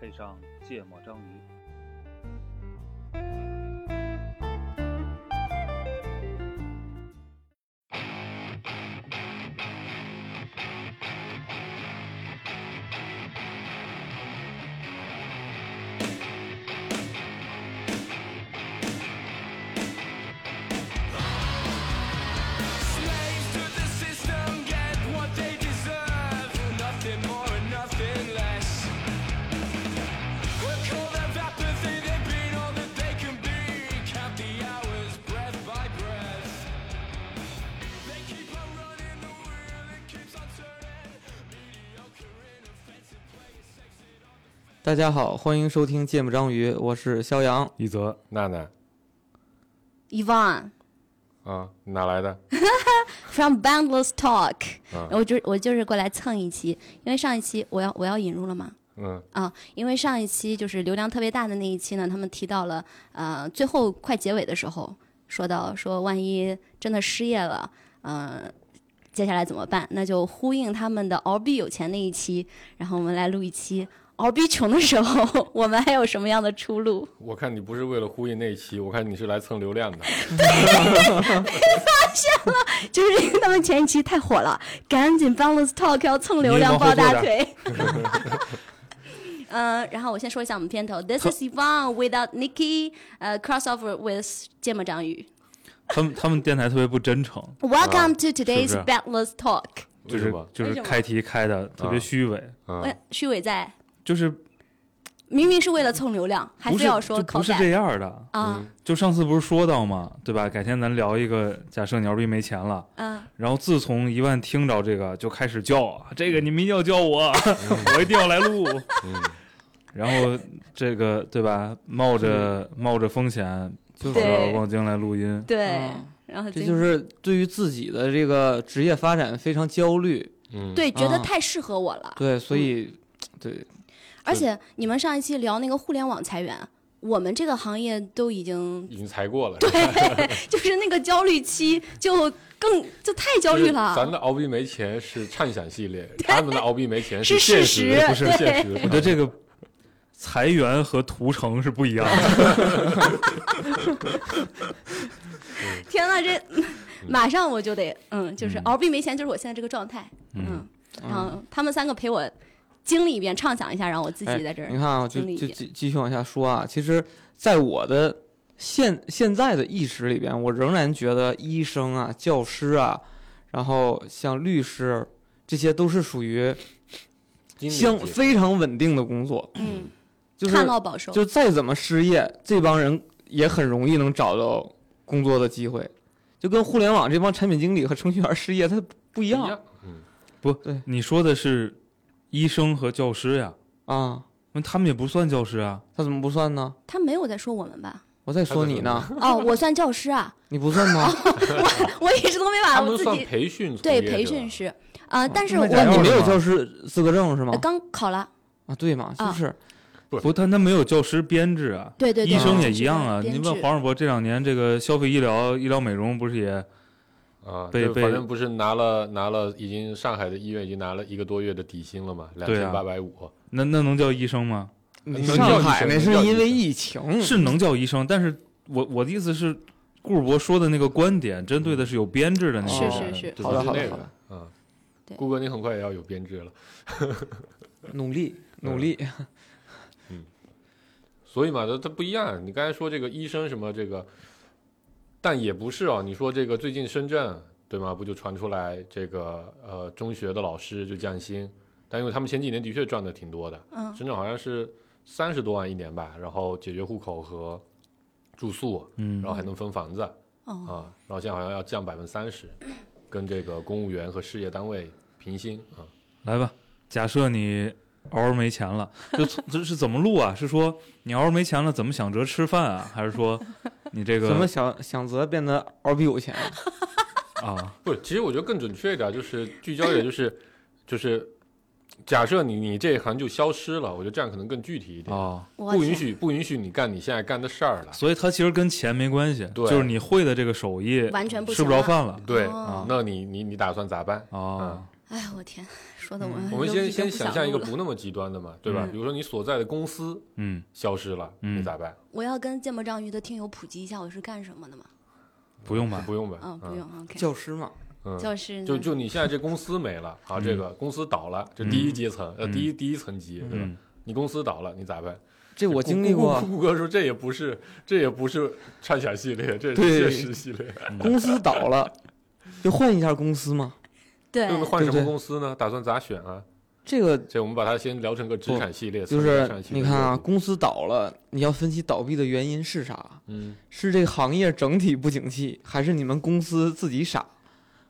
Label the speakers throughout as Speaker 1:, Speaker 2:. Speaker 1: 配上芥末章鱼。
Speaker 2: Slaves to the system get what they deserve. Nothing more and nothing less. We're cold of apathy, they've been all that they can be. Count the hours, breath by breath. They keep on running the wheel, it keeps on turning. Mediocre, inoffensive play is sexy.
Speaker 3: 大家好，欢迎收听《芥末章鱼》，我是肖阳。
Speaker 4: 一泽娜娜
Speaker 5: Yvonne
Speaker 4: 啊，哪来的？
Speaker 5: from Boundless Talk，、
Speaker 4: 嗯
Speaker 5: 我就我就是过来蹭一期，因为上一期我要我要引入了嘛，
Speaker 4: 嗯，
Speaker 5: 啊，因为上一期就是流量特别大的那一期呢，他们提到了呃，最后快结尾的时候说到说，万一真的失业了，嗯、接下来怎么办？那就呼应他们的“熬 B 有钱”那一期，然后我们来录一期“熬 B 穷”的时候，我们还有什么样的出路？
Speaker 4: 我看你不是为了呼应那一期，我看你是来蹭 流量的。
Speaker 5: 就是因为他们前一期太火了，赶紧 Balance Talk 要蹭流量抱大腿。 嗯，然后我先说一下我们片头，This is Yvonne without Nikki，呃、c r o s s o v e r with 芥末章鱼。
Speaker 6: 他们他们电台特别不真诚，
Speaker 5: Welcome to today's
Speaker 6: 啊是不是
Speaker 5: Balance Talk。
Speaker 4: 为
Speaker 6: 就
Speaker 4: 什
Speaker 6: 是
Speaker 4: 么？啊
Speaker 6: 就
Speaker 5: 为
Speaker 6: 是
Speaker 5: 什么
Speaker 6: 开题开的特别虚伪，
Speaker 5: 我虚伪呃在，
Speaker 6: 就是
Speaker 5: 明明是为了蹭流量，还
Speaker 6: 不
Speaker 5: 非
Speaker 6: 是
Speaker 5: 要说
Speaker 6: 就不
Speaker 5: 口
Speaker 6: 是
Speaker 5: 袋
Speaker 6: 这样的。
Speaker 5: 啊
Speaker 6: 就上次不是说到嘛，对吧？改天咱聊一个，假设牛逼没钱了，
Speaker 5: 啊！
Speaker 6: 然后自从一万听着这个就开始叫啊，这个你们一定要叫我，
Speaker 5: 嗯
Speaker 6: 我一定要来录。然后这个对吧？冒
Speaker 5: 嗯
Speaker 6: 着冒着风险，
Speaker 3: 就
Speaker 6: 跑
Speaker 3: 是
Speaker 6: 到
Speaker 5: 对
Speaker 6: 望京来录音，
Speaker 5: 对
Speaker 6: 啊
Speaker 3: 嗯，
Speaker 5: 然后
Speaker 3: 这
Speaker 5: 今
Speaker 3: 就是对于自己的这个职业发展非常焦虑，
Speaker 4: 嗯，
Speaker 5: 对，觉得
Speaker 3: 啊
Speaker 5: 太适合我了。
Speaker 3: 对，所以
Speaker 5: 嗯
Speaker 3: 对
Speaker 5: 而且你们上一期聊那个互联网裁员，我们这个行业都已经
Speaker 4: 已经裁过 了。
Speaker 5: 就是那个焦虑期就更就太焦虑了。
Speaker 4: 咱的熬币没钱是畅想系列，他们的熬币没钱
Speaker 5: 是
Speaker 4: 现
Speaker 5: 事
Speaker 4: 实，
Speaker 5: 实
Speaker 4: 不是
Speaker 5: 对
Speaker 4: 现实。
Speaker 6: 我觉得这个裁员和屠城是不一样的。
Speaker 5: 天呐，这马上我就得嗯，就是熬币没钱，就是我现在这个状态。嗯，然后他们三个陪我经历一遍，畅想一下，然后我自己在这
Speaker 3: 哎、你
Speaker 5: 儿。
Speaker 3: 看啊，就
Speaker 5: 经历一
Speaker 3: 就
Speaker 5: 遍
Speaker 3: 继继续往下说啊。其实，在我的现现在的意识里边，我仍然觉得医生啊、教师啊，然后像律师，这些都是属于
Speaker 4: 经理
Speaker 3: 相
Speaker 4: 级
Speaker 3: 非常稳定的工作，
Speaker 5: 嗯，
Speaker 3: 就是
Speaker 5: 旱涝保收。
Speaker 3: 就再怎么失业，这帮人也很容易能找到工作的机会。就跟互联网这帮产品经理和程序员失业，他不一
Speaker 4: 一
Speaker 3: 样
Speaker 4: 样，嗯，
Speaker 6: 你说的是医生和教师呀？
Speaker 3: 啊。
Speaker 6: 那他们也不算教师啊，
Speaker 3: 他怎么不算呢？
Speaker 5: 他没有在说我们吧？
Speaker 3: 我在说
Speaker 4: 他在
Speaker 3: 你呢，
Speaker 5: 哦，我算教师啊，
Speaker 3: 你不算吗？
Speaker 5: 我一直都没把
Speaker 4: 他
Speaker 5: 啊我
Speaker 4: 们
Speaker 5: 自
Speaker 4: 算
Speaker 5: 己
Speaker 4: 培训从
Speaker 5: 对
Speaker 4: 业
Speaker 5: 培
Speaker 4: 者
Speaker 5: 训师啊，
Speaker 3: 哦
Speaker 5: 但是
Speaker 6: 那
Speaker 5: 我
Speaker 6: 假如
Speaker 3: 你没有
Speaker 6: 是吗
Speaker 3: 教师资格证是吗
Speaker 5: 呃？刚考了。
Speaker 3: 啊，对嘛，就
Speaker 5: 啊
Speaker 3: 是
Speaker 6: 不，但他没有教师编制啊。
Speaker 5: 对对对，
Speaker 6: 医生
Speaker 5: 我
Speaker 6: 也
Speaker 5: 知
Speaker 6: 一样
Speaker 5: 道
Speaker 6: 啊，你
Speaker 5: 编
Speaker 6: 问
Speaker 5: 制
Speaker 6: 黄世博这两年这个消费医疗、医疗美容不是也
Speaker 4: 啊，
Speaker 6: 被
Speaker 4: 就
Speaker 6: 被
Speaker 4: 反正不是拿了拿了，已经上海的医院已经拿了一个多月的底薪了嘛，两
Speaker 6: 对
Speaker 4: 千
Speaker 6: 啊
Speaker 4: 八百五。
Speaker 6: 那那能叫医生吗？
Speaker 4: 能叫
Speaker 3: 上
Speaker 4: 医
Speaker 3: 海
Speaker 4: 生
Speaker 3: 那
Speaker 4: 能
Speaker 3: 是
Speaker 4: 叫医
Speaker 3: 因为
Speaker 4: 生
Speaker 3: 疫情，
Speaker 6: 是能叫医生，但是我我的意思是，顾世博说的那个观点针对的是有编制的那
Speaker 5: 是
Speaker 6: 些
Speaker 5: 哦是
Speaker 6: 人啊
Speaker 5: 是，
Speaker 4: 就
Speaker 3: 好
Speaker 4: 不
Speaker 3: 的
Speaker 4: 是
Speaker 3: 好的
Speaker 4: 那
Speaker 3: 好
Speaker 4: 个
Speaker 3: 的
Speaker 4: 嗯
Speaker 5: 对，
Speaker 4: 顾哥，你很快也要有编制了，
Speaker 3: 努力努力。
Speaker 4: 所以嘛，它它不一样。你刚才说这个医生什么这个，但也不是哦。你说这个最近深圳对吗？不就传出来这个呃中学的老师就降薪，但因为他们前几年的确赚的挺多的，
Speaker 5: 嗯
Speaker 4: 深圳好像是三十多万一年吧，然后解决户口和住宿，
Speaker 6: 嗯
Speaker 4: 然后还能分房子啊，
Speaker 5: 哦，
Speaker 4: 然后现在好像要降百分之三十，跟这个公务员和事业单位平薪啊。
Speaker 6: 来吧，假设你嗷嗷没钱了，就从这是怎么录啊？是说你嗷嗷没钱了怎么想着吃饭啊？还是说 你这
Speaker 3: 怎么
Speaker 6: 个
Speaker 3: 想想则变得嗷比 有钱？
Speaker 6: 啊？
Speaker 4: 不，其实我觉得更准确一点，就是聚焦一点，就是就是假设你你这一行就消失了，我觉得这样可能更具体一点。
Speaker 6: 哦，
Speaker 5: 我
Speaker 4: 不允
Speaker 5: 天哦
Speaker 4: 许不允许你干你现在干的事儿了。
Speaker 6: 所以它其实跟钱没关系，
Speaker 4: 对
Speaker 6: 就是你会的这个手艺
Speaker 5: 完全不
Speaker 6: 吃
Speaker 5: 行啊
Speaker 6: 不着
Speaker 5: 了
Speaker 6: 饭了。
Speaker 4: 对，
Speaker 5: 哦
Speaker 4: 那你你你打算咋办？
Speaker 6: 哦，
Speaker 5: 哎呀，我天，说的我
Speaker 6: 嗯
Speaker 4: 我们
Speaker 5: 都
Speaker 4: 先
Speaker 5: 已经
Speaker 4: 先
Speaker 5: 不
Speaker 4: 想
Speaker 5: 想
Speaker 4: 象一个
Speaker 5: 录了
Speaker 4: 不那么极端的嘛，对吧？
Speaker 5: 嗯
Speaker 4: 比如说你所在的公司
Speaker 6: 嗯，
Speaker 4: 消失了，
Speaker 6: 嗯
Speaker 4: 你咋办？
Speaker 5: 我要跟芥末章鱼的听友普及一下我是干什么的嘛？
Speaker 6: 不用吧？
Speaker 4: 不用呗，
Speaker 5: 嗯，不用，OK，
Speaker 3: 教师嘛，
Speaker 4: 嗯，
Speaker 5: 就是
Speaker 4: 就
Speaker 5: 呢
Speaker 4: 就你现在这公司没了，好，
Speaker 6: 嗯
Speaker 4: 这个公司倒了，这第一阶层，呃，
Speaker 6: 嗯
Speaker 4: 第一第一层级，对吧？
Speaker 6: 嗯，
Speaker 4: 你公司倒了，你咋办？
Speaker 3: 这我经历
Speaker 4: 顾
Speaker 3: 过
Speaker 4: 顾。顾哥说这也不是，这也不是畅想系列，这是
Speaker 3: 对
Speaker 4: 现实系列。
Speaker 3: 公司倒了，就换一家公司嘛。
Speaker 5: 对
Speaker 4: 那么换什
Speaker 3: 对对
Speaker 4: 么公司呢？打算咋选啊？
Speaker 3: 这个
Speaker 4: 这我们把它先聊成个职产系列，
Speaker 3: 就
Speaker 4: 从职
Speaker 3: 是
Speaker 4: 产系列
Speaker 3: 你看啊，
Speaker 4: 入手，
Speaker 3: 公司倒了，你要分析倒闭的原因是啥？
Speaker 4: 嗯，
Speaker 3: 是这个行业整体不景气，还是你们公司自己傻，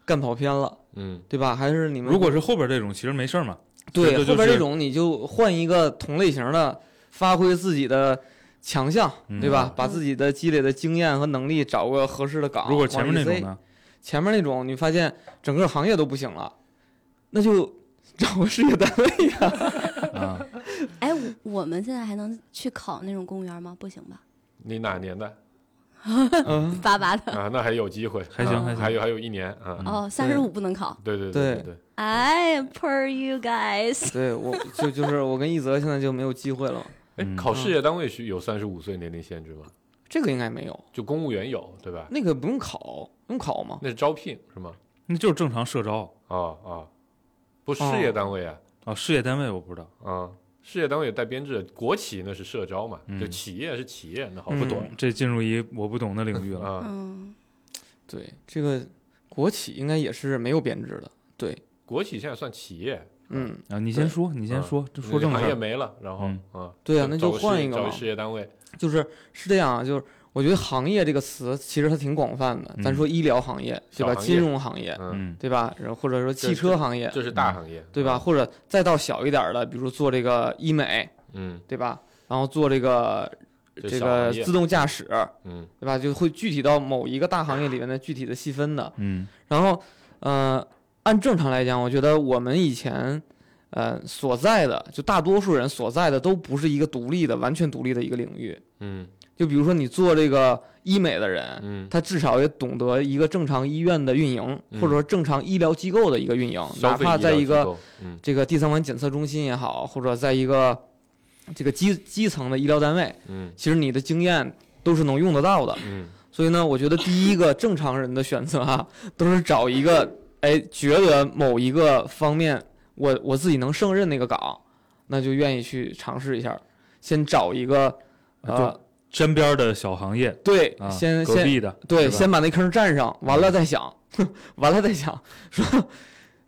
Speaker 3: 干跑偏了，
Speaker 4: 嗯
Speaker 3: 对吧？还是你们
Speaker 6: 如果是后边这种，其实没事儿嘛。
Speaker 3: 对
Speaker 6: 这这就
Speaker 3: 后边
Speaker 6: 是
Speaker 3: 这种，你就换一个同类型的，发挥自己的强项，
Speaker 6: 嗯
Speaker 3: 对
Speaker 6: 嗯？
Speaker 3: 吧把自己的积累的经验和能力找个合适的岗。
Speaker 6: 如果前面那
Speaker 3: 往
Speaker 6: 种
Speaker 3: 里塞
Speaker 6: 呢？
Speaker 3: 前面那种你发现整个行业都不行了，那就找个事业单位呀、
Speaker 6: 啊，
Speaker 5: 哎，我我们现在还能去考那种公务员吗？不行吧？
Speaker 4: 你哪年的
Speaker 3: 嗯，
Speaker 5: 八八的
Speaker 4: 啊？那还有机 会，
Speaker 6: 还行
Speaker 4: 啊
Speaker 6: 还行
Speaker 4: 还有还有一年啊。
Speaker 5: 哦，三十五不能考。
Speaker 4: 对对对
Speaker 3: 嗯
Speaker 4: 对，
Speaker 5: 哎，per you guys，
Speaker 3: 对 我就就是我跟一泽现在就没有机会了，
Speaker 4: 哎，
Speaker 6: 嗯
Speaker 4: 考事业单位需有三十五岁年龄限制吗？
Speaker 3: 这个应该没有，
Speaker 4: 就公务员有对吧？
Speaker 3: 那个不用考，用考吗？
Speaker 4: 那是招聘是吗？
Speaker 6: 那就是正常社招
Speaker 4: 啊啊，不是
Speaker 3: 哦
Speaker 4: 事业单位啊
Speaker 6: 啊，事业单位我不知道，
Speaker 4: 啊，事业单位也带编制，国企那是社招嘛，
Speaker 6: 嗯
Speaker 4: 就企业是企业，那好
Speaker 3: 嗯
Speaker 6: 不懂，这进入一我不懂的领域 了。
Speaker 4: 啊。
Speaker 5: 嗯，
Speaker 3: 对，这个国企应该也是没有编制的，对，
Speaker 4: 国企现在算企业，
Speaker 3: 嗯，
Speaker 6: 啊，你先说，你先说，这说正
Speaker 4: 行
Speaker 6: 事
Speaker 4: 业
Speaker 6: 儿。
Speaker 4: 没了，然后
Speaker 6: 嗯
Speaker 4: 啊，
Speaker 3: 对啊，
Speaker 4: 找
Speaker 3: 那就
Speaker 4: 个事
Speaker 3: 换
Speaker 4: 业
Speaker 3: 一个
Speaker 4: 找
Speaker 3: 嘛
Speaker 4: 个，事业单位，
Speaker 3: 就是是这样啊，就是我觉得行业这个词其实它挺广泛的，咱
Speaker 6: 嗯
Speaker 3: 说医疗行业对
Speaker 4: 小
Speaker 3: 吧，
Speaker 4: 行
Speaker 3: 金
Speaker 4: 业
Speaker 3: 融行业
Speaker 4: 嗯，
Speaker 6: 嗯
Speaker 3: 对吧，然后或者说
Speaker 4: 这
Speaker 3: 汽车行业
Speaker 4: 这是大行业，
Speaker 3: 对吧，？或者再到小一点儿的，比如做这个医美
Speaker 4: 嗯，
Speaker 3: 对吧，然后做这个嗯
Speaker 4: 这
Speaker 3: 这
Speaker 4: 小
Speaker 3: 个
Speaker 4: 行业
Speaker 3: 自动驾驶
Speaker 4: 嗯
Speaker 3: 对吧，就会具体到某一个大行业里面的具体的细分的。
Speaker 6: 嗯
Speaker 3: 然后，呃，按正常来讲，我觉得我们以前，呃，所在的就大多数人所在的都不是一个独立的、完全独立的一个领域。
Speaker 4: 嗯
Speaker 3: 就比如说你做这个医美的人，
Speaker 4: 嗯，
Speaker 3: 他至少也懂得一个正常医院的运营，或者说正常医疗机构的一个运营，
Speaker 4: 消
Speaker 3: 哪
Speaker 4: 费
Speaker 3: 怕
Speaker 4: 医
Speaker 3: 在
Speaker 4: 疗
Speaker 3: 一
Speaker 4: 机
Speaker 3: 个
Speaker 4: 构，嗯
Speaker 3: 这个第三方检测中心也好，或者在一个这个基基层的医疗单位，
Speaker 4: 嗯
Speaker 3: 其实你的经验都是能用得到的。
Speaker 4: 嗯
Speaker 3: 所以呢，我觉得第一个正常人的选择啊， 都是找一个哎，觉得某一个方面我我自己能胜任那个岗，那就愿意去尝试一下儿。先找一个呃，
Speaker 6: 沾边儿的小行业
Speaker 3: 对，
Speaker 6: 啊，
Speaker 3: 先
Speaker 6: 隔
Speaker 3: 先
Speaker 6: 壁的，
Speaker 3: 对，
Speaker 6: 是吧
Speaker 3: 先把那坑占上，完了 再想，完了再想 说，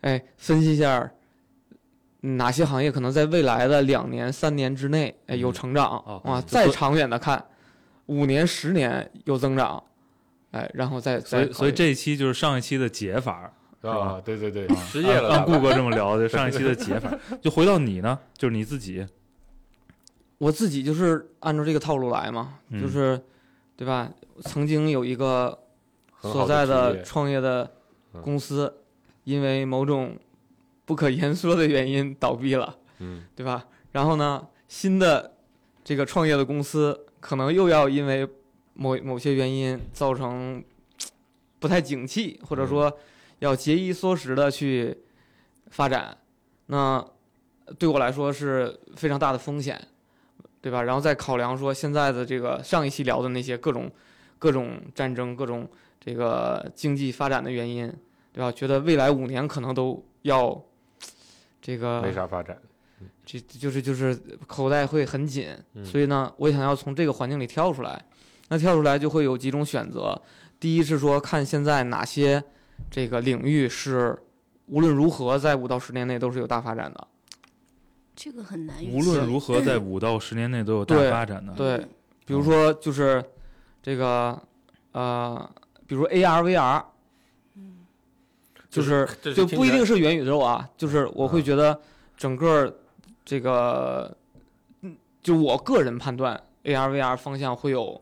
Speaker 3: 哎，分析一下儿哪些行业可能在未来的两年、三年之内哎有
Speaker 4: 嗯
Speaker 3: 成长
Speaker 6: 哦
Speaker 3: 啊，
Speaker 6: 嗯
Speaker 3: 再长远的看，五年、十年有增长，哎，然后再
Speaker 6: 所
Speaker 3: 再
Speaker 6: 以所以
Speaker 3: 考虑
Speaker 6: 这一期就是上一期的解法儿，
Speaker 4: 啊，对 对对，失业
Speaker 6: 按
Speaker 4: 了
Speaker 6: 按
Speaker 4: 咋办，
Speaker 6: 顾哥这么聊的，上一期的解法儿，就回到你呢，就是你自己，
Speaker 3: 我自己就是按照这个套路来嘛，
Speaker 6: 嗯
Speaker 3: 就是对吧？曾经有一个
Speaker 4: 很
Speaker 3: 所
Speaker 4: 好
Speaker 3: 在
Speaker 4: 的职
Speaker 3: 的
Speaker 4: 业
Speaker 3: 创业的
Speaker 6: 嗯
Speaker 3: 公司，因为某种不可言说的原因倒闭了，
Speaker 4: 嗯
Speaker 3: 对吧？然后呢，新的这个创业的公司可能又要因为某某些原因造成不太景气，或者说要节衣缩食的去发展，那对我来说是非常大的风险，对吧？然后再考量说现在的这个上一期聊的那些各种各种战争、各种这个经济发展的原因，对吧？觉得未来五年可能都要。这个
Speaker 4: 没啥发展，
Speaker 3: 这就是就是口袋会很紧，
Speaker 4: 嗯
Speaker 3: 所以呢，我想要从这个环境里跳出来。那跳出来就会有几种选择，第一是说看现在哪些这个领域是无论如何在五到十年内都是有大发展的。
Speaker 5: 这个很难预期。
Speaker 6: 无论如何在五到十年内都有大
Speaker 3: 对
Speaker 6: 发展的，
Speaker 3: 对，比
Speaker 4: 哦
Speaker 3: 如说就是这个呃，比如 AR、VR，
Speaker 5: 嗯，
Speaker 3: 就是
Speaker 4: 这是
Speaker 3: 就
Speaker 4: 听
Speaker 3: 不一
Speaker 4: 起来
Speaker 3: 定是元宇宙啊，就是我会
Speaker 4: 啊
Speaker 3: 觉得整个这个，嗯，就我个人判断，AR、VR 方向会有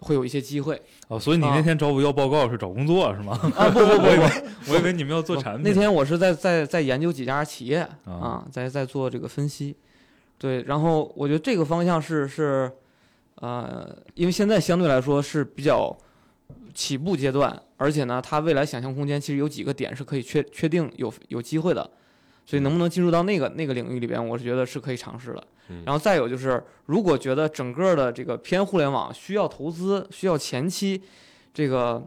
Speaker 3: 会有一些机会
Speaker 6: 哦，所以你
Speaker 3: 啊
Speaker 6: 那天找我要报告是找工作是吗？
Speaker 3: 啊！不不不不，
Speaker 6: 我以为你们要做产品。
Speaker 3: 那天我是在在在研究几家企业
Speaker 6: 啊
Speaker 3: 啊，在在做这个分析，对，然后我觉得这个方向是是，呃，因为现在相对来说是比较起步阶段，而且呢，他未来想象空间其实有几个点是可以确确定有有机会的，所以能不能进入到那个那个领域里边，我是觉得是可以尝试的。
Speaker 4: 嗯
Speaker 3: 然后再有就是，如果觉得整个的这个偏互联网需要投资，需要前期这个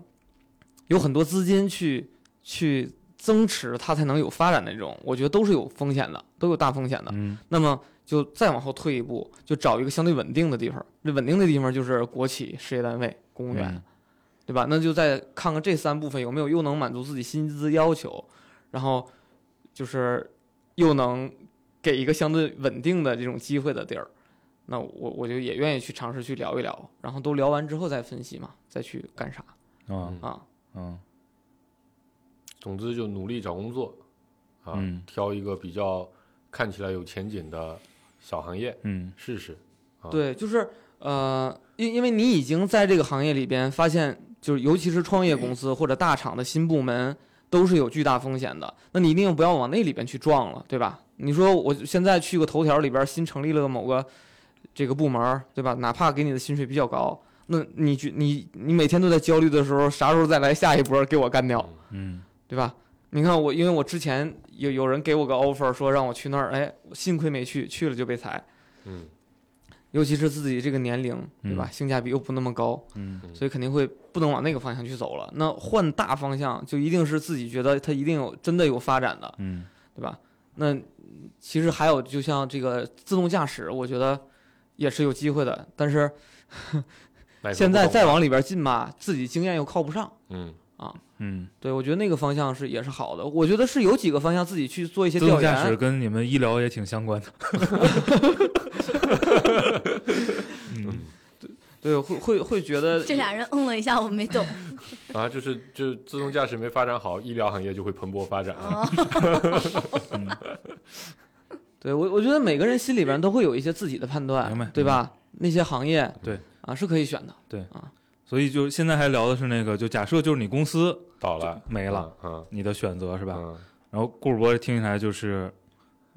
Speaker 3: 有很多资金去去增持它才能有发展的这种，我觉得都是有风险的，都有大风险的。
Speaker 6: 嗯
Speaker 3: 那么就再往后退一步，就找一个相对稳定的地方。这稳定的地方就是国企、事业单位、公务员，
Speaker 6: 嗯
Speaker 3: 对吧？那就再看看这三部分有没有又能满足自己薪资要求，然后就是又能给一个相对稳定的这种机会的地儿。那我我就也愿意去尝试去聊一聊，然后都聊完之后再分析嘛，再去干啥
Speaker 6: 啊
Speaker 4: 嗯
Speaker 3: 啊？
Speaker 6: 嗯
Speaker 4: 总之就努力找工作啊，
Speaker 6: 嗯
Speaker 4: 挑一个比较看起来有前景的小行业
Speaker 6: 嗯
Speaker 4: 试试。啊
Speaker 3: 对，就是呃，因因为你已经在这个行业里边发现，就是尤其是创业公司或者大厂的新部门，都是有巨大风险的。那你一定不要往那里边去撞了，对吧？你说我现在去个头条里边新成立了个某个这个部门儿，对吧？哪怕给你的薪水比较高，那你去你你每天都在焦虑的时候，啥时候再来下一波给我干掉？
Speaker 6: 嗯
Speaker 3: 对吧？你看我，因为我之前有有人给我个 offer 说让我去那儿，哎，幸亏没去，去了就被裁。
Speaker 4: 嗯，
Speaker 3: 尤其是自己这个年龄，对吧？
Speaker 6: 嗯
Speaker 3: 性价比又不那么高，
Speaker 6: 嗯
Speaker 3: 所以肯定会不能往那个方向去走了。那换大方向，就一定是自己觉得它一定有真的有发展的，
Speaker 6: 嗯
Speaker 3: 对吧？那其实还有，就像这个自动驾驶，我觉得也是有机会的，但是
Speaker 4: 哪个
Speaker 3: 现在
Speaker 4: 不懂
Speaker 3: 再往里边进吧，自己经验又靠不上。
Speaker 4: 嗯，
Speaker 6: 嗯，
Speaker 3: 对，我觉得那个方向是也是好的。我觉得是有几个方向自己去做一些
Speaker 6: 自
Speaker 3: 调
Speaker 6: 动
Speaker 3: 研，
Speaker 6: 驾驶跟你们医疗也挺相关的。嗯
Speaker 3: 对，会会会觉得
Speaker 5: 这俩人嗯了一下，我 没懂。
Speaker 4: 啊，就是就是自动驾驶没发展好，医疗行业就会蓬勃发展啊。
Speaker 5: 哦，
Speaker 3: 对我，我觉得每个人心里边都会有一些自己的判断，
Speaker 6: 明白
Speaker 3: 对吧？那些行业，
Speaker 6: 对
Speaker 3: 啊，是可以选的。
Speaker 6: 所以就现在还聊的是那个，就假设就是你公司
Speaker 4: 倒了，
Speaker 6: 没了，
Speaker 4: 嗯，
Speaker 6: 你的选择是
Speaker 4: 嗯
Speaker 6: 吧？
Speaker 4: 嗯，
Speaker 6: 然后顾主播听起来就是，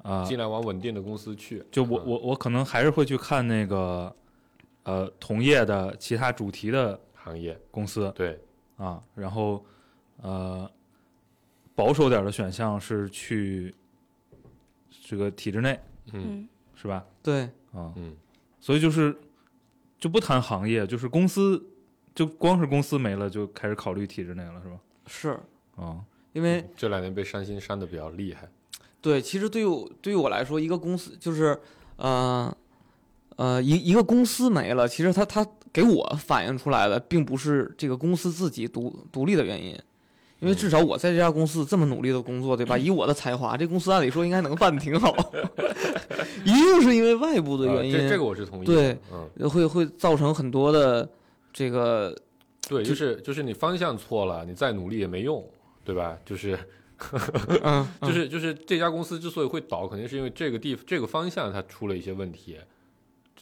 Speaker 6: 啊、
Speaker 4: 尽量往稳定的公司去。
Speaker 6: 就我
Speaker 4: 嗯
Speaker 6: 我我可能还是会去看那个，呃，同业的其他主题的
Speaker 4: 行业，
Speaker 6: 公司
Speaker 4: 对，
Speaker 6: 啊，然后呃，保守点儿的选项是去这个体制内
Speaker 4: 嗯
Speaker 5: 嗯，
Speaker 6: 是吧？
Speaker 3: 对，
Speaker 6: 啊，
Speaker 4: 嗯
Speaker 6: 所以就是就不谈行业，就是公司，就光是公司没了，就开始考虑体制内了，是吧？
Speaker 3: 是
Speaker 6: 啊，
Speaker 3: 因为
Speaker 4: 这两年被删新删的比较厉害。
Speaker 3: 对，其实对于我对于我来说，一个公司就是，呃，呃，一一个公司没了，其实它它给我反映出来的，并不是这个公司自己独独立的原因。因为至少我在这家公司这么努力的工作，对吧？以我的才华，这公司按理说应该能办得挺好， 一定是因为外部的
Speaker 4: 呃
Speaker 3: 原因，
Speaker 4: 这这个我是同意的。
Speaker 3: 对，
Speaker 4: 嗯，
Speaker 3: 会会造成很多的这个
Speaker 4: 对，
Speaker 3: 就
Speaker 4: 就是就是你方向错了，你再努力也没用，对吧？就是
Speaker 3: 嗯，
Speaker 4: 就
Speaker 3: 嗯
Speaker 4: 是就是这家公司之所以会倒，肯定是因为这个地这个方向它出了一些问题，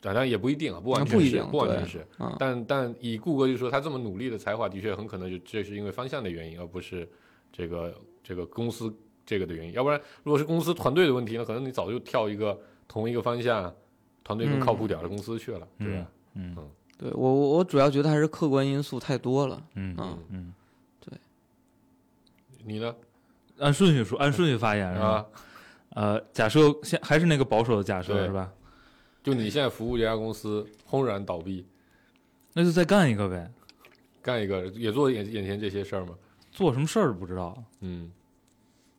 Speaker 4: 当然也不一定啊，不完
Speaker 3: 那
Speaker 4: 全
Speaker 3: 不一
Speaker 4: 是，
Speaker 3: 定
Speaker 4: 不完全
Speaker 3: 对
Speaker 4: 是。
Speaker 3: 嗯，
Speaker 4: 但但以顾哥就说他这么努力的才华，的确很可能就这是因为方向的原因，而不是这个这个公司这个的原因。要不然，如果是公司团队的问题呢，可能你早就跳一个同一个方向，团队更靠
Speaker 3: 嗯
Speaker 4: 谱点儿的公司去了，对吧？
Speaker 6: 嗯
Speaker 3: 对我我我主要觉得还是客观因素太多了。
Speaker 6: 嗯
Speaker 3: 嗯
Speaker 6: 嗯，
Speaker 4: 你呢？
Speaker 6: 按顺序说，按顺序发言是吧？
Speaker 4: 啊，
Speaker 6: 呃，假设现还是那个保守的假设
Speaker 4: 对
Speaker 6: 是吧？
Speaker 4: 就你现在服务这家公司轰然倒闭，
Speaker 6: 那就再干一个呗，
Speaker 4: 干一个也做眼眼前这些事儿吗？
Speaker 6: 做什么事儿不知道。
Speaker 4: 嗯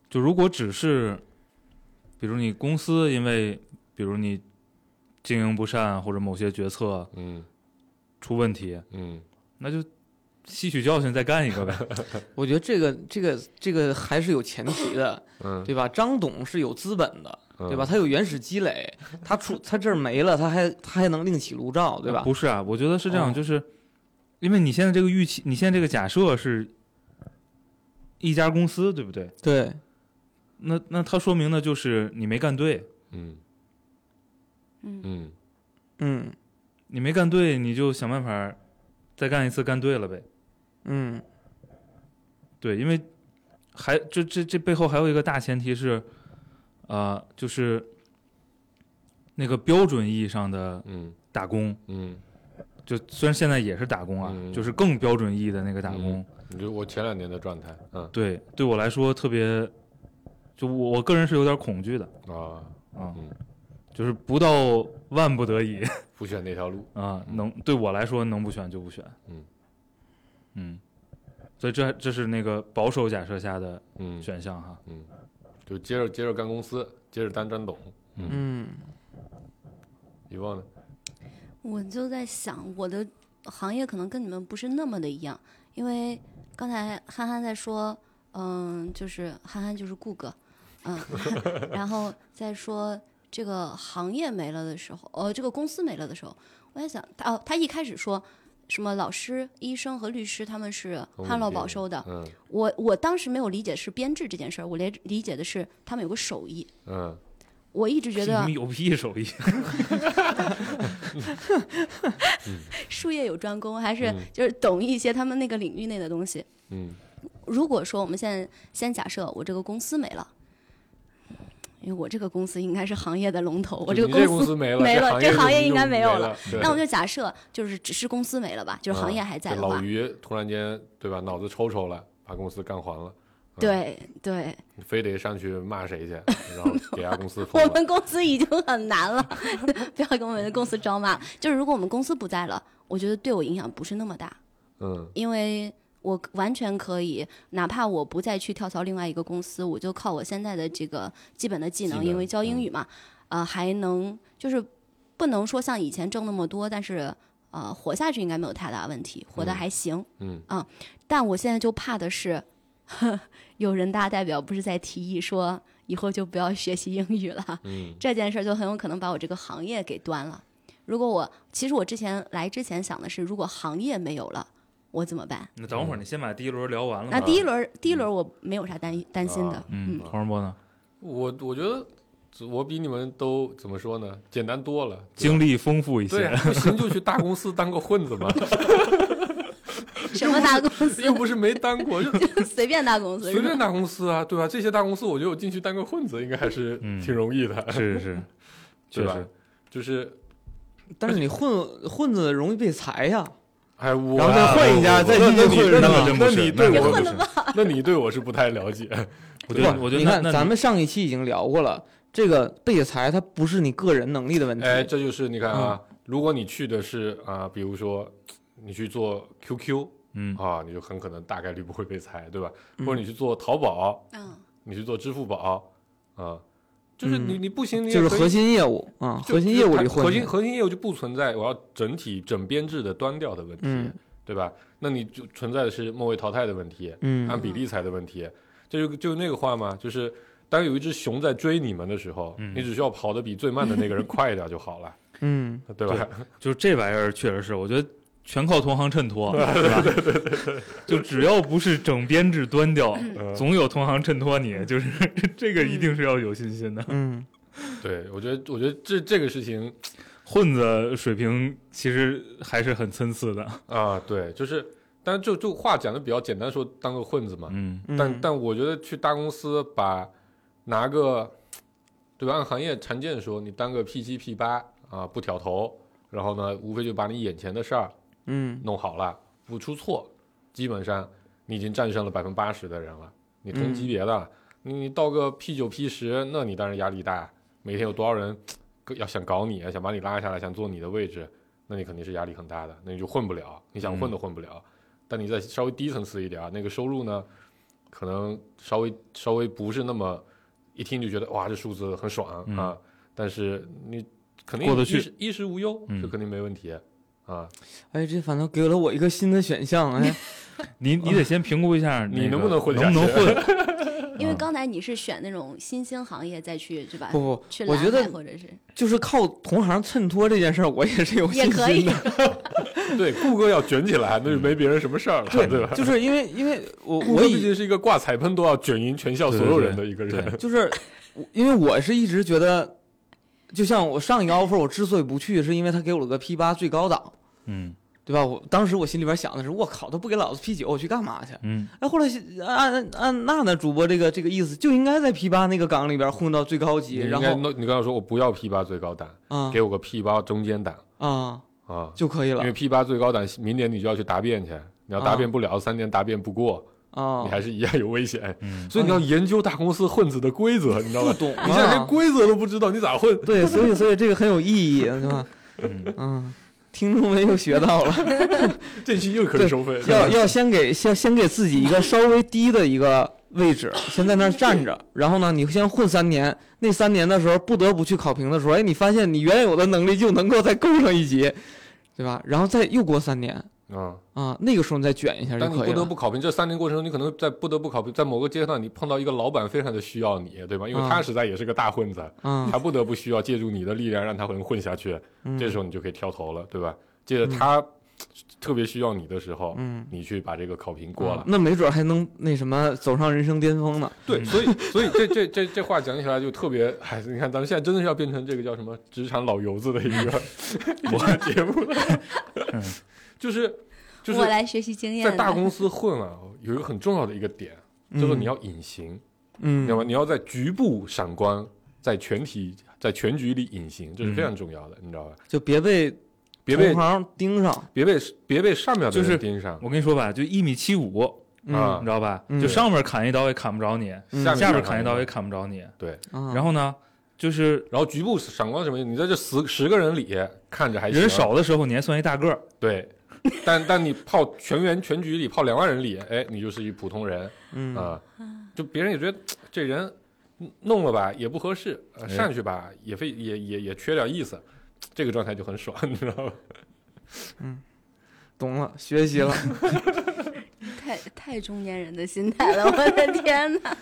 Speaker 6: 就如果只是，比如你公司因为，比如你经营不善或者某些决策
Speaker 4: 嗯
Speaker 6: 出问题，
Speaker 4: 嗯，
Speaker 6: 那就吸取教训再干一个呗。
Speaker 3: 我觉得这个这个这个还是有前提的，
Speaker 4: 嗯
Speaker 3: 对吧？张董是有资本的，对吧？
Speaker 4: 嗯？
Speaker 3: 他有原始积累，他出他这儿没了，他还他还能另起炉灶，对吧？
Speaker 6: 不是啊，我觉得是这样，
Speaker 3: 哦
Speaker 6: 就是因为你现在这个预期，你现在这个假设是一家公司，对不对？
Speaker 3: 对，
Speaker 6: 那那它说明的就是你没干对，
Speaker 4: 嗯
Speaker 5: 嗯
Speaker 4: 嗯
Speaker 3: 嗯
Speaker 6: 你没干对，你就想办法再干一次，干对了呗。
Speaker 3: 嗯，
Speaker 6: 对，因为还这这这背后还有一个大前提是，呃，就是那个标准意义上的
Speaker 4: 嗯
Speaker 6: 打工，
Speaker 4: 嗯
Speaker 6: 就虽然现在也是打工啊，
Speaker 4: 嗯
Speaker 6: 就是更标准意义的那个打工，
Speaker 4: 你就我前两年的状态，嗯
Speaker 6: 对对我来说特别，就我我个人是有点恐惧的
Speaker 3: 哦
Speaker 4: 啊，
Speaker 6: 啊，
Speaker 4: 嗯
Speaker 6: 就是不到万不得已
Speaker 4: 不选那条路，
Speaker 6: 啊，能对我来说能不选就不选，
Speaker 4: 嗯
Speaker 6: 嗯所以这这是那个保守假设下的
Speaker 4: 嗯，
Speaker 6: 选项哈，
Speaker 4: 就接着接着干公司，接着当张董，
Speaker 3: 嗯，
Speaker 4: 遗忘呢？
Speaker 5: 我就在想，我的行业可能跟你们不是那么的一样，因为刚才憨憨在说，嗯，就是憨憨就是顾哥，嗯， 然后再说这个行业没了的时候，呃，这个公司没了的时候，我在想，他哦，他一开始说什么老师、医生和律师他们是旱涝保收的，
Speaker 4: 嗯
Speaker 5: 我我当时没有理解是编制这件事儿，我理理解的是他们有个手艺，
Speaker 4: 嗯，
Speaker 5: 我一直觉
Speaker 6: 你
Speaker 5: 得
Speaker 6: 们有屁手艺，
Speaker 5: 术业有专攻，还是
Speaker 4: 嗯
Speaker 5: 就是懂一些他们那个领域内的东西。
Speaker 4: 嗯，
Speaker 5: 如果说我们现在先假设我这个公司没了，因为我这个公司应该是行业的龙头，我
Speaker 4: 就你
Speaker 5: 这个
Speaker 4: 这
Speaker 5: 公司。
Speaker 4: 没了，
Speaker 5: 没了
Speaker 4: 这
Speaker 5: 这行业
Speaker 4: 就
Speaker 5: 应该
Speaker 4: 没
Speaker 5: 没有
Speaker 4: 了。对
Speaker 5: 那我就假设就是只是公司没了吧，就是行业
Speaker 4: 嗯
Speaker 5: 还在
Speaker 4: 这
Speaker 5: 的
Speaker 4: 老
Speaker 5: 话，
Speaker 4: 于突然间对吧，脑子抽抽了，把公司干黄了，嗯
Speaker 5: 对对，
Speaker 4: 非得上去骂谁去，然后给人家公司封
Speaker 5: 我
Speaker 4: 了。
Speaker 5: 们公司已经很难了， 不要给我们的公司招骂。就是如果我们公司不在了，我觉得对我影响不是那么大，
Speaker 4: 嗯
Speaker 5: 因为我完全可以，哪怕我不再去跳槽另外一个公司，我就靠我现在的这个基本的技
Speaker 4: 技
Speaker 5: 能，
Speaker 4: 能嗯
Speaker 5: 因为教英语嘛，呃，还能就是不能说像以前挣那么多，但是呃，活下去应该没有太大问题，活得
Speaker 4: 嗯
Speaker 5: 还行。
Speaker 4: 嗯
Speaker 5: 但我现在就怕的是， 有人大代表不是在提议说以后就不要学习英语了，
Speaker 4: 嗯
Speaker 5: 这件事儿就很有可能把我这个行业给端了。如果我其实我之前来之前想的是，如果行业没有了，我怎么办？
Speaker 6: 那等
Speaker 4: 嗯
Speaker 6: 会儿你先把第一轮聊完了
Speaker 5: 那
Speaker 6: 吧，
Speaker 5: 啊第一轮儿，第一轮儿我没有啥担担心的
Speaker 4: 啊，
Speaker 6: 嗯，黄世波呢？
Speaker 4: 我我觉得我比你们都怎么说呢，简单多了。
Speaker 6: 经历丰富一
Speaker 4: 对
Speaker 6: 些
Speaker 4: 啊，，不行就去大公司当个混子 嘛，嗯
Speaker 5: 什么大公司
Speaker 4: 又不是没当过，就
Speaker 5: 随便大公司，
Speaker 4: 随便大公司啊，对吧？这些大公司，我觉得我进去当个混子应该还是
Speaker 6: 嗯
Speaker 4: 挺容易的，
Speaker 6: 是是 是，确
Speaker 4: 对吧
Speaker 6: 实，？
Speaker 4: 就是
Speaker 3: 但是你混混子容易被裁呀，
Speaker 4: 哎，我
Speaker 3: 然后再
Speaker 4: 啊
Speaker 3: 换一家
Speaker 4: 我
Speaker 3: 再
Speaker 4: 那
Speaker 3: 进
Speaker 4: 那
Speaker 3: 去
Speaker 4: 你
Speaker 3: 混是
Speaker 4: 那
Speaker 3: 吧
Speaker 4: 你
Speaker 6: 真不
Speaker 4: 那你
Speaker 6: 是，
Speaker 4: 对
Speaker 6: 那
Speaker 4: 我
Speaker 6: 我不
Speaker 4: 不是
Speaker 6: 是，
Speaker 4: 那你对我是不太 了解，
Speaker 6: 我
Speaker 4: 啊
Speaker 6: 觉得
Speaker 3: 不
Speaker 6: 我觉得
Speaker 3: 你
Speaker 6: 那
Speaker 3: 看
Speaker 6: 那
Speaker 3: 咱们上一期已经聊过了，这个被裁它不是你个人能力的问题，
Speaker 4: 哎，这就是你看啊，
Speaker 3: 嗯
Speaker 4: 如果你去的是啊、比如说你去做 QQ
Speaker 6: 嗯
Speaker 4: 啊，你就很可能大概率不会被裁，对吧？
Speaker 3: 嗯
Speaker 4: 或者你去做淘宝，
Speaker 5: 嗯，
Speaker 4: 你去做支付宝，啊，就是你你不行，你
Speaker 3: 嗯
Speaker 4: 也
Speaker 3: 就是
Speaker 4: 可以
Speaker 3: 核心业务啊，
Speaker 4: 就
Speaker 3: 核心业务
Speaker 4: 就是
Speaker 3: 里
Speaker 4: 它核
Speaker 3: 混
Speaker 4: 心
Speaker 3: 去，
Speaker 4: 核心业务就不存在我要整体整编制的端调的问题，
Speaker 3: 嗯
Speaker 4: 对吧？那你就存在的是末位淘汰的问题，
Speaker 3: 嗯
Speaker 4: 按比例裁的问题，这就就那个话嘛，就是当有一只熊在追你们的时候，
Speaker 6: 嗯
Speaker 4: 你只需要跑得比最慢的那个人快一点就好了，
Speaker 3: 嗯，
Speaker 4: 对吧？
Speaker 6: 就是这玩意儿确实是，我觉得全靠同行衬 托，是吧？就只要不是整编制端掉，
Speaker 4: 嗯
Speaker 6: 总有同行衬托你，就是
Speaker 5: 嗯
Speaker 6: 这个一定是要有信心的。
Speaker 3: 嗯，
Speaker 4: 对，我觉得，我觉得这这个事情
Speaker 6: 混子水平其实还是很参差的，
Speaker 4: 啊，对，就是，但是就就话讲的比较简单，说当个混子嘛。
Speaker 6: 嗯
Speaker 3: 嗯
Speaker 4: 但但我觉得去大公司把拿个，对吧？按行业常见说，你当个 P 七 P 八啊，不挑头，然后呢，无非就把你眼前的事儿
Speaker 3: 嗯
Speaker 4: 弄好了，不出错，基本上你已经战胜了百分之八十的人了。你同级别
Speaker 6: 嗯
Speaker 4: 的，你你到个 P 九 P 十，那你当然压力大。每天有多少人要想搞你，想把你拉下来，想坐你的位置，那你肯定是压力很大的，那你就混不了，你想混都混不
Speaker 6: 嗯
Speaker 4: 了。但你再稍微低层次一点啊儿，那个收入呢，可能稍微稍微不是那么一听就觉得哇，这数字很爽、
Speaker 6: 嗯
Speaker 4: 啊，但是你肯定
Speaker 6: 过得
Speaker 4: 衣
Speaker 6: 去
Speaker 4: 食衣食无忧，
Speaker 6: 嗯
Speaker 4: 这肯定没问题啊。
Speaker 3: 哎，这反倒给了我一个新的选项，哎，
Speaker 6: 你你得先评估一下
Speaker 4: 你
Speaker 6: 那个
Speaker 4: 能不能混下
Speaker 6: 能不能
Speaker 4: 去
Speaker 6: 混？
Speaker 4: 嗯
Speaker 5: 因为刚才你是选那种新兴行业再去，对吧？
Speaker 3: 不不，
Speaker 5: 去
Speaker 3: 我
Speaker 5: 蓝
Speaker 3: 觉
Speaker 5: 海
Speaker 3: 得
Speaker 5: 或者是
Speaker 3: 就是靠同行衬托这件事儿，我也是有
Speaker 5: 也
Speaker 3: 信
Speaker 5: 可以
Speaker 3: 心的。
Speaker 4: 对，顾哥要卷起来，那就没别人什么事儿了，嗯对吧？
Speaker 3: 就是因为因为我
Speaker 4: 顾
Speaker 3: 我
Speaker 4: 哥毕
Speaker 3: 以
Speaker 4: 竟是一个挂彩喷都要卷赢全校所有人的一个人，
Speaker 6: 对
Speaker 3: 就是我因为我是一直觉得，就像我上一个 offer 我之所以不去，是因为他给我了个 P 八最高档，
Speaker 6: 嗯
Speaker 3: 对吧？我当时我心里边想的是，我靠，他不给老子 P 九，我去干嘛去？
Speaker 6: 嗯，
Speaker 3: 哎，后来按按娜娜主播这个这个意思，就应该在 P 八那个岗里边混到最高级，
Speaker 4: 你应
Speaker 3: 然
Speaker 4: 该
Speaker 3: 后
Speaker 4: 弄，你刚刚说我不要 P 八最高档，
Speaker 3: 啊
Speaker 4: 给我个 P 八中间档
Speaker 3: 啊，
Speaker 4: 啊，
Speaker 3: 就可以了
Speaker 4: 因为 P 八最高档，明年你就要去答辩去，你要答辩不了，三年答辩不过，
Speaker 3: 啊
Speaker 4: 你。还是一样有危险。
Speaker 6: 嗯
Speaker 4: 所以你要研究大公司混子的规则，你知 道吗？
Speaker 3: 懂
Speaker 4: 你现在连
Speaker 3: 啊
Speaker 4: 规则都不知道，你咋混？
Speaker 3: 对，所以所以这个很有意义，对 吧？
Speaker 6: 嗯
Speaker 3: 嗯，听众们又学到了，
Speaker 4: 这期又可以收费，
Speaker 3: 要要先给先先给自己一个稍微低的一个位 置，先在那儿站着，然后呢，你先混三年，那三年的时候不得不去考评的时候，哎，你发现你原有的能力就能够再够上一级，对吧？然后再又过三年
Speaker 4: 啊。
Speaker 3: 啊，那个时候你再卷一下就
Speaker 4: 但你
Speaker 3: 可以
Speaker 4: 不
Speaker 3: 了
Speaker 4: 得。不考评，这三年过程中，你可能在不得不考评，在某个阶段，你碰到一个老板非常的需要你，对吧？因为他
Speaker 3: 嗯
Speaker 4: 实在也是个大混子，
Speaker 3: 嗯
Speaker 4: 他不得不需要借助你的力量让他能混下去。
Speaker 3: 嗯
Speaker 4: 这时候你就可以挑头了，对吧？借着他特别需要你的时候，
Speaker 3: 嗯
Speaker 4: 你去把这个考评过了。
Speaker 3: 那没准还能那什么走上人生巅峰呢。
Speaker 4: 对，所以所以这这这这话讲起来就特别，哎，你看咱们现在真的是要变成这个叫什么职场老油子的一 个一个节目了，
Speaker 3: 嗯
Speaker 4: 就是就是
Speaker 5: 我来学习经验
Speaker 4: 在
Speaker 5: 了。
Speaker 4: 大公司混啊，有一个很重要的一个点，
Speaker 3: 嗯
Speaker 4: 就是你要隐形，
Speaker 3: 嗯
Speaker 4: 那么、你要在局部闪光，在全体在全局里隐形，这是非常重要的，你知道吧？
Speaker 3: 就别被
Speaker 4: 别被
Speaker 3: 同行盯上，
Speaker 4: 别被别被上面的
Speaker 6: 就是
Speaker 4: 人盯上，
Speaker 6: 我跟你说吧，就一米七五，
Speaker 3: 嗯
Speaker 4: 啊
Speaker 6: 你知道吧？
Speaker 3: 嗯
Speaker 6: 就上面砍一刀也砍不着你，
Speaker 3: 嗯
Speaker 4: 下
Speaker 6: 下
Speaker 4: 面
Speaker 6: 边砍一刀也砍不着你。
Speaker 4: 嗯
Speaker 3: 啊
Speaker 6: 然后呢，就是
Speaker 4: 然后局部闪光什么意思？你在这十十个人里看着还行
Speaker 6: 人少的时候你还算一大个儿，
Speaker 4: 对，但但你泡全员全局里泡两万人里，哎，你就是一普通人
Speaker 3: 嗯
Speaker 4: 啊、就别人也觉得嘖这人嗯弄了吧也不合适，呃
Speaker 6: 哎
Speaker 4: 上去吧也非也也也缺点意思，嘖这个状态就很爽，你知道吧？
Speaker 3: 懂了，学习 了。
Speaker 5: 太太中年人的心态了，我的天哪！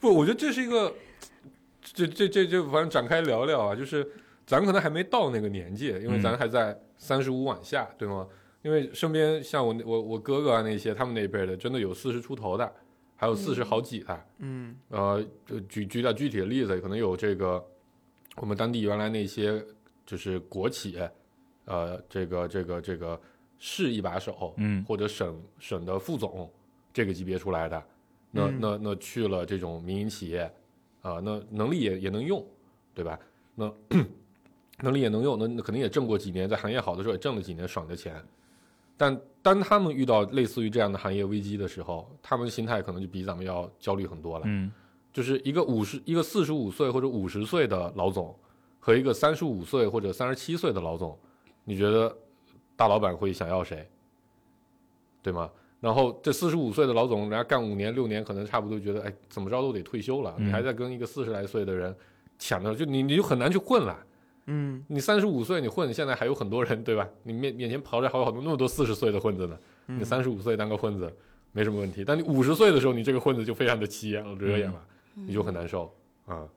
Speaker 4: 不，我觉得这是一个，这这这这，反正展开聊聊啊，就是咱可能还没到那个年纪，因为咱还在三十五往下，对吗？因为身边像我那我我哥哥啊那些，他们那辈儿的，真的有四十出头的，还有四十好几的。
Speaker 3: 嗯
Speaker 4: 呃，就举举点具体的例子，可能有这个我们当地原来那些就是国企，呃，这个这个这个市一把手，
Speaker 6: 嗯
Speaker 4: 或者省省的副总这个级别出来的，那、
Speaker 3: 嗯
Speaker 4: 那那去了这种民营企业，啊、那能力也也能用，对吧？那 能力也能用，那那肯定也挣过几年，在行业好的时候也挣了几年爽的钱，但当他们遇到类似于这样的行业危机的时候，他们的心态可能就比咱们要焦虑很多了。
Speaker 6: 嗯
Speaker 4: 就是一个五十一个四十五岁或者五十岁的老总和一个三十五岁或者三十七岁的老总，你觉得大老板会想要谁？对吗？然后这四十五岁的老总，人家干五年六年，可能差不多觉得，哎，怎么着都得退休了，
Speaker 6: 嗯
Speaker 4: 你还在跟一个四十来岁的人抢着，就你你就很难去混了。
Speaker 3: 嗯
Speaker 4: 你三十五岁你混，现在还有很多人对吧？你面面前跑着还有好多那么多四十岁的混子呢，你三十五岁当个混子没什么问题，但你五十岁的时候，你这个混子就非常的啊起眼了，惹眼了，
Speaker 5: 嗯
Speaker 4: 你就很难受啊、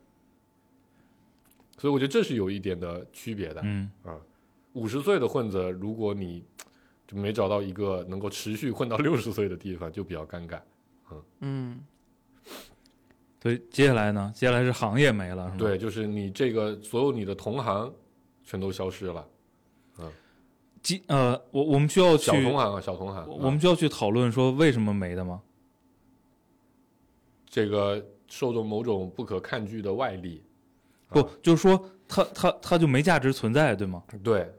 Speaker 4: 所以我觉得这是有一点的区别的。
Speaker 6: 嗯
Speaker 4: 五十岁的混子，如果你就没找到一个能够持续混到六十岁的地方，就比较尴尬。
Speaker 3: 嗯
Speaker 6: 对，接下来呢？接下来是行业没了，是吗？
Speaker 4: 对，就是你这个所有你的同行全都消失了，
Speaker 6: 基呃，我我们需要去
Speaker 4: 小，同行啊，小同行，
Speaker 6: 我
Speaker 4: 啊
Speaker 6: 我们需要去讨论说为什么没的吗？
Speaker 4: 这个受着某种不可抗拒的外力，啊
Speaker 6: 不，就是说它它它就没价值存在，对吗？
Speaker 4: 对，
Speaker 6: 嗯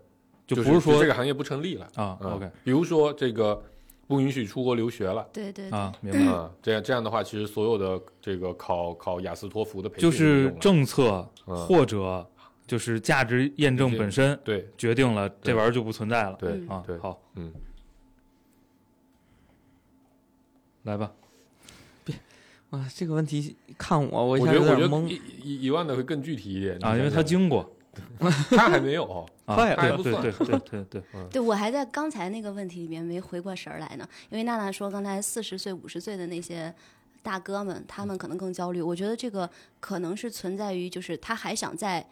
Speaker 6: 就不
Speaker 4: 是
Speaker 6: 说
Speaker 4: 这个行业不成立了。
Speaker 6: 啊
Speaker 4: 嗯
Speaker 6: ，OK
Speaker 4: 比如说这个不允许出国留学了
Speaker 5: 对对对，
Speaker 6: 啊，明白。
Speaker 4: 啊，这样这样的话，其实所有的这个考考雅思托福的培训
Speaker 6: 就
Speaker 4: 没
Speaker 6: 是
Speaker 4: 用了
Speaker 6: 政策
Speaker 4: 嗯
Speaker 6: 或者就是价值验证本身
Speaker 4: 对
Speaker 6: 决定了这玩意儿就不存在了。
Speaker 4: 对
Speaker 5: 嗯
Speaker 6: 啊
Speaker 4: 对，
Speaker 6: 好，
Speaker 4: 嗯，
Speaker 6: 来吧，
Speaker 3: 哇，啊这个问题看我，我一
Speaker 4: 我
Speaker 3: 下
Speaker 4: 觉得
Speaker 3: 有
Speaker 4: 我
Speaker 3: 点
Speaker 4: 觉得
Speaker 3: 懵。
Speaker 4: 一一一万的会更具体一点
Speaker 6: 啊，因为
Speaker 4: 他
Speaker 6: 他经过
Speaker 4: 他还没有，
Speaker 6: 啊，
Speaker 3: 快
Speaker 6: 对
Speaker 3: 了
Speaker 4: 还不
Speaker 6: 对
Speaker 4: 算
Speaker 6: 对对 对对，
Speaker 5: 对我还在刚才那个问题里面没回过神儿来呢，因为娜娜说刚才四十岁、五十岁的那些大哥们，他们可能更焦虑。我觉得这个可能是存在于，就是他还想在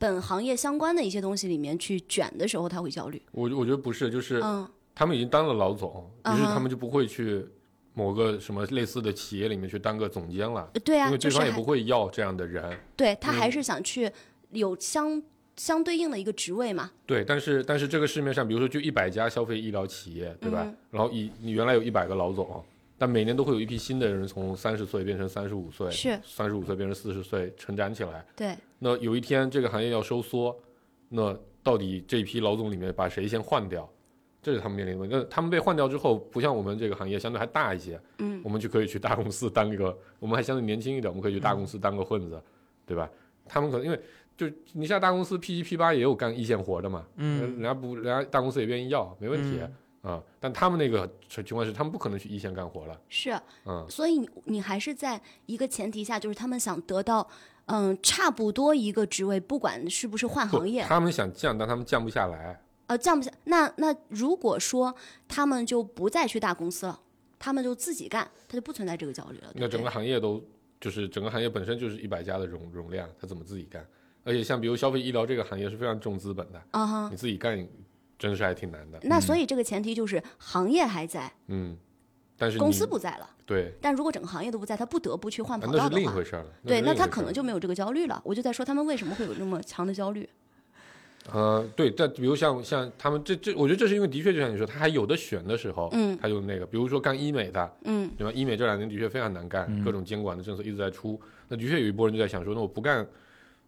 Speaker 5: 本行业相关的一些东西里面去卷的时候，他会焦虑。
Speaker 4: 我我觉得不是，就是
Speaker 5: 嗯，
Speaker 4: 他们已经当了老总，于
Speaker 5: 啊
Speaker 4: 是
Speaker 5: 哈
Speaker 4: 他们就不会去某个什么类似的企业里面去当个总监了，
Speaker 5: 对啊
Speaker 4: 因为，对
Speaker 5: 就是
Speaker 4: 方也
Speaker 5: 还
Speaker 4: 不会要这样的人。
Speaker 5: 对他还
Speaker 4: 嗯
Speaker 5: 是想去有相相对应的一个职位嘛。
Speaker 4: 对，但是但是这个市面上，比如说就一百家消费医疗企业，对吧？
Speaker 5: 嗯
Speaker 4: 然后以你原来有一百个老总，但每年都会有一批新的人从三十岁变成三十五岁，
Speaker 5: 是
Speaker 4: 三十五岁变成四十岁，成长起来。
Speaker 5: 对，
Speaker 4: 那有一天这个行业要收缩，那到底这一批老总里面把谁先换掉，这是他们面临的问题。那他们被换掉之后，不像我们这个行业相对还大一些，
Speaker 5: 嗯
Speaker 4: 我们就可以去大公司当一个，我们还相对年轻一点，我们可以去大公司当个混子，对吧？他们可能因为就你像大公司 P 七 P 八也有干一线活的嘛，人
Speaker 3: 嗯，
Speaker 4: 家不，人家大公司也愿意要，没问题啊
Speaker 3: 嗯、
Speaker 4: 但他们那个情况是，他们不可能去一线干活了，
Speaker 5: 是，
Speaker 4: 嗯，
Speaker 5: 所以你你还是在一个前提下，就是他们想得到，嗯，差不多一个职位，不管是不是换
Speaker 4: 不
Speaker 5: 行业，
Speaker 4: 他们想降，但他们降不下来。
Speaker 5: 呃，降不下。那那如果说他们就不再去大公司了，他们就自己干，他就不存在这个焦虑了。对
Speaker 4: 那
Speaker 5: 不
Speaker 4: 整
Speaker 5: 对
Speaker 4: 个行业都就是整个行业本身就是一百家的容容量，他怎么自己干？而且像比如消费医疗这个行业是非常重资本的，
Speaker 5: 啊哈
Speaker 4: 你自己干真是还挺难的。
Speaker 5: 那所以这个前提就是行业还在，
Speaker 4: 嗯，但是
Speaker 5: 公
Speaker 4: 你
Speaker 5: 司不在了。
Speaker 4: 对、
Speaker 5: 但如果整个行业都不在，他不得不去换
Speaker 4: 啊
Speaker 5: 跑
Speaker 4: 那
Speaker 5: 道
Speaker 4: 是
Speaker 5: 的
Speaker 4: 另一
Speaker 5: 话，
Speaker 4: 回事儿了。
Speaker 5: 对，
Speaker 4: 是
Speaker 5: 那
Speaker 4: 另一
Speaker 5: 他
Speaker 4: 回
Speaker 5: 可
Speaker 4: 事儿
Speaker 5: 能就没有这个焦虑了。我就在说他们为什么会有那么强的焦虑。
Speaker 4: 呃，对，但比如像像他们这这，我觉得这是因为的确就像你说，他还有的选的时候，
Speaker 5: 嗯
Speaker 4: 他就那个，比如说干医美的，
Speaker 5: 嗯
Speaker 4: 对吧？医美这两年的确非常难干，各种监管的政策一直在出，那的确有一波人就在想说，那我不干，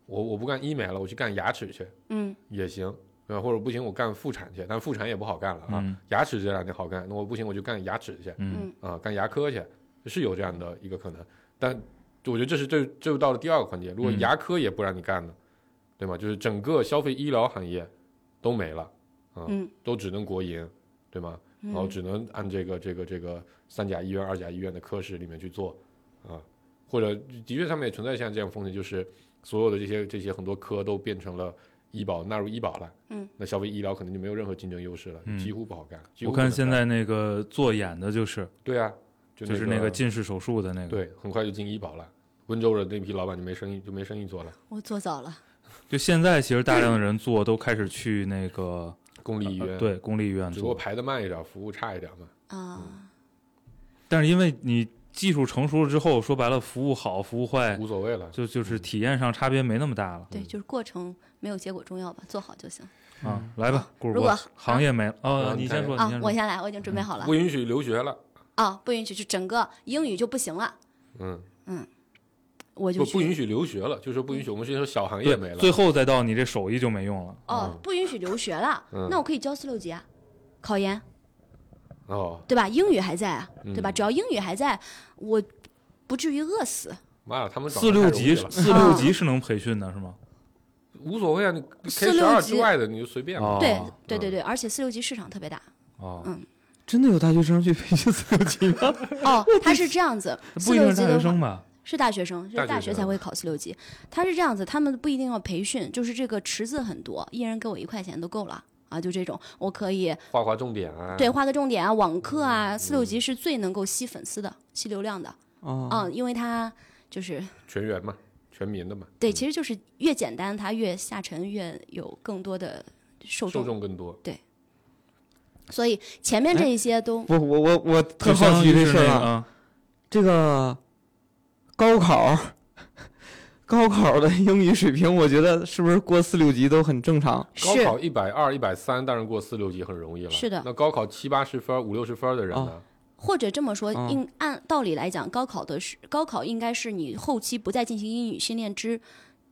Speaker 4: 我我不干医美了，我去干牙齿去
Speaker 5: 嗯
Speaker 4: 也行，对吧？或者不行，我干妇产去，但妇产也不好干了
Speaker 6: 嗯
Speaker 4: 啊，牙齿这两年好干，那我不行，我就干牙齿去，
Speaker 5: 嗯
Speaker 4: 啊、干牙科去，是有这样的一个可能，但我觉得这是这这又到了第二个环节，如果牙科也不让你干呢，对吗？就是整个消费医疗行业都没了，啊、
Speaker 5: 嗯
Speaker 4: 都只能国营，对吗？然后只能按这个这个这个三甲医院、二甲医院的科室里面去做，啊，或者的确他们也存在像这样风险，就是所有的这些这些很多科都变成了医保纳入医保了，
Speaker 5: 嗯，
Speaker 4: 那消费医疗可能就没有任何竞争优势了，
Speaker 6: 嗯
Speaker 4: 几乎不好干。几乎
Speaker 6: 我
Speaker 4: 不
Speaker 6: 看
Speaker 4: 能
Speaker 6: 现
Speaker 4: 干
Speaker 6: 在那个做眼的就是
Speaker 4: 对啊，就
Speaker 6: 就是那
Speaker 4: 那
Speaker 6: 个近视手术的那个，，
Speaker 4: 对，很快就进医保了。温州的那批老板就没生意，就没生意做了。
Speaker 5: 我做早了。
Speaker 6: 就现在其实大量的人做都开始去那个
Speaker 4: 公立医
Speaker 6: 呃
Speaker 4: 院，，
Speaker 6: 对公立医院
Speaker 4: 只不过
Speaker 6: 做，
Speaker 4: 排的慢一点，服务差一点嘛。嗯
Speaker 5: 啊，
Speaker 6: 但是因为你技术成熟了之后，说白了服务好服务坏
Speaker 4: 无所谓了。
Speaker 6: 就就是体验上差别没那么大了
Speaker 5: 对，就是过程没有结果重要吧，做好就行。
Speaker 6: 啊。来吧，顾主
Speaker 5: 嗯如
Speaker 6: 播
Speaker 5: 果，
Speaker 6: 行业没了
Speaker 4: 啊
Speaker 6: 哦，你先说，你
Speaker 5: 啊
Speaker 6: 先，
Speaker 5: 我
Speaker 6: 说，
Speaker 5: 先来，我已经准备好了
Speaker 4: 嗯不。允许留学了，
Speaker 5: 啊，不允许，就整个英语就不行了，
Speaker 4: 嗯，
Speaker 5: 我就
Speaker 4: 不不允
Speaker 5: 许。
Speaker 4: 许留学了，就是说不允许。我们是说小行业没
Speaker 6: 对，
Speaker 4: 了，
Speaker 6: 最后再到你这手艺就没用了。
Speaker 5: 哦，不允许留学了，
Speaker 4: 嗯
Speaker 5: 那我可以教四六级啊，考研
Speaker 4: 哦，
Speaker 5: 对吧？英语还在啊，对吧？
Speaker 4: 嗯
Speaker 5: 只要英语还在，我不至于饿死。
Speaker 4: 妈呀，他们找
Speaker 6: 四
Speaker 4: 的太
Speaker 6: 六
Speaker 4: 容易
Speaker 6: 级
Speaker 4: 了，
Speaker 6: 四 六级是能培训的，是吗？
Speaker 4: 无所谓啊，你 K
Speaker 5: 四
Speaker 4: 十
Speaker 5: 六
Speaker 4: 二
Speaker 5: 级
Speaker 4: 之外的你就随便嘛。
Speaker 6: 哦
Speaker 5: 对对对对，而且四六级市场特别大。
Speaker 6: 哦，
Speaker 5: 嗯
Speaker 3: 真的有大学生去培训四六级吗？
Speaker 5: 哦，它是这样子，
Speaker 6: 那
Speaker 5: 四
Speaker 6: 不一定
Speaker 5: 六
Speaker 6: 是
Speaker 5: 级
Speaker 6: 大
Speaker 5: 的
Speaker 6: 学
Speaker 5: 话
Speaker 6: 生吧？
Speaker 5: 是大学生，是
Speaker 4: 大学
Speaker 5: 大学才
Speaker 4: 生
Speaker 5: 会考四六级。他是这样子，他们不一定要培训，就是这个池子很多，一人给我一块钱都够了啊，就这种，我可以
Speaker 4: 划划重点啊。
Speaker 5: 对，画个重点啊，网课啊，四六级是最能够吸粉丝的、吸流量的
Speaker 3: 啊，
Speaker 5: 啊，因为它就是
Speaker 4: 全员嘛，全民的嘛，
Speaker 3: 嗯
Speaker 5: 对，其实就是越简单，它越下沉，越有更多的受
Speaker 4: 受
Speaker 5: 众。
Speaker 4: 众更多。
Speaker 5: 所以前面
Speaker 3: 哎
Speaker 5: 这一些都
Speaker 3: 我我我我特
Speaker 6: 就相
Speaker 3: 好
Speaker 6: 当
Speaker 3: 奇
Speaker 6: 于
Speaker 3: 这
Speaker 6: 是
Speaker 3: 事儿
Speaker 6: 那
Speaker 3: 啊
Speaker 6: 个，啊，
Speaker 3: 这个高考，高考的英语水平，我觉得是不是过四六级都很正常？
Speaker 4: 高
Speaker 5: 是
Speaker 4: 考一百二、一百三，当然过四六级很容易了。
Speaker 5: 是的哦
Speaker 4: 那高考七八十分、五六十分的人呢？
Speaker 5: 或者这么说，
Speaker 3: 嗯
Speaker 5: 应按道理来讲，高考的是高考应该是你后期不再进行英语训练之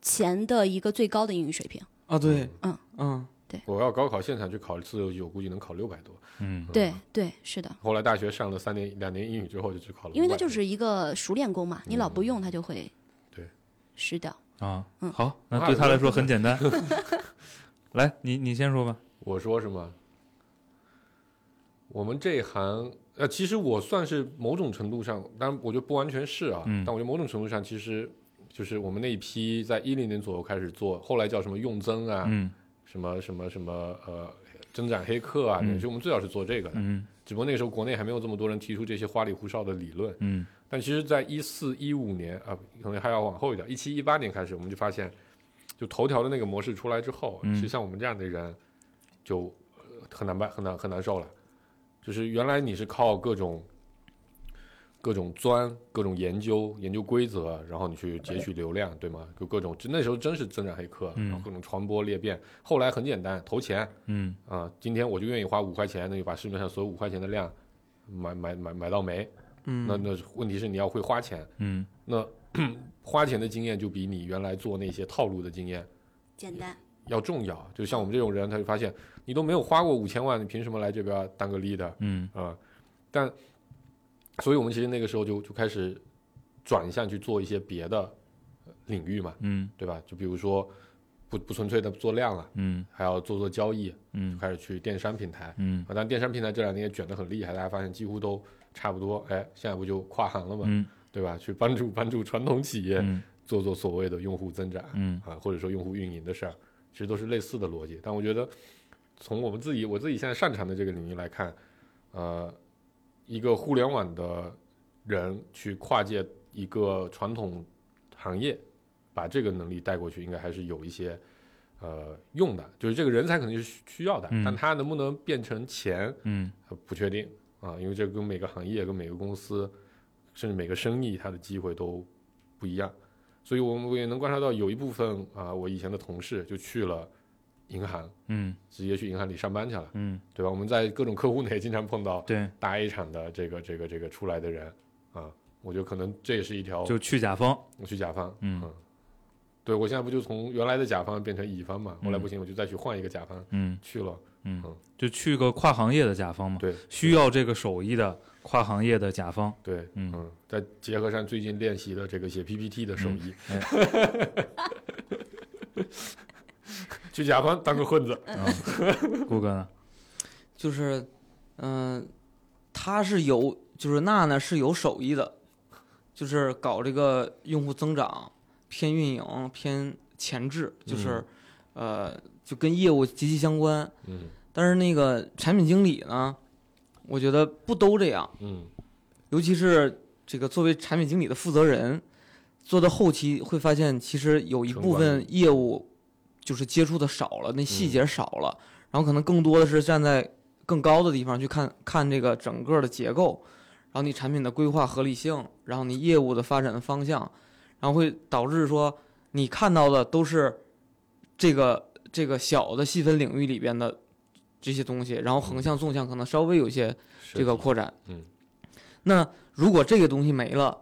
Speaker 5: 前的一个最高的英语水平。
Speaker 3: 啊，对，
Speaker 5: 嗯
Speaker 3: 嗯，
Speaker 4: 我要高考现场去考四六级，我估计能考六百多。
Speaker 6: 嗯，
Speaker 5: 对对，是的，
Speaker 4: 后来大学上了三年、两年英语之后，就只考了500分。
Speaker 5: 因为它就是一个熟练工嘛，你老不
Speaker 3: 嗯
Speaker 5: 用它就会
Speaker 4: 对
Speaker 5: 失掉。
Speaker 6: 啊
Speaker 5: 嗯，
Speaker 6: 好，那对他来说很简单。来，你你先说吧。
Speaker 4: 我说什么？我们这一行，呃，其实我算是某种程度上，当然我觉得不完全是啊，
Speaker 6: 嗯
Speaker 4: 但我觉得某种程度上，其实就是我们那一批在一零年左右开始做，后来叫什么用增啊，
Speaker 6: 嗯
Speaker 4: 什么什么什么呃，征战黑客啊，
Speaker 6: 嗯
Speaker 4: 就我们最早是做这个的，
Speaker 6: 嗯
Speaker 4: 只不过那个时候国内还没有这么多人提出这些花里胡哨的理论，
Speaker 6: 嗯
Speaker 4: 但其实，在一四一五年啊，可能还要往后一点，一七一八年开始，我们就发现，就头条的那个模式出来之后，
Speaker 6: 嗯
Speaker 4: 其实像我们这样的人，就呃很难办，很难很难受了。就是原来你是靠各种各种钻、各种研究、研究规则，然后你去截取流量，对吗？就各种，那时候真是增长黑客，啊
Speaker 6: 嗯
Speaker 4: 然后各种传播裂变。后来很简单，投钱，
Speaker 6: 嗯
Speaker 4: 啊，今天我就愿意花五块钱，那就把市面上所有五块钱的量买买买买到没。
Speaker 3: 嗯
Speaker 4: 那那问题是你要会花钱，
Speaker 6: 嗯
Speaker 4: 那花钱的经验就比你原来做那些套路的经验
Speaker 5: 简单，
Speaker 4: 要重要。就像我们这种人，他就发现你都没有花过五千万，你凭什么来这边当个 leader 啊、
Speaker 6: 嗯
Speaker 4: 但所以我们其实那个时候就就开始转向去做一些别的领域嘛，
Speaker 6: 嗯
Speaker 4: 对吧？就比如说不不纯粹的做量了，
Speaker 6: 嗯
Speaker 4: 还要做做交易，就
Speaker 6: 嗯
Speaker 4: 开始去电商平台。
Speaker 6: 嗯
Speaker 4: 啊，但电商平台这两年也卷得很厉害，大家发现几乎都差不多。哎，现在不就跨行了嘛，
Speaker 6: 嗯
Speaker 4: 对吧？去帮助帮助传统企业
Speaker 6: 嗯
Speaker 4: 做做所谓的用户增长
Speaker 6: 嗯
Speaker 4: 啊，或者说用户运营的事儿，其实都是类似的逻辑。但我觉得，从我们自己我自己现在擅长的这个领域来看，呃，一个互联网的人去跨界一个传统行业，把这个能力带过去，应该还是有一些呃用的。就是这个人才肯定是需需要的，
Speaker 6: 嗯
Speaker 4: 但他能不能变成钱，
Speaker 6: 嗯
Speaker 4: 呃不确定啊，因为这跟每个行业、跟每个公司，甚至每个生意，它的机会都不一样。所以我们也能观察到，有一部分啊，我以前的同事就去了银行，
Speaker 6: 嗯
Speaker 4: 直接去银行里上班去了，
Speaker 6: 嗯，
Speaker 4: 对吧？我们在各种客户呢也经常碰到
Speaker 6: 对，
Speaker 4: 大 A 厂的这个这个这个出来的人啊，我觉得可能这也是一条
Speaker 6: 就去甲方，
Speaker 4: 我去甲方，
Speaker 6: 嗯
Speaker 4: 对我现在不就从原来的甲方变成乙方嘛？后来
Speaker 6: 嗯
Speaker 4: 不行，我就再去换一个甲方
Speaker 6: 嗯
Speaker 4: 去了，
Speaker 6: 嗯
Speaker 4: 嗯，
Speaker 6: 就去个跨行业的甲方嘛，
Speaker 4: 对，
Speaker 6: 需要这个手艺的跨行业的甲方，
Speaker 4: 对，
Speaker 6: 嗯
Speaker 4: 再结合上最近练习的这个写 PPT 的手
Speaker 3: 嗯
Speaker 4: 艺，
Speaker 3: 哎
Speaker 4: 去甲方当个混子，
Speaker 6: 顾哥呢？
Speaker 3: 就是，嗯、他是有，就是娜娜是有手艺的，就是搞这个用户增长、偏运营、偏前置，就是，呃，就跟业务息息相关。
Speaker 4: 嗯
Speaker 3: 但是那个产品经理呢，我觉得不都这样，
Speaker 4: 嗯
Speaker 3: 尤其是这个作为产品经理的负责人，做到后期会发现，其实有一
Speaker 4: 成
Speaker 3: 部
Speaker 4: 管
Speaker 3: 分业务就是接触的少了，那细节少了，然后可能更多的是站在更高的地方去看看这个整个的结构，然后你产品的规划合理性，然后你业务的发展的方向，然后会导致说你看到的都是这个这个小的细分领域里边的这些东西，然后横向纵向可能稍微有一些
Speaker 4: 是
Speaker 3: 这个扩展。
Speaker 4: 嗯，
Speaker 3: 那如果这个东西没了，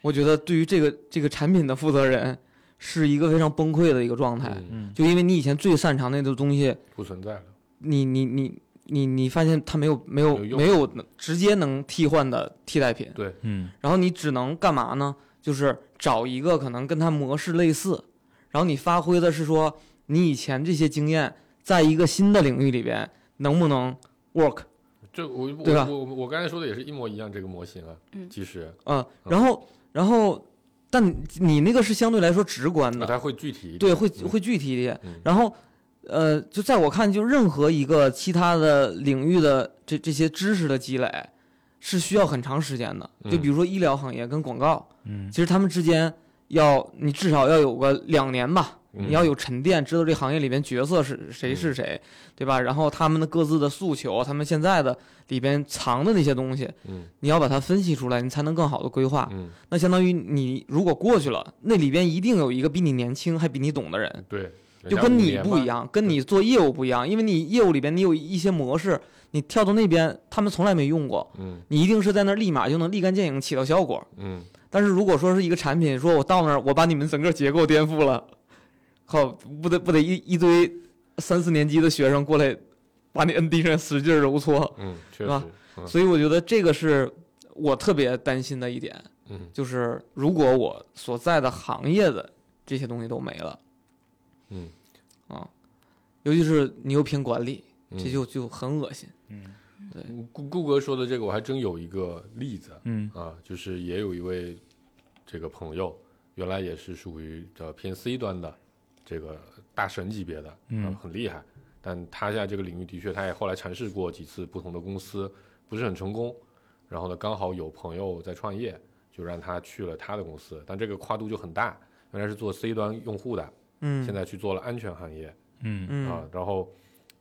Speaker 3: 我觉得对于这个这个产品的负责人是一个非常崩溃的一个状态，
Speaker 4: 嗯
Speaker 6: 嗯
Speaker 3: 就因为你以前最擅长那个东西，
Speaker 4: 不存在了，
Speaker 3: 你你你你你发现它没有没有
Speaker 4: 没有用
Speaker 3: 没有能直接能替换的替代品，
Speaker 4: 对，
Speaker 6: 嗯
Speaker 3: 然后你只能干嘛呢？就是找一个可能跟它模式类似，然后你发挥的是说你以前这些经验在一个新的领域里边能不能 work，
Speaker 4: 这我我
Speaker 3: 对吧
Speaker 4: 我我我刚才说的也是一模一样这个模型啊，
Speaker 5: 嗯
Speaker 4: 其实
Speaker 3: 嗯，然后然后，但你你那个是相对来说直观
Speaker 4: 那
Speaker 3: 的，
Speaker 4: 它会具体一点，
Speaker 3: 对，会
Speaker 4: 嗯
Speaker 3: 会具体一点
Speaker 4: 嗯。
Speaker 3: 然后，呃，就在我看，就任何一个其他的领域的这这些知识的积累，是需要很长时间的。
Speaker 4: 嗯
Speaker 3: 就比如说医疗行业跟广告，
Speaker 6: 嗯
Speaker 3: 其实他们之间要你至少要有个两年吧，
Speaker 4: 嗯
Speaker 3: 你要有沉淀，知道这行业里边角色是谁是谁，对吧？然后他们的各自的诉求，他们现在的里边藏的那些东西，
Speaker 4: 嗯
Speaker 3: 你要把它分析出来，你才能更好的规划。
Speaker 4: 嗯
Speaker 3: 那相当于你如果过去了，那里边一定有一个比你年轻还比你懂的人，
Speaker 4: 对，
Speaker 3: 就跟你不一，样，跟你做业务不一样，因为你业务里边你有一些模式，你跳到那边他们从来没用过，
Speaker 4: 嗯
Speaker 3: 你一定是在那儿立马就能立竿见影起到效果。
Speaker 4: 嗯
Speaker 3: 但是如果说是一个产品，说我到那儿我把你们整个结构颠覆了，靠，不得不得一一堆三四年级的学生过来把你摁地上使劲儿揉搓，
Speaker 4: 嗯，确
Speaker 3: 是
Speaker 4: 实
Speaker 3: 吧，所以我觉得这个是我特别担心的一点。
Speaker 4: 嗯
Speaker 3: 就是如果我所在的行业的这些东西都没了，
Speaker 4: 嗯
Speaker 3: 啊，尤其是你又偏管理，
Speaker 4: 嗯，
Speaker 3: 这就就很恶心。
Speaker 6: 嗯
Speaker 4: 顾顾哥说的这个，我还真有一个例子，
Speaker 6: 嗯
Speaker 4: 啊，就是也有一位这个朋友，原来也是属于呃偏 C 端的这个大神级别的，啊
Speaker 6: 嗯
Speaker 4: 很厉害。但他在这个领域的确，他也后来尝试过几次不同的公司，不是很成功。然后呢，刚好有朋友在创业，就让他去了他的公司，但这个跨度就很大。原来是做 C 端用户的，
Speaker 3: 嗯，
Speaker 4: 现在去做了安全行业
Speaker 6: 嗯
Speaker 4: 啊
Speaker 3: 嗯，
Speaker 4: 然后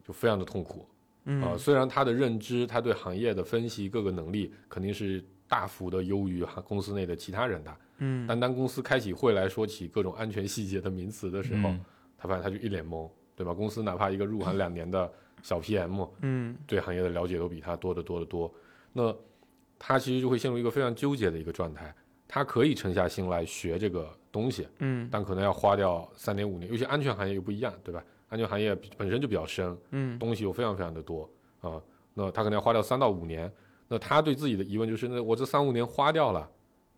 Speaker 4: 就非常的痛苦。啊，
Speaker 3: 嗯
Speaker 4: 虽然他的认知，他对行业的分析各个能力肯定是大幅的优于行公司内的其他人的，
Speaker 3: 嗯
Speaker 4: 但当公司开起会来说起各种安全细节的名词的时候，
Speaker 6: 嗯
Speaker 4: 他发现他就一脸懵，对吧？公司哪怕一个入行两年的小 PM，
Speaker 3: 嗯
Speaker 4: 对行业的了解都比他多得多得多，那他其实就会陷入一个非常纠结的一个状态。他可以沉下心来学这个东西，
Speaker 3: 嗯
Speaker 4: 但可能要花掉三年五年，尤其安全行业又不一样，对吧？安全行业本身就比较深，
Speaker 3: 嗯
Speaker 4: 东西有非常非常的多啊、那他可能要花掉三到五年，那他对自己的疑问就是，那我这三五年花掉了，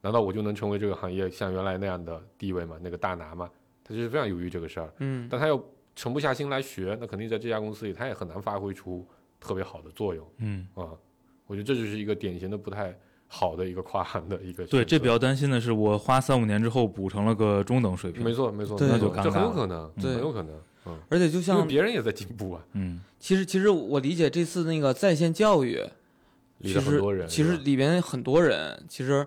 Speaker 4: 难道我就能成为这个行业像原来那样的地位吗？那个大拿吗？他就是非常犹豫这个事儿，
Speaker 3: 嗯
Speaker 4: 但他又沉不下心来学，那肯定在这家公司里他也很难发挥出特别好的作用
Speaker 6: 嗯，
Speaker 4: 啊、我觉得这就是一个典型的不太好的一个跨行的一个
Speaker 6: 对，
Speaker 4: 选
Speaker 6: 这
Speaker 4: 择
Speaker 6: 比较担心的是，我花三五年之后补成了个中等水
Speaker 4: 没
Speaker 6: 平。
Speaker 4: 错没错，
Speaker 3: 对
Speaker 4: 没
Speaker 3: 那
Speaker 4: 错
Speaker 6: 就尴
Speaker 4: 这很有
Speaker 6: 尬
Speaker 4: 可能，
Speaker 3: 对
Speaker 4: 很有可能，嗯，
Speaker 3: 而且就
Speaker 4: 因为
Speaker 3: 像
Speaker 4: 别人也在进步啊，
Speaker 6: 嗯，
Speaker 3: 其实其实我理解这次那个在线教育，其
Speaker 4: 里面很
Speaker 3: 实
Speaker 4: 多人
Speaker 3: 其
Speaker 4: 是
Speaker 3: 实
Speaker 4: 吧
Speaker 3: 里边很多人，其实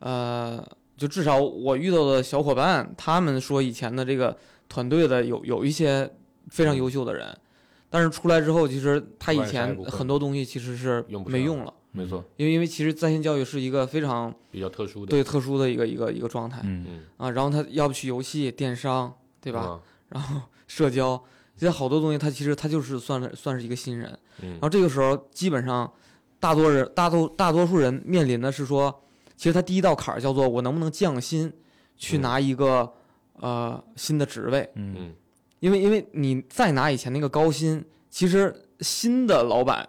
Speaker 3: 呃，就至少我遇到的小伙伴，他们说以前的这个团队的有有一些非常优秀的人，但是出来之后，其实他以
Speaker 4: 不管嗯啥也
Speaker 3: 前
Speaker 4: 不会
Speaker 3: 很多东西其实是
Speaker 4: 用不
Speaker 3: 没
Speaker 4: 上
Speaker 3: 用了，
Speaker 4: 没错，
Speaker 3: 因为因为其实在线教育是一个非常
Speaker 4: 比较特殊的，
Speaker 3: 对特殊的一个一个一个状态
Speaker 6: 嗯，
Speaker 4: 嗯，
Speaker 3: 啊，然后他要不去游戏、电商，对吧？
Speaker 4: 啊？
Speaker 3: 然后社交，这些好多东西，他其实他就是算是算是一个新人。
Speaker 4: 嗯
Speaker 3: 然后这个时候，基本上大多人大多大多数人面临的是说，其实他第一道坎儿叫做我能不能降薪去
Speaker 4: 嗯
Speaker 3: 拿一个、呃新的职位，
Speaker 6: 嗯，
Speaker 4: 嗯，
Speaker 3: 因为因为你再拿以前那个高薪，其实新的老板。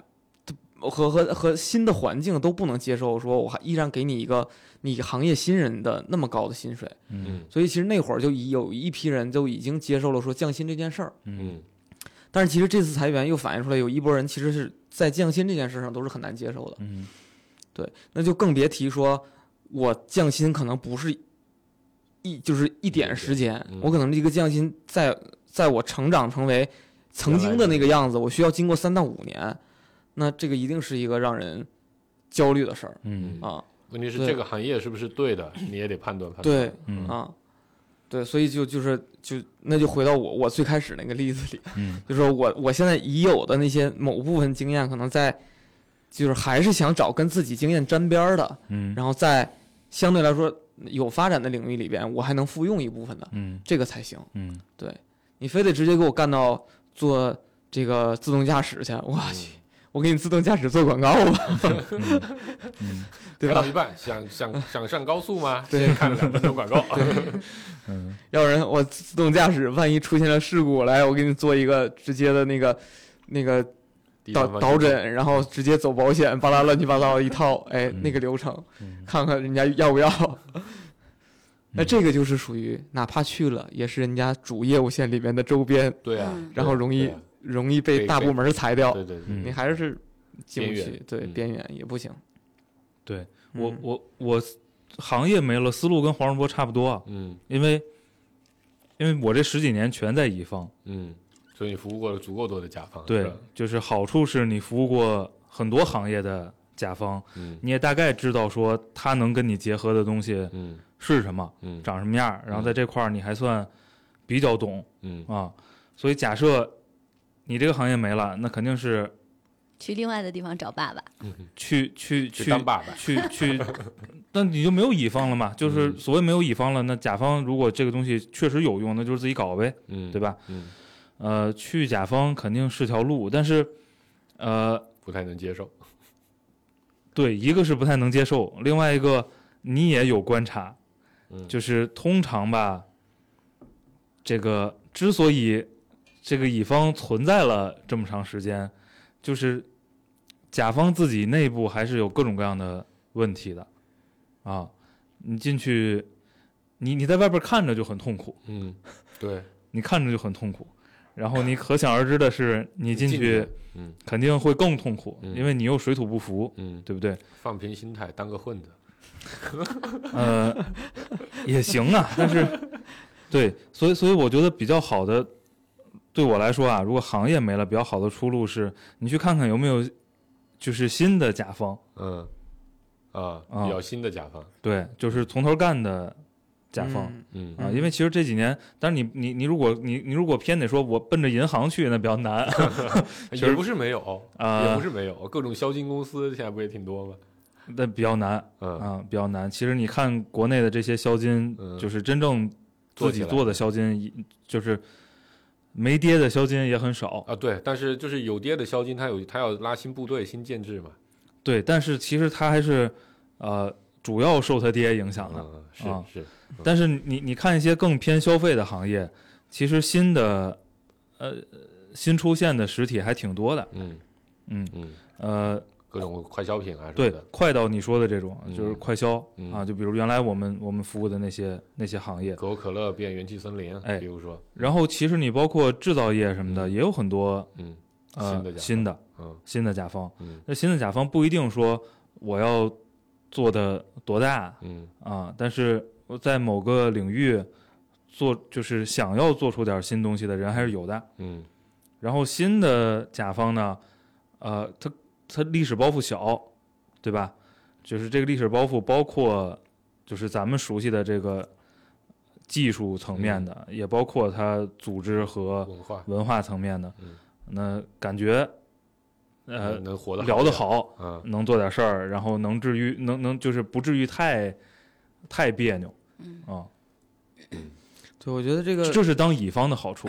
Speaker 3: 和和和新的环境都不能接受，说我还依然给你一个你行业新人的那么高的薪水，
Speaker 6: 嗯，
Speaker 4: 嗯
Speaker 3: 所以其实那会儿就已有一批人就已经接受了说降薪这件事儿，
Speaker 6: 嗯，
Speaker 4: 嗯
Speaker 3: 但是其实这次裁员又反映出来，有一波人其实是在降薪这件事上都是很难接受的。
Speaker 6: 嗯，
Speaker 3: 那就更别提说我降薪可能不是一就是一点时间，
Speaker 4: 嗯
Speaker 3: 我可能这个降薪在在我成长成为曾经的那个样子，我需要经过三到五年，那这个一定是一个让人焦虑的事儿
Speaker 6: 嗯，
Speaker 3: 啊。
Speaker 4: 问题是
Speaker 3: 对
Speaker 4: 这个行业是不是对的，你也得判断判断。
Speaker 3: 对，
Speaker 6: 嗯
Speaker 3: 啊，对，所以就就是就那就回到我我最开始那个例子里，
Speaker 6: 嗯，
Speaker 3: 就是说我我现在已有的那些某部分经验，可能在就是还是想找跟自己经验沾边儿的，
Speaker 6: 嗯，
Speaker 3: 然后在相对来说有发展的领域里边，我还能复用一部分的，
Speaker 6: 嗯，
Speaker 3: 这个才行。
Speaker 6: 嗯，
Speaker 3: 你非得直接给我干到做这个自动驾驶去，我
Speaker 4: 嗯
Speaker 3: 去，我给你自动驾驶做广告吧，
Speaker 6: 嗯，
Speaker 3: 对
Speaker 4: 看到
Speaker 3: 吧？
Speaker 4: 一半，想想想上高速吗？
Speaker 3: 对
Speaker 4: 先看了两分钟广告。
Speaker 6: 嗯，
Speaker 3: 要不然我自动驾驶万一出现了事故，来我给你做一个直接的那个那个
Speaker 4: 第
Speaker 3: 导
Speaker 4: 三方
Speaker 3: 导
Speaker 4: 就
Speaker 3: 诊，然后直接走保险，巴拉乱七八糟一套，哎，
Speaker 6: 嗯
Speaker 3: 那个流程，
Speaker 6: 嗯
Speaker 3: 看看人家要不要。
Speaker 4: 嗯
Speaker 3: 那这个就是属于哪怕去了，也是人家主业务线里面的周边，
Speaker 4: 对啊
Speaker 5: 嗯，
Speaker 3: 然后容易
Speaker 4: 对啊
Speaker 3: 容易被
Speaker 4: 被
Speaker 3: 大
Speaker 4: 被
Speaker 3: 部门裁掉，
Speaker 4: 对对对，
Speaker 6: 嗯
Speaker 3: 你还是进不
Speaker 4: 边
Speaker 3: 去
Speaker 4: 缘，
Speaker 3: 对
Speaker 4: 嗯
Speaker 3: 边缘也不行。
Speaker 6: 对我
Speaker 3: 嗯
Speaker 6: 我我行业没了，思路跟黄世波差不多啊，
Speaker 4: 嗯
Speaker 6: 因为因为我这十几年全在乙方，
Speaker 4: 嗯，所以你服务过了足够多的甲方。啊是
Speaker 6: 对
Speaker 4: 吧，
Speaker 6: 就是好处是你服务过很多行业的甲方，
Speaker 4: 嗯
Speaker 6: 你也大概知道说他能跟你结合的东西
Speaker 4: 嗯
Speaker 6: 是什么，
Speaker 4: 嗯
Speaker 6: 长什么样儿，然后
Speaker 4: 嗯
Speaker 6: 在这块儿你还算比较懂
Speaker 4: 嗯
Speaker 6: 啊，所以假设你这个行业没了，那肯定是
Speaker 5: 去另外的地方找爸爸。
Speaker 4: 嗯，
Speaker 6: 去去
Speaker 4: 去
Speaker 6: 去
Speaker 4: 当爸爸。
Speaker 6: 去去，那你就没有乙方了嘛？就是
Speaker 4: 嗯
Speaker 6: 所谓没有乙方了，那甲方如果这个东西确实有用，那就是自己搞呗，
Speaker 4: 嗯，
Speaker 6: 对？吧？
Speaker 4: 嗯，
Speaker 6: 呃，去甲方肯定是条路，但是，呃，
Speaker 4: 不太能接受。
Speaker 6: 对，一个是不太能接受，另外一个你也有观察，
Speaker 4: 嗯，
Speaker 6: 就是通常吧，这个之所以这个乙方存在了这么长时间，就是甲方自己内部还是有各种各样的问题的啊。你进去，你你在外边看着就很痛苦，
Speaker 4: 嗯，对，
Speaker 6: 你看着就很痛苦，然后你可想而知的是，你进去
Speaker 4: 嗯
Speaker 6: 肯定会更痛苦，
Speaker 4: 嗯
Speaker 6: 因为你又水土不服，
Speaker 4: 嗯，
Speaker 6: 对不对？
Speaker 4: 放平心态，当个混子。
Speaker 6: 呃，也行啊，但是对，所以所以我觉得比较好的，对我来说啊，如果行业没了，比较好的出路是你去看看有没有就是新的甲方，
Speaker 4: 嗯啊，
Speaker 6: 啊
Speaker 4: 比较新的甲方。
Speaker 6: 对，就是从头干的甲方。
Speaker 3: 嗯
Speaker 4: 嗯
Speaker 6: 啊，因为其实这几年，但是你你你如果你你如果偏得说我奔着银行去，那比较难其实
Speaker 4: 也不是没有，
Speaker 6: 啊
Speaker 4: 也不是没有，各种销金公司现在不也挺多吗？
Speaker 6: 那比较难
Speaker 4: 嗯，
Speaker 6: 啊，比较难。其实你看国内的这些销金，
Speaker 4: 嗯
Speaker 6: 就是真正自
Speaker 4: 做起
Speaker 6: 己
Speaker 4: 来
Speaker 6: 做的销金，就是没跌的销金也很少。
Speaker 4: 啊，对，但是就是有爹的销金，他有他要拉新部队、新建制嘛，
Speaker 6: 对，但是其实他还是呃主要受他爹影响的。
Speaker 4: 嗯，
Speaker 6: 啊
Speaker 4: 嗯是是，
Speaker 6: 但是你你看一些更偏消费的行业，其实新的呃新出现的实体还挺多的，
Speaker 4: 嗯
Speaker 6: 嗯
Speaker 4: 嗯，
Speaker 6: 呃，
Speaker 4: 各种快消品啊什么
Speaker 6: 对
Speaker 4: 的，，
Speaker 6: 快到你说的这种就是
Speaker 4: 嗯
Speaker 6: 快消、
Speaker 4: 嗯
Speaker 6: 啊，就比如原来我们我们服务的那些那些行业，
Speaker 4: 可口可乐变元气森林，
Speaker 6: 哎
Speaker 4: 比如说，
Speaker 6: 然后其实你包括制造业什么的，
Speaker 4: 嗯
Speaker 6: 也有很多
Speaker 4: 嗯
Speaker 6: 呃
Speaker 4: 新的甲方
Speaker 6: 新的
Speaker 4: 嗯
Speaker 6: 新的甲方。
Speaker 4: 嗯
Speaker 6: 那新的甲方不一定说我要做的多大啊、
Speaker 4: 嗯
Speaker 6: 但是我在某个领域做，就是想要做出点新东西的人还是有的。
Speaker 4: 嗯
Speaker 6: 然后新的甲方呢，呃，他他历史包袱小，对吧？就是这个历史包袱包括就是咱们熟悉的这个技术层面的，也包括他组织和
Speaker 4: 文化，
Speaker 6: 文化层面的，
Speaker 4: 嗯
Speaker 6: 那感觉呃
Speaker 4: 能活得
Speaker 6: 聊得，好，
Speaker 4: 嗯
Speaker 6: 能做点事儿，然后能至于能能就是不至于太太别扭
Speaker 5: 嗯，
Speaker 6: 啊，
Speaker 3: 对，我觉得这个
Speaker 6: 这是当乙方的好 处。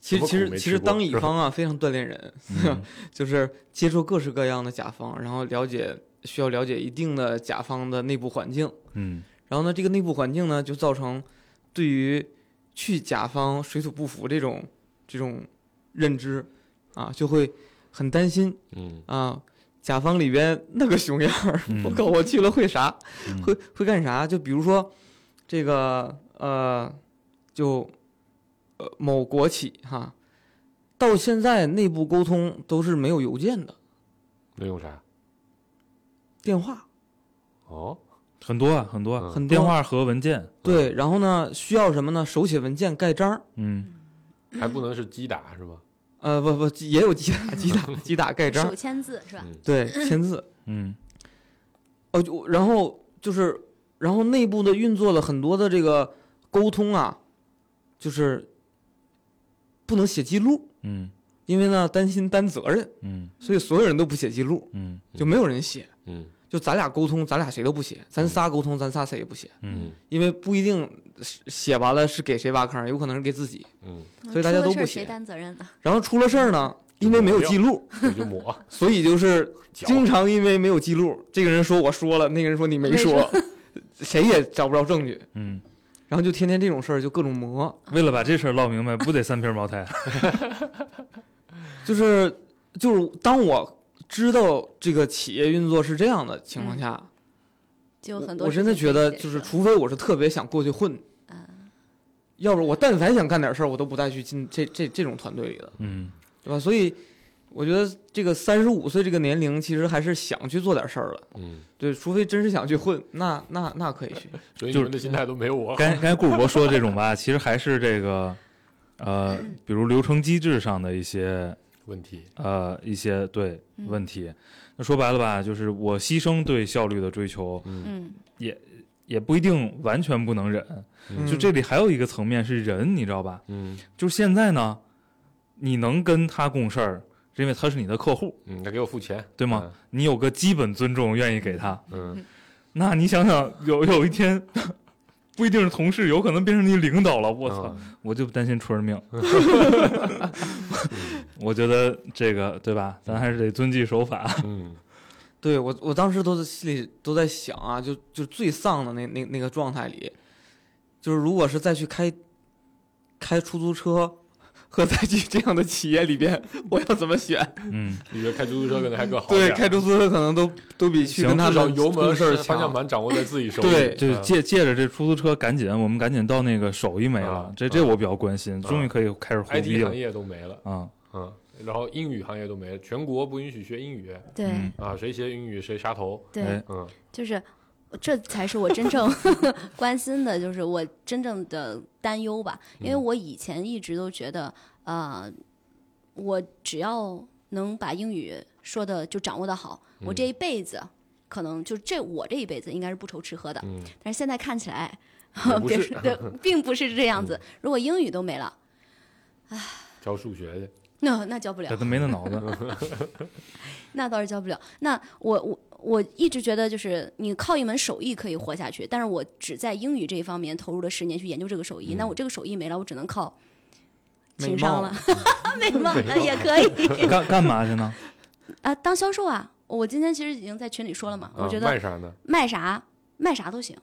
Speaker 3: 其实其
Speaker 4: 苦
Speaker 3: 实
Speaker 4: 没
Speaker 3: 其
Speaker 4: 吃
Speaker 3: 实
Speaker 4: 过
Speaker 3: 当乙
Speaker 4: 是吧
Speaker 3: 方啊，非常锻炼人，
Speaker 6: 嗯
Speaker 3: 就是接触各式各样的甲方，然后了解需要了解一定的甲方的内部环境，
Speaker 6: 嗯
Speaker 3: 然后呢，这个内部环境呢，就造成对于去甲方水土不服这种这种认知啊，就会很担心
Speaker 4: 嗯
Speaker 3: 啊，甲方里边那个熊样儿，
Speaker 6: 嗯
Speaker 3: 我靠，我去了会啥？
Speaker 6: 嗯
Speaker 3: 会会干啥？就比如说这个呃，就呃某国企哈，到现在内部沟通都是没有邮件的，
Speaker 4: 那用啥？
Speaker 3: 电话
Speaker 4: 哦，
Speaker 6: 很多啊，很多啊，
Speaker 4: 嗯
Speaker 3: 很多
Speaker 6: 电话和文件，
Speaker 3: 对，然后呢，需要什么呢？手写文件盖章儿，
Speaker 6: 嗯
Speaker 4: 还不能是击打是吗？
Speaker 3: 呃，不不，也有击打、击打、击打盖章
Speaker 5: 手
Speaker 3: 哎儿，
Speaker 5: 签字是吧？
Speaker 4: 嗯
Speaker 3: 对，签字。
Speaker 6: 嗯
Speaker 3: 哦，就然后就是，然后内部的运作了很多的这个沟通啊，就是不能写记录，
Speaker 6: 嗯
Speaker 3: 因为呢担心担责任，
Speaker 6: 嗯
Speaker 3: 所以所有人都不写记录，
Speaker 6: 嗯
Speaker 3: 就没有人写。
Speaker 4: 嗯
Speaker 3: 就咱俩沟通，咱俩谁都不写；咱仨沟通，咱仨谁也不写，
Speaker 6: 嗯
Speaker 3: 因为不一定是写完了是给谁挖坑，有可能是给自己。
Speaker 4: 嗯，
Speaker 3: 所以大家都不
Speaker 5: 出了事儿谁
Speaker 3: 写
Speaker 5: 担责任呢？
Speaker 3: 然后出了事儿呢，因为没有记录，
Speaker 4: 我就抹
Speaker 3: 所以就是
Speaker 4: 嚼，
Speaker 3: 经常因为没有记录，这个人说我说了，那个人说你没
Speaker 5: 没
Speaker 3: 说， 谁也找不着证据。
Speaker 6: 嗯，
Speaker 3: 然后就天天这种事儿就各种磨，
Speaker 6: 为了把这事儿唠明白，不得三瓶茅台？
Speaker 3: 就是就是当我知道这个企业运作是这样的情况下，
Speaker 5: 就
Speaker 3: 我
Speaker 5: 嗯很多
Speaker 3: 我
Speaker 5: 事
Speaker 3: 真的
Speaker 5: 情
Speaker 3: 觉
Speaker 5: 可以
Speaker 3: 得
Speaker 5: 解
Speaker 3: 就是，
Speaker 5: 决
Speaker 3: 除非我是特别想过去混，
Speaker 5: 嗯
Speaker 3: 要不然我但凡想干点事儿，我都不带去进这这这种团队里的，
Speaker 6: 嗯
Speaker 3: 对吧？所以我觉得这个三十五岁这个年龄，其实还是想去做点事儿了。
Speaker 4: 嗯，
Speaker 3: 对，除非真是想去混，那那那可以去。
Speaker 4: 所以
Speaker 6: 就是
Speaker 4: 你们的心态都没有我好，
Speaker 6: 刚才刚才顾主播说的这种吧，其 实还是这个呃，比如流程机制上的一些
Speaker 4: 问题，
Speaker 6: 呃一些对
Speaker 5: 嗯
Speaker 6: 问题。那说白了吧，就是我牺牲对效率的追求，
Speaker 4: 嗯
Speaker 5: 嗯
Speaker 6: 也不一定完全不能忍。
Speaker 4: 嗯
Speaker 6: 就这里还有一个层面是人，你知道吧？
Speaker 4: 嗯
Speaker 6: 就是现在呢，你能跟他共事儿，是因为他是你的客户，
Speaker 4: 嗯，他给我付钱，
Speaker 6: 对吗？你有个基本尊重，愿意给他。
Speaker 4: 嗯？
Speaker 6: 那你想想，有有一天，不一定是同事，有可能变成你领导了。
Speaker 4: 嗯，
Speaker 6: 我操，我就担心出人命。 我觉得这个对吧？咱还是得遵纪守法。
Speaker 4: 嗯，
Speaker 3: 对我，我当时都在心里都在想啊，就就最丧的那那那个状态里，就是如果是再去开开出租车和再去这样的企业里边，我要怎么选？
Speaker 6: 嗯，
Speaker 4: 你觉得开出租车可能还更好
Speaker 3: 对，
Speaker 4: 点儿，
Speaker 3: 开出租车可能都都比去
Speaker 6: 行
Speaker 3: 跟他
Speaker 4: 至少
Speaker 3: 们
Speaker 4: 油门
Speaker 3: 事
Speaker 4: 是
Speaker 3: 儿
Speaker 4: 方向
Speaker 3: 强。
Speaker 4: 盘掌握在自己手里，
Speaker 3: 对
Speaker 6: 就
Speaker 4: 嗯
Speaker 6: 借借着这出租车，赶紧我们赶紧到那个手艺没了
Speaker 4: 啊。
Speaker 6: 这这我比较关心，
Speaker 4: 啊
Speaker 6: 终于可以开始胡
Speaker 4: IT
Speaker 6: 逼了
Speaker 4: 行。业都没了，
Speaker 6: 啊，
Speaker 4: 嗯，然后英语行业都没了，全国不允许学英语
Speaker 5: 对
Speaker 6: 嗯
Speaker 4: 啊，谁学英语谁杀头，
Speaker 5: 对
Speaker 6: 哎，
Speaker 4: 嗯
Speaker 5: 就是这才是我真 正关心的，就是我真正的担忧吧。因为
Speaker 4: 嗯
Speaker 5: 我以前一直都觉得，呃，我只要能把英语说的就掌握的好，我
Speaker 4: 嗯
Speaker 5: 这一辈子可能就这我这一辈子应该是不愁吃喝的。
Speaker 4: 嗯，
Speaker 5: 但是现在看起来
Speaker 4: 也，不
Speaker 5: 别
Speaker 4: 是 嗯
Speaker 5: 说对，并不是这样子。如果英语都没了，
Speaker 4: 教数学去，
Speaker 5: 那那教不了
Speaker 6: 这。都没那脑子。
Speaker 5: 那倒是教不了。那我我我一直觉得，就是你靠一门手艺可以活下去，但是我只在英语这一方面投入了十年去研究这个手艺。那我这个手艺没了，我只能靠
Speaker 3: 美
Speaker 5: 情商
Speaker 3: 貌
Speaker 5: 了， 美貌哎也可以
Speaker 6: 干干嘛去呢？
Speaker 5: 啊，当销售啊。我今天其实已经在群里说了嘛，
Speaker 4: 啊
Speaker 5: 我觉
Speaker 4: 卖
Speaker 5: 得
Speaker 4: 啥呢？
Speaker 5: 卖啥卖啥都行，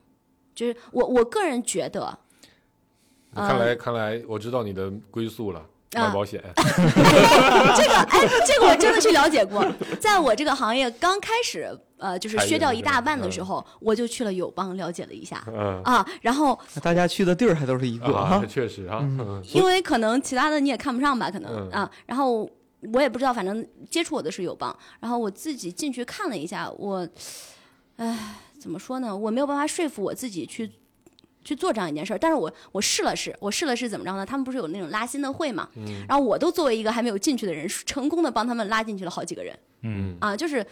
Speaker 5: 就是我我个人觉得。啊
Speaker 4: 看来看来我知道你的归宿了，
Speaker 5: 啊
Speaker 4: 买保 险。
Speaker 5: 这个哎，这个我真的去了解过。在我这个行业刚开始，呃，就是
Speaker 4: 裁员
Speaker 5: 削掉一
Speaker 4: 是吧
Speaker 5: 大半的时
Speaker 4: 嗯
Speaker 5: 候，我就去了友邦了解了一下
Speaker 4: 嗯，
Speaker 5: 啊。然后
Speaker 3: 大家去的地儿还都是一个
Speaker 4: 啊
Speaker 3: 哈，，
Speaker 4: 确实啊，
Speaker 3: 嗯
Speaker 4: 嗯
Speaker 5: 因为可能其他的你也看不上吧，可能、
Speaker 4: 嗯
Speaker 5: 啊。然后我也不知道，反正接触我的是友邦，然后我自己进去看了一下，我，唉，怎么说呢？我没有办法说服我自己去。去做这样一件事儿，但是我我试了试，我试了试怎么着呢？他们不是有那种拉新的会嘛，
Speaker 4: 嗯
Speaker 5: 然后我都作为一个还没有进去的人，成功的帮他们拉进去了好几个人
Speaker 6: 嗯，
Speaker 5: 啊，就是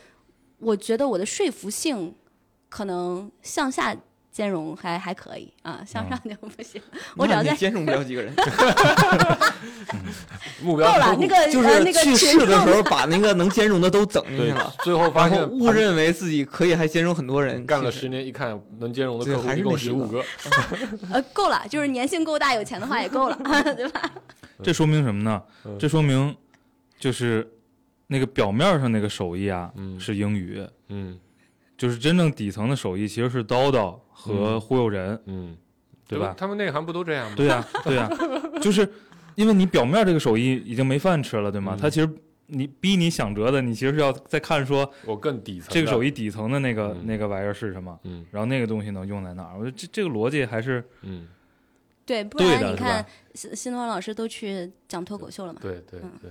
Speaker 5: 我觉得我的说服性可能向下兼容还还可以啊，向
Speaker 4: 嗯
Speaker 5: 上 就不行，我只要
Speaker 3: 那
Speaker 5: 在
Speaker 3: 你兼容不了几个人，
Speaker 4: 目
Speaker 5: 够
Speaker 4: 标
Speaker 5: 了
Speaker 4: 客，户
Speaker 5: 那个
Speaker 3: 就
Speaker 5: 呃
Speaker 3: 是
Speaker 5: 那个
Speaker 3: 去
Speaker 5: 群
Speaker 3: 试的时候
Speaker 5: 众
Speaker 3: 把那个能兼容的都整进去
Speaker 4: 对
Speaker 5: 嗯
Speaker 3: 了，，
Speaker 4: 最后发
Speaker 3: 然后
Speaker 4: 现
Speaker 3: 误认为自己可以还兼容很多人，
Speaker 4: 干了
Speaker 3: 其实
Speaker 4: 十年，一看能兼容的
Speaker 3: 对
Speaker 4: 客户
Speaker 3: 还是
Speaker 4: 一共
Speaker 3: 那
Speaker 4: 十
Speaker 3: 几
Speaker 4: 五
Speaker 3: 个
Speaker 4: 个，
Speaker 5: 呃够了，就是粘性够大，有钱的话也够了， 对吧？
Speaker 6: 这说明什么呢？
Speaker 4: 嗯
Speaker 6: 这说明就是那个表面上那个手艺啊
Speaker 4: 嗯
Speaker 6: 是英语，
Speaker 4: 嗯
Speaker 6: 就是真正底层的手艺其实是叨叨和
Speaker 4: 嗯
Speaker 6: 忽悠人，
Speaker 4: 嗯，
Speaker 6: 对吧？
Speaker 4: 他们内行不都这样吗？
Speaker 6: 对呀、对呀、就是因为你表面这个手艺已经没饭吃了，对吗？
Speaker 4: 嗯
Speaker 6: 他其实你逼你想辙的，你其实是要再看说
Speaker 4: 我更底层
Speaker 6: 这个手
Speaker 4: 艺，
Speaker 6: 艺底层的那个
Speaker 4: 嗯
Speaker 6: 那个玩意儿是什么，
Speaker 4: 嗯
Speaker 6: 然后那个东西能用在哪儿。我觉得这这个逻辑还是
Speaker 4: 嗯，
Speaker 5: 对，不
Speaker 6: 对
Speaker 5: 然
Speaker 6: 的，
Speaker 5: 你
Speaker 6: 是
Speaker 5: 看
Speaker 6: 吧？
Speaker 5: 新新东方老师都去讲脱口秀了嘛，
Speaker 4: 对对
Speaker 5: 嗯
Speaker 4: 对，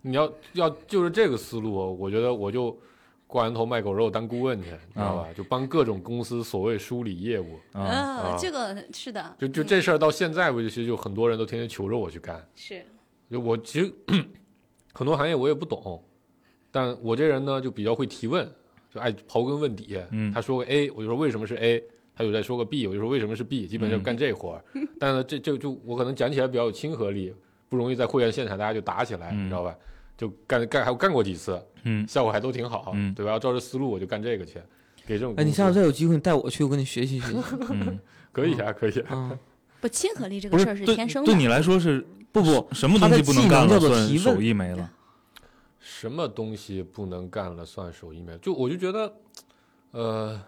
Speaker 4: 你要要就是这个思路，哦我觉得我就挂羊头卖狗肉当顾问去，
Speaker 6: 嗯
Speaker 4: 你知道吧？就帮各种公司所谓梳理业务，
Speaker 6: 啊，
Speaker 5: 啊
Speaker 4: 啊
Speaker 5: 这个是的，
Speaker 4: 就就
Speaker 5: 嗯
Speaker 4: 这事儿到现在为止，其实就很多人都天天求着我去干，
Speaker 5: 是
Speaker 4: 就我其实 很多行业我也不懂，但我这人呢就比较会提问，就爱刨根问底。
Speaker 6: 嗯
Speaker 4: 他说个 A，我就说为什么是 A，他有在说个 B，我就说为什么是 B，基
Speaker 6: 嗯
Speaker 4: 本上就干这活儿。但呢，这这就我可能讲起来比较有亲和力，不容易在会员现场大家就打起来，
Speaker 6: 嗯
Speaker 4: 你知道吧？就干干还干过几次，
Speaker 6: 嗯
Speaker 4: 效果还都挺好，
Speaker 6: 嗯
Speaker 4: 对吧？要照这思路我就干这个去，给这种
Speaker 3: 哎，你
Speaker 4: 公司
Speaker 3: 下次再有机会，你带我去，我跟你学习学习
Speaker 6: 嗯，
Speaker 4: 可以啊，可以啊，
Speaker 3: 啊！
Speaker 5: 不亲和力这
Speaker 6: 不
Speaker 5: 个
Speaker 6: 是
Speaker 5: 事儿是
Speaker 6: 对
Speaker 5: 天生
Speaker 6: 对
Speaker 5: 的，
Speaker 6: 你来说是
Speaker 3: 不不，
Speaker 6: 什么
Speaker 3: 他
Speaker 6: 东
Speaker 3: 的
Speaker 6: 西不能
Speaker 3: 技能
Speaker 6: 干了
Speaker 3: 叫做
Speaker 6: 算
Speaker 3: 提问
Speaker 6: 手艺没了？
Speaker 4: 什么东西不能干了算手艺没？就我就觉得，呃。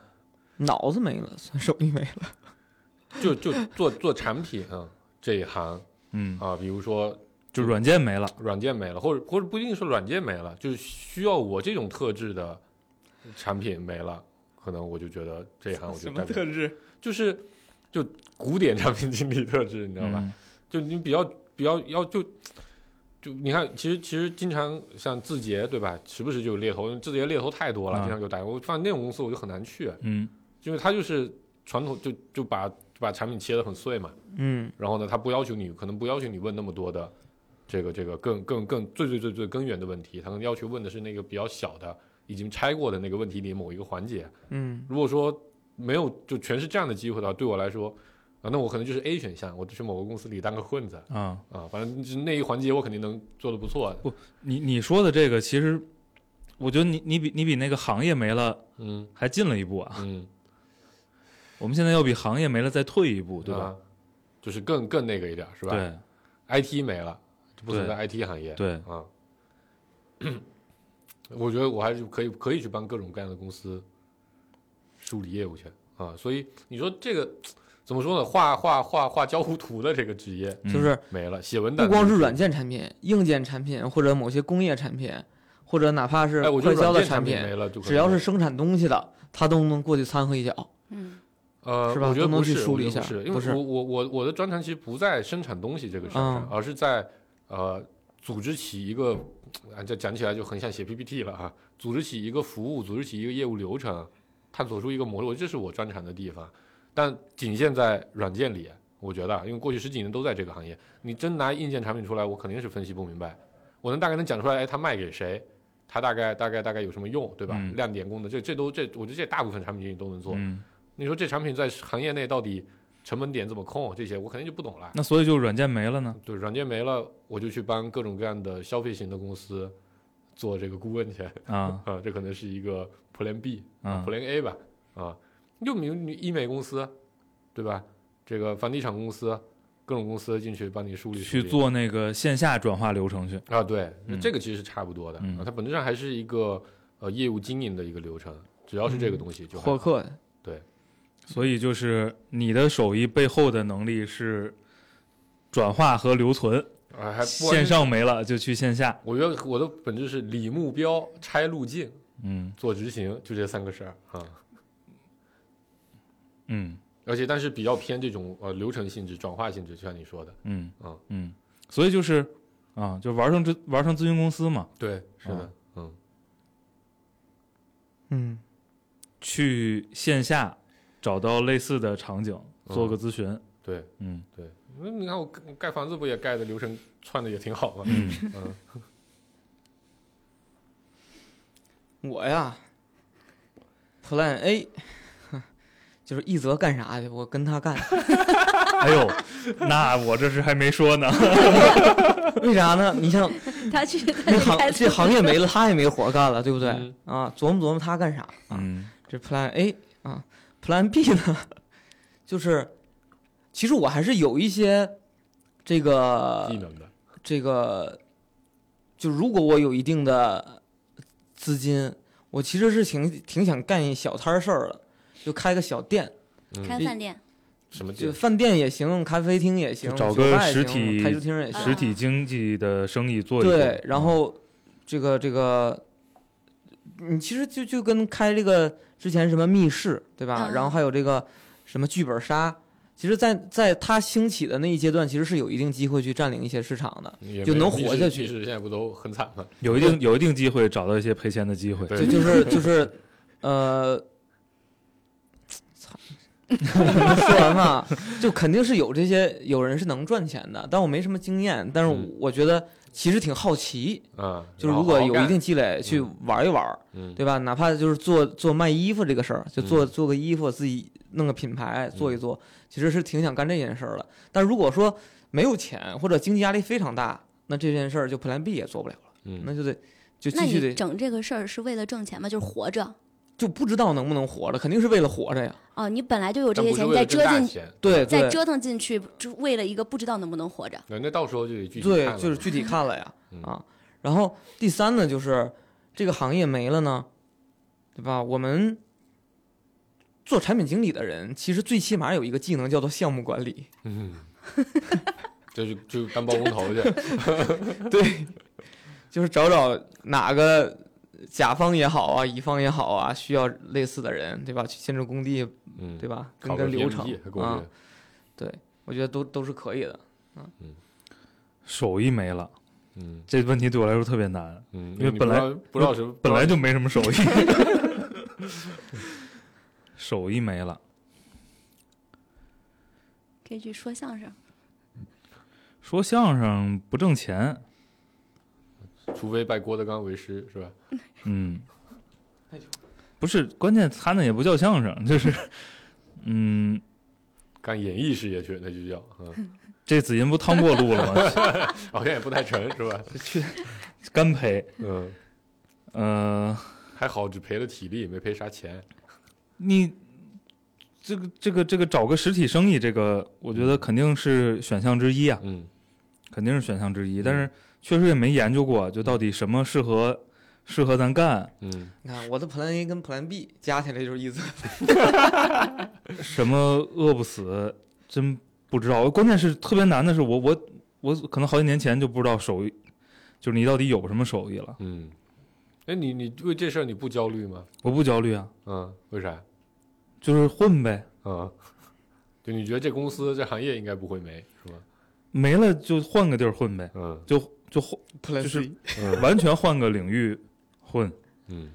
Speaker 3: 脑子没了，算手艺没了。
Speaker 4: 就就做做产品、啊、这一行
Speaker 6: 嗯，
Speaker 4: 啊，比如说
Speaker 6: 就软件没了。
Speaker 4: 软件没了，或者或者不一定是软件没了，就是需要我这种特质的产品没了，可能我就觉得这一行我就干不了
Speaker 3: 质？
Speaker 4: 就是就古典产品经理特质，你知道吧？
Speaker 6: 嗯
Speaker 4: 就你比较比较要就就你看，其实其实经常像字节对吧，时不时就有猎头，字节猎头太多了，
Speaker 6: 啊
Speaker 4: 经常就打。我发现那种公司我就很难去，
Speaker 6: 嗯
Speaker 4: 因为它就是传统，就就把把产品切得很碎嘛。
Speaker 3: 嗯，
Speaker 4: 然后呢，他不要求你，可能不要求你问那么多的这个这个更更更最最最最根源的问题，他可能要求问的是那个比较小的已经拆过的那个问题里某一个环节。
Speaker 3: 嗯，
Speaker 4: 如果说没有就全是这样的机会的话，对我来说啊，那我可能就是 A 选项，我就去某个公司里当个混子
Speaker 6: 啊，
Speaker 4: 啊，反正就是那一环节我肯定能做的不错。
Speaker 6: 你你说的这个，其实我觉得你你比你比那个行业没了
Speaker 4: 嗯
Speaker 6: 还进了一步啊。
Speaker 4: 嗯，
Speaker 6: 我们现在要比行业没了再退一步，对吧？
Speaker 4: 啊？就是更更那个一点儿是吧？
Speaker 6: 对
Speaker 4: IT 没了，就不存在 IT 行业。
Speaker 6: 对，
Speaker 4: 啊， 我觉得我还是可以可以去帮各种各样的公司梳理业务去啊。所以你说这个怎么说呢？画画画画交互图的这个职业
Speaker 6: 嗯
Speaker 3: 就是
Speaker 4: 没了，写文档
Speaker 3: 不光是软件产品、硬件产品或者某些工业产品，或者哪怕是
Speaker 4: 哎，我觉
Speaker 3: 快
Speaker 4: 得
Speaker 3: 消
Speaker 4: 软
Speaker 3: 的
Speaker 4: 件产
Speaker 3: 品，
Speaker 4: 没了，就可
Speaker 3: 只要
Speaker 4: 能
Speaker 3: 是生产东西的，他都能过去掺和一脚。
Speaker 5: 嗯，
Speaker 4: 呃，
Speaker 3: 是吧
Speaker 4: 我觉得
Speaker 3: 都能
Speaker 4: 不是，
Speaker 3: 去梳
Speaker 4: 我觉
Speaker 3: 理
Speaker 4: 得
Speaker 3: 一下
Speaker 4: 不是，因
Speaker 3: 不是
Speaker 4: 为我我我我的专长其实不在生产东西这个事儿上，
Speaker 3: 嗯
Speaker 4: 而是在呃组织起一个，啊，这讲起来就很像写 PPT 了啊，组织起一个服务，组织起一个业务流程，探索出一个模式，我这是我专长的地方，但仅限在软件里。我觉得啊，因为过去十几年都在这个行业，你真拿硬件产品出来，我肯定是分析不明白。我能大概能讲出来，哎，它卖给谁，它大概大概大概有什么用，对吧？
Speaker 6: 嗯
Speaker 4: 亮点功能，这这都这，我觉得这大部分产品经理都能做。
Speaker 6: 嗯，
Speaker 4: 你说这产品在行业内到底成本点怎么控？这些我肯定就不懂了。
Speaker 6: 那所以就软件没了呢？
Speaker 4: 对，软件没了，我就去帮各种各样的消费型的公司做这个顾问去
Speaker 6: 啊
Speaker 4: 啊，这可能是一个 Plan B、
Speaker 6: 啊
Speaker 4: Plan A 吧啊，又比如你医美公司，对吧？这个房地产公司，各种公司进去帮你梳理梳
Speaker 6: 去
Speaker 4: 理
Speaker 6: 做那个线下转化流程去。
Speaker 4: 啊，对，那
Speaker 6: 嗯
Speaker 4: 这个其实是差不多的、
Speaker 6: 嗯
Speaker 4: 啊，它本质上还是一个呃业务经营的一个流程，只要是这个东西就还
Speaker 3: 获
Speaker 4: 好
Speaker 3: 客，
Speaker 4: 对，
Speaker 6: 所以就是你的手艺背后的能力是转化和留存，
Speaker 4: 啊，还不
Speaker 6: 线，上没了就去线下，
Speaker 4: 我觉得我的本质是理目标、拆路径、
Speaker 6: 嗯
Speaker 4: 做执行，就这三个事儿啊。
Speaker 6: 嗯
Speaker 4: 而且但是比较偏这种呃流程性质、转化性质，就像你说的，
Speaker 6: 嗯
Speaker 4: 啊
Speaker 6: 嗯，所以就是啊，就玩上这玩上咨询公司嘛，
Speaker 4: 对，是的，
Speaker 6: 啊
Speaker 4: 嗯，
Speaker 3: 嗯，
Speaker 6: 去线下找到类似的场景
Speaker 4: 嗯
Speaker 6: 做个咨询，
Speaker 4: 对
Speaker 6: 嗯
Speaker 4: 对。那你看我盖盖房子不也盖的流程串的也挺好吗？
Speaker 6: 嗯
Speaker 4: 嗯，
Speaker 3: 嗯我呀，Plan A，就是一泽干啥去，我跟他干。
Speaker 6: 哎 呦，那我这是还没说呢，
Speaker 3: 为啥呢？你想
Speaker 5: 他去他
Speaker 3: 这
Speaker 5: 去
Speaker 3: 行
Speaker 5: 开
Speaker 3: 这行业没了，他也没活干了，对不对？
Speaker 4: 嗯
Speaker 3: 啊，琢磨琢磨他干啥啊？
Speaker 6: 嗯
Speaker 3: 这 Plan A 啊，Plan B 呢，就是其实我还是有一些这个
Speaker 4: 技能的，
Speaker 3: 这个，就如果我有一定的资金，我其实是挺挺想干一小摊儿事儿的，就开个小店，
Speaker 5: 开饭店，
Speaker 4: 嗯什么技
Speaker 3: 就
Speaker 4: 能？
Speaker 3: 饭店也行，咖啡厅也行，
Speaker 6: 就找
Speaker 3: 酒吧
Speaker 6: 个
Speaker 3: 也
Speaker 6: 实
Speaker 3: 行
Speaker 6: 体
Speaker 3: 台球厅也行，
Speaker 6: 实体经济的生意做一做，
Speaker 3: 对，
Speaker 4: 嗯
Speaker 3: 然后这个这个，你其实就就跟开这个之前什么密室对吧？
Speaker 5: 嗯
Speaker 3: 然后还有这个什么剧本杀，其实在，在它兴起的那一阶段，其实是有一定机会去占领一些市场的。
Speaker 4: 也
Speaker 3: 就
Speaker 4: 没
Speaker 3: 能
Speaker 4: 有
Speaker 3: 活
Speaker 4: 密室
Speaker 3: 下去
Speaker 4: 密室现在不都很惨吗？
Speaker 6: 有一定有一定机会找到一些赔钱的机会，
Speaker 3: 就
Speaker 4: 对，
Speaker 3: 就是就是，呃，操，没说完嘛，就肯定是有这些有人是能赚钱的，但我没什么经验，但是
Speaker 4: 嗯
Speaker 3: 我觉得其实挺好奇，
Speaker 4: 嗯，
Speaker 3: 就是
Speaker 4: 然后
Speaker 3: 如果
Speaker 4: 好好
Speaker 3: 有一
Speaker 4: 干
Speaker 3: 定，积累去玩一玩儿，
Speaker 4: 嗯，
Speaker 3: 对吧？哪怕就是做做卖衣服这个事儿，就做
Speaker 4: 嗯
Speaker 3: 做个衣服，自己弄个品牌做一做，其实是挺想干这件事儿的。但如果说没有钱或者经济压力非常大，那这件事儿就 Plan B 也做不了了，那
Speaker 4: 嗯，
Speaker 3: 就得就
Speaker 5: 那
Speaker 3: 继续
Speaker 5: 你
Speaker 3: 得
Speaker 5: 整这个事儿是为了挣钱吗？就是活着
Speaker 3: 就不知道能不能活着，肯定是为了活着呀。
Speaker 5: 哦，你本来就有这
Speaker 4: 但不
Speaker 5: 些
Speaker 4: 是
Speaker 5: 钱，你
Speaker 4: 为
Speaker 5: 再
Speaker 4: 了挣
Speaker 5: 折
Speaker 4: 大
Speaker 5: 进，
Speaker 4: 钱，
Speaker 3: 对
Speaker 5: 再
Speaker 3: 对
Speaker 5: 折腾进去，就为了一个不知道能不能活着。
Speaker 4: 对，那到时候就得具体看
Speaker 3: 对，
Speaker 4: 了
Speaker 3: 就是
Speaker 4: 嘛
Speaker 3: 具体看了呀
Speaker 4: 嗯
Speaker 3: 啊。然后第三呢，就是这个行业没了呢，对吧？我们做产品经理的人，其实最起码有一个技能叫做项目管理。
Speaker 4: 嗯， 这就就当包工头去，
Speaker 3: 对，就是找找哪个甲方也好啊，乙方也好啊，需要类似的人，对吧？去建筑工地，
Speaker 4: 嗯，
Speaker 3: 对吧？跟
Speaker 4: 考
Speaker 3: 跟
Speaker 4: 个
Speaker 3: 流程
Speaker 4: PMP 还过去
Speaker 3: 啊，对，我觉得都都是可以的。
Speaker 6: 手艺没了，
Speaker 4: 嗯
Speaker 6: 这问题对我来说特别难，
Speaker 4: 嗯，
Speaker 6: 因为
Speaker 4: 你
Speaker 6: 本来
Speaker 4: 不知道不知道什么，
Speaker 6: 本来
Speaker 4: 就
Speaker 6: 就没什么手艺， 手艺没了，
Speaker 5: 可以去说相声，
Speaker 6: 说相声不挣钱，
Speaker 4: 除非拜郭德纲为师是吧？
Speaker 6: 嗯，不是，关键他那也不叫相声， 就是，嗯，
Speaker 4: 干演艺事业去，那就叫嗯，
Speaker 6: 这子音不趟过路了吗？
Speaker 4: 好像也不太成 是吧？
Speaker 6: 干赔，
Speaker 4: 嗯，
Speaker 6: 呃，
Speaker 4: 还好只赔了体力，没赔啥钱。
Speaker 6: 你这个这个这个找个实体生意，这个我觉得肯定是选项之一啊，
Speaker 4: 嗯
Speaker 6: 肯定是选项之一，但是确实也没研究过，就到底什么适合适合咱干，
Speaker 4: 嗯
Speaker 3: 你看我的 Plan A 跟 Plan B 加起来就是一次。
Speaker 6: 什么饿不死，真不知道。关键是特别难的是我，我我可能好几年前就不知道手艺，就是你到底有什么手艺了。
Speaker 4: 嗯，哎，你你为这事儿你不焦虑吗？
Speaker 6: 我不焦虑啊，
Speaker 4: 嗯，为啥？
Speaker 6: 就是混呗，
Speaker 4: 嗯，就你觉得这公司这行业应该不会没是吧？
Speaker 6: 没了就换个地儿混呗，
Speaker 4: 嗯
Speaker 6: 就就换
Speaker 3: Plan
Speaker 6: 就是
Speaker 3: C
Speaker 6: 完全换个领域混。
Speaker 4: 嗯。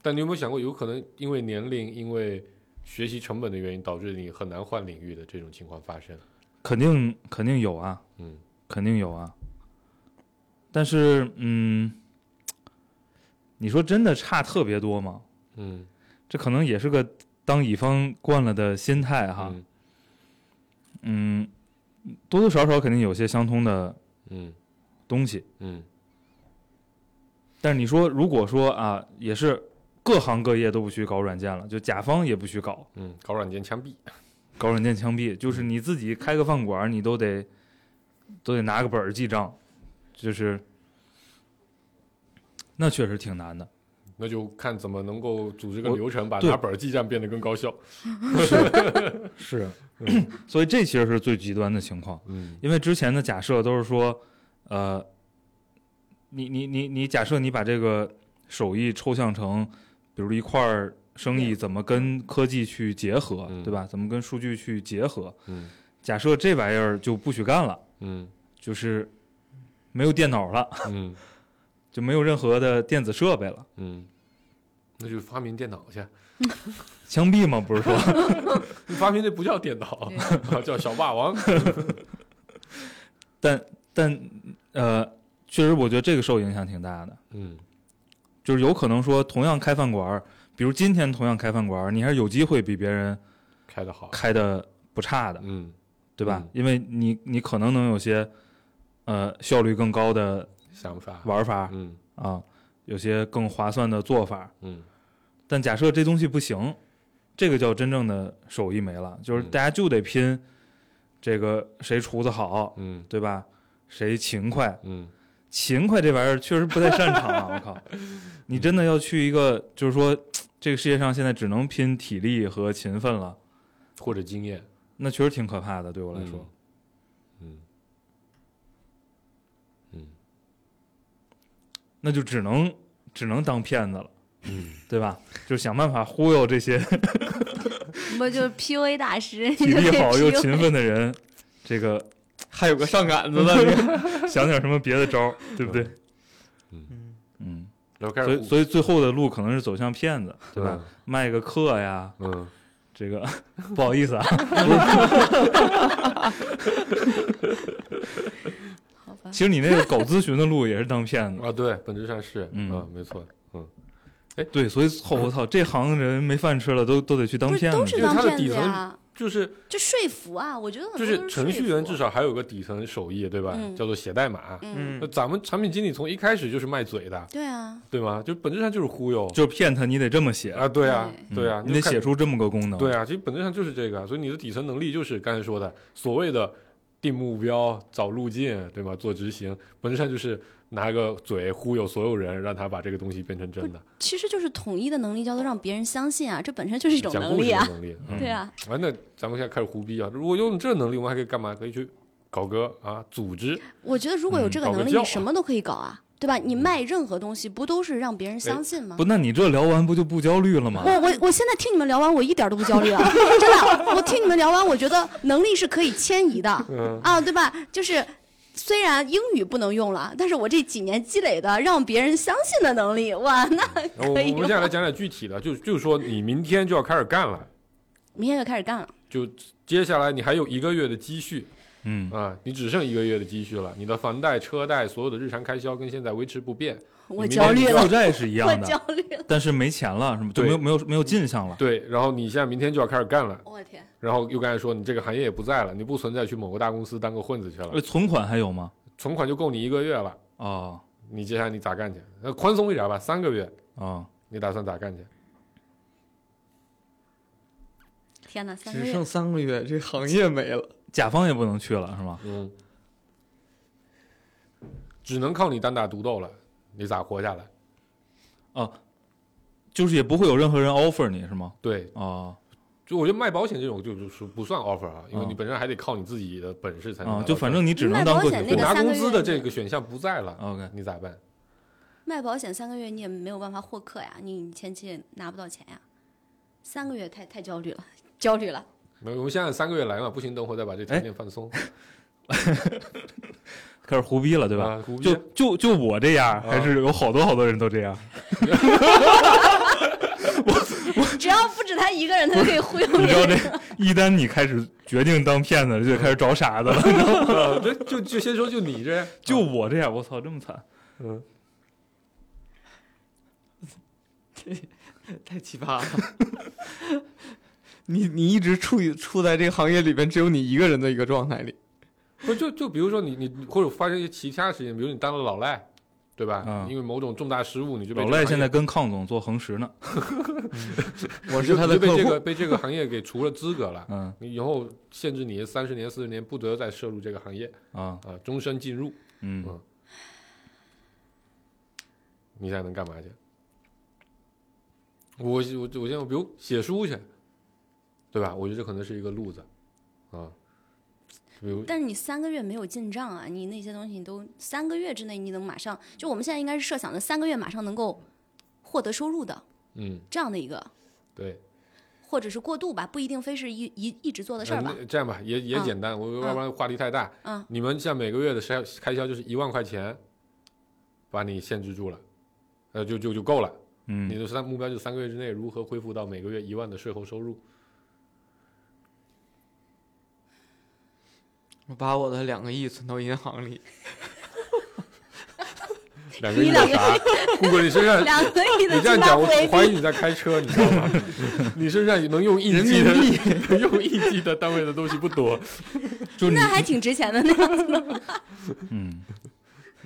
Speaker 4: 但你有没有想过，有可能因为年龄、因为学习成本的原因，导致你很难换领域的这种情况发生？
Speaker 6: 肯定肯定有啊，
Speaker 4: 嗯
Speaker 6: 肯定有啊。但是，嗯，你说真的差特别多吗？
Speaker 4: 嗯
Speaker 6: 这可能也是个当乙方惯了的心态哈。
Speaker 4: 嗯
Speaker 6: 嗯，多多少少肯定有些相通的
Speaker 4: 嗯
Speaker 6: 东西，
Speaker 4: 嗯
Speaker 6: 但是你说如果说啊，也是各行各业都不许搞软件了，就甲方也不许搞
Speaker 4: 嗯，搞软件枪毙。
Speaker 6: 搞软件枪毙，就是你自己开个饭馆，你都得都得拿个本儿记账，就是那确实挺难的。
Speaker 4: 那就看怎么能够组织个
Speaker 6: 我
Speaker 4: 流程，把
Speaker 6: 对
Speaker 4: 拿本儿记账变得更高效。
Speaker 6: 是，所以这其实是最极端的情况，
Speaker 4: 嗯
Speaker 6: 因为之前的假设都是说，呃，你你你你假设你把这个手艺抽象成，比如一块儿生意怎么跟科技去结合，
Speaker 4: 嗯
Speaker 6: 对吧？怎么跟数据去结合？
Speaker 4: 嗯
Speaker 6: 假设这玩意儿就不许干了，
Speaker 4: 嗯
Speaker 6: 就是没有电脑了，
Speaker 4: 嗯
Speaker 6: 就没有任何的电子设备了。
Speaker 4: 嗯，那就发明电脑去。
Speaker 6: 枪毙吗？不是说，
Speaker 4: 发明的不叫电脑，叫小霸王。
Speaker 6: 但但呃，确实我觉得这个受影响挺大的。
Speaker 4: 嗯
Speaker 6: 就是有可能说同样开饭馆儿，比如今天同样开饭馆儿，你还是有机会比别人
Speaker 4: 开的好。
Speaker 6: 开的不差的，
Speaker 4: 嗯
Speaker 6: 对吧？
Speaker 4: 嗯
Speaker 6: 因为你你可能能有些呃效率更高的
Speaker 4: 想法。
Speaker 6: 玩法
Speaker 4: 嗯
Speaker 6: 啊，有些更划算的做法。
Speaker 4: 嗯
Speaker 6: 但假设这东西不行，这个叫真正的手艺没了，就是
Speaker 4: 嗯
Speaker 6: 大家就得拼这个谁厨子好，
Speaker 4: 嗯
Speaker 6: 对吧？谁勤快，
Speaker 4: 嗯
Speaker 6: 勤快这玩意儿确实不太擅长 啊！我靠，你真的要去一个，就是说这个世界上现在只能拼体力和勤奋了，
Speaker 4: 或者经验。
Speaker 6: 那确实挺可怕的，对我来说。
Speaker 4: 嗯，
Speaker 6: 那就只能只能当骗子了，嗯，对吧？就想办法忽悠这 些
Speaker 5: 不就是 PUA 大师？
Speaker 6: 体
Speaker 5: 你就可以
Speaker 6: 力好又
Speaker 5: PUA
Speaker 6: 勤奋的人，这个
Speaker 3: 还有个上杆 子的，这个
Speaker 6: 想点什么别的招儿，对不对？
Speaker 3: 嗯
Speaker 6: 嗯，
Speaker 4: 然后开
Speaker 6: 所
Speaker 4: 始
Speaker 6: 以所以最后的路可能是走向骗子，对吧？？卖个课呀，
Speaker 4: 嗯，
Speaker 6: 这个 不好意思啊，
Speaker 5: 好吧，
Speaker 6: 其实你那个搞咨询的路也是当骗子
Speaker 4: 嗯，啊，对，本质上是，
Speaker 6: 嗯
Speaker 4: 啊，没错，
Speaker 6: 对，所以操我操，这行人没饭吃了，都都得去当
Speaker 5: 不是
Speaker 6: 骗
Speaker 5: 都
Speaker 6: 子
Speaker 5: 是。
Speaker 4: 因为
Speaker 5: 当
Speaker 4: 他的
Speaker 5: 骗
Speaker 4: 底
Speaker 5: 子
Speaker 4: 层
Speaker 5: 呀？
Speaker 4: 就是
Speaker 5: 就说服啊，我觉得
Speaker 4: 就
Speaker 5: 很多
Speaker 4: 是
Speaker 5: 都
Speaker 4: 程
Speaker 5: 说
Speaker 4: 序员
Speaker 5: 服
Speaker 4: 至少还有个底层手艺，对吧？
Speaker 5: 嗯
Speaker 4: 叫做写代码。
Speaker 5: 嗯，
Speaker 3: 嗯
Speaker 4: 那，咱们产品经理从一开始就是卖嘴的，
Speaker 5: 对啊，
Speaker 4: 对吗？就本质上就是忽悠。
Speaker 6: 就是骗他，你得这么写，
Speaker 4: 啊，对啊，
Speaker 6: 嗯
Speaker 4: 对啊，
Speaker 6: 你得
Speaker 4: 就看
Speaker 6: 写。出这么个功能。
Speaker 4: 对，啊，其实本质上就是这个啊，所以你的底层能力就是刚才说的所谓的定目标、找路径，对吧？做执行，本质上就是拿个嘴忽悠所有人，让他把这个东西变成真的。
Speaker 5: 其实就是统一的能力叫做让别人相信啊，这本身就是一种
Speaker 4: 讲
Speaker 5: 能
Speaker 4: 故事
Speaker 5: 力
Speaker 4: 的
Speaker 5: 啊，
Speaker 4: 能力。
Speaker 6: 嗯
Speaker 5: 对啊，
Speaker 4: 啊，那咱们现在开始胡逼啊！如果用这能力，我们还可以干嘛？可以去搞个啊组织，
Speaker 5: 我觉得如果有这个
Speaker 4: 嗯搞个嗯
Speaker 5: 能力，
Speaker 4: 教
Speaker 5: 你什么都可以搞啊，对吧？你卖任何东西不都是让别人相信吗
Speaker 6: 不，？那你这聊完不就不焦虑了吗？
Speaker 4: 啊哎
Speaker 5: 我我我现在听你们聊完，我一点都不焦虑啊！ 真的，我听你们聊完，我觉得能力是可以迁移的
Speaker 4: 嗯
Speaker 5: 啊，对吧？就是虽然英语不能用了，但是我这几年积累的让别人相信的能力，哇，那
Speaker 4: 然后我
Speaker 5: 可以啊
Speaker 4: 们接下来讲点具体的，就就说你明天就要开始干了，
Speaker 5: 明天就开始干了。
Speaker 4: 就接下来你还有一个月的积蓄
Speaker 6: 嗯，
Speaker 4: 啊，你只剩一个月的积蓄了，你的房贷、车贷，所有的日常开销跟现在维持不变。
Speaker 5: 我
Speaker 4: 你
Speaker 5: 焦虑了
Speaker 6: 负，债是一
Speaker 5: 我
Speaker 6: 样
Speaker 5: 焦
Speaker 6: 的，
Speaker 5: 虑了，
Speaker 6: 但是没钱了，是吗？就
Speaker 4: 对
Speaker 6: 没有没有没有进项了。
Speaker 4: 对，然后你现在明天就要开始干了，
Speaker 5: 我天，
Speaker 4: 然后又刚才说你这个行业也不在了，你不存在去某个大公司当个混子去了
Speaker 6: 呃，，存款还有吗？
Speaker 4: 存款就够你一个月了，
Speaker 6: 哦
Speaker 4: 你接下来你咋干去？那宽松一点吧，三个月，
Speaker 6: 哦，
Speaker 4: 你打算咋干去？
Speaker 5: 天哪，三个
Speaker 3: 只
Speaker 5: 月
Speaker 3: 剩，三个月，这行业没了。
Speaker 6: 甲方也不能去了，是吗？
Speaker 4: 嗯，只能靠你单打独斗了，你咋活下来？
Speaker 6: 就是也不会有任何人 offer 你，是吗？
Speaker 4: 对，
Speaker 6: 哦
Speaker 4: 就我觉得卖保险这种就就是不算 offer 啊，因为
Speaker 6: 嗯
Speaker 4: 你本身还得靠你自己的本事才能拿
Speaker 6: 啊，
Speaker 4: 到
Speaker 6: 就
Speaker 4: 这
Speaker 6: 反正啊你只能当个体
Speaker 5: 卖保
Speaker 6: 户
Speaker 5: 险那。个
Speaker 4: 拿
Speaker 5: 三
Speaker 4: 工
Speaker 5: 月
Speaker 4: 资的
Speaker 5: 你
Speaker 4: 这个选项不在了，
Speaker 6: OK，
Speaker 4: 你咋办？
Speaker 5: 卖保险三个月你也没有办法获客呀，你前期也拿不到钱呀，三个月太太焦虑了，焦虑了。
Speaker 4: 没有，我们先按三个月来嘛，不行，等会儿再把这条件放松，
Speaker 6: 开始胡逼了，对吧？
Speaker 4: 啊？胡逼
Speaker 6: 就就 就我这样，还是有好多好多人都这样。
Speaker 5: 只要不止他一个人，他就可以忽悠
Speaker 6: 你
Speaker 5: 别
Speaker 6: 知道这
Speaker 5: 人。
Speaker 6: 一旦你开始决定当骗子，就开始找傻子了。
Speaker 4: 啊对， 就就先说就你这，
Speaker 6: 就我这样，我操，这么惨！
Speaker 4: 嗯，
Speaker 3: 太奇葩了！ 你你一直处于处在这个行业里边，只有你一个人的一个状态里。
Speaker 4: 不就就比如说你你或者发生一些其他事情，比如你当了老赖，对吧？
Speaker 6: 嗯
Speaker 4: 因为某种重大失误，你就被
Speaker 6: 老
Speaker 4: 这个
Speaker 6: 赖
Speaker 4: 行
Speaker 6: 现
Speaker 4: 业
Speaker 6: 在跟康总做恒石呢。
Speaker 3: 我
Speaker 4: 你
Speaker 3: 是
Speaker 4: 就
Speaker 3: 他的客
Speaker 4: 你就被这
Speaker 3: 户，
Speaker 4: 个被这个行业给除了资格了。
Speaker 6: 嗯
Speaker 4: 你以后限制你三十年、四十年不得再涉入这个行业
Speaker 6: 啊
Speaker 4: 啊，终身禁入，
Speaker 6: 嗯
Speaker 4: 嗯你才能干嘛去？我我我现在比如写书去，对吧？我觉得这可能是一个路子，啊，比如
Speaker 5: 但是你三个月没有进账啊，你那些东西你都三个月之内你能马上，就我们现在应该是设想的三个月马上能够获得收入的
Speaker 4: 嗯，
Speaker 5: 这样的一个，
Speaker 4: 对，
Speaker 5: 或者是过渡吧，不一定非是一一一直做的事
Speaker 4: 呃
Speaker 5: 儿吧。
Speaker 4: 那这样吧，也也
Speaker 5: 嗯
Speaker 4: 简单，我要不然话题太大。
Speaker 5: 嗯，
Speaker 4: 你们像每个月的开开销就是一万块钱，把你限制住了，呃，就就就够了。你
Speaker 6: 嗯，
Speaker 4: 的三目标就是三个月之内如何恢复到每个月一万的税后收 入。
Speaker 3: 我把我的两个亿存到银行里，
Speaker 4: 两个亿
Speaker 5: 你
Speaker 4: 有
Speaker 5: 两个
Speaker 4: 啥？顾哥，你身上
Speaker 5: 两个亿
Speaker 4: 呃你
Speaker 5: 的
Speaker 4: 这样
Speaker 5: 津
Speaker 4: 讲，
Speaker 5: 巴
Speaker 4: 我
Speaker 5: 布韦
Speaker 4: 怀
Speaker 5: 币，
Speaker 4: 疑你在开车，你知道吗？ 你身上能用一
Speaker 3: 人
Speaker 4: 级
Speaker 3: 民
Speaker 4: 的
Speaker 3: 币
Speaker 4: 用一级的单位的东西不 多，
Speaker 6: 就你
Speaker 5: 那还挺值钱的呢。
Speaker 6: 嗯，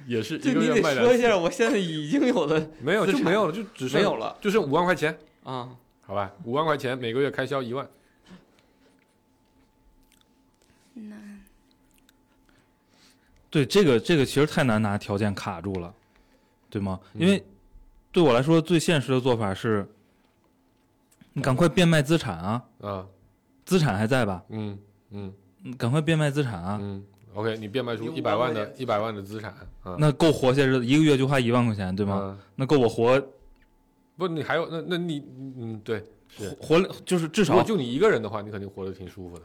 Speaker 4: 也是
Speaker 3: 就
Speaker 4: 一 个
Speaker 3: 你
Speaker 4: 月
Speaker 3: 得
Speaker 4: 卖
Speaker 3: 说
Speaker 4: 两
Speaker 3: 一下，我现在已经有的
Speaker 4: 没有
Speaker 3: 资
Speaker 4: 就
Speaker 3: 产
Speaker 4: 没有了，就只剩
Speaker 3: 没有了，
Speaker 4: 就剩五万块钱，
Speaker 3: 啊。
Speaker 4: 好吧，五万块钱每个月开销一万，
Speaker 5: 那
Speaker 6: 对，这个这个其实太难拿条件卡住了，对吗？
Speaker 4: 嗯
Speaker 6: 因为对我来说最现实的做法是，你赶快变卖资产啊，
Speaker 4: 啊，
Speaker 6: 资产还在吧？
Speaker 4: 嗯嗯
Speaker 6: 你赶快变卖资产啊，
Speaker 4: 嗯，OK，你变卖出
Speaker 1: 你
Speaker 4: 一
Speaker 1: 5
Speaker 4: 百
Speaker 1: 万
Speaker 4: 万
Speaker 1: 块
Speaker 4: 的一百万的资产啊，
Speaker 6: 那够活些日子，一个月就花一万块钱，对吗？
Speaker 4: 嗯？
Speaker 6: 那够我活
Speaker 4: 不，你还有那那你嗯对，是
Speaker 6: 活就是至
Speaker 4: 如
Speaker 6: 少
Speaker 4: 果就你一个人的话，你肯定活得挺舒服的，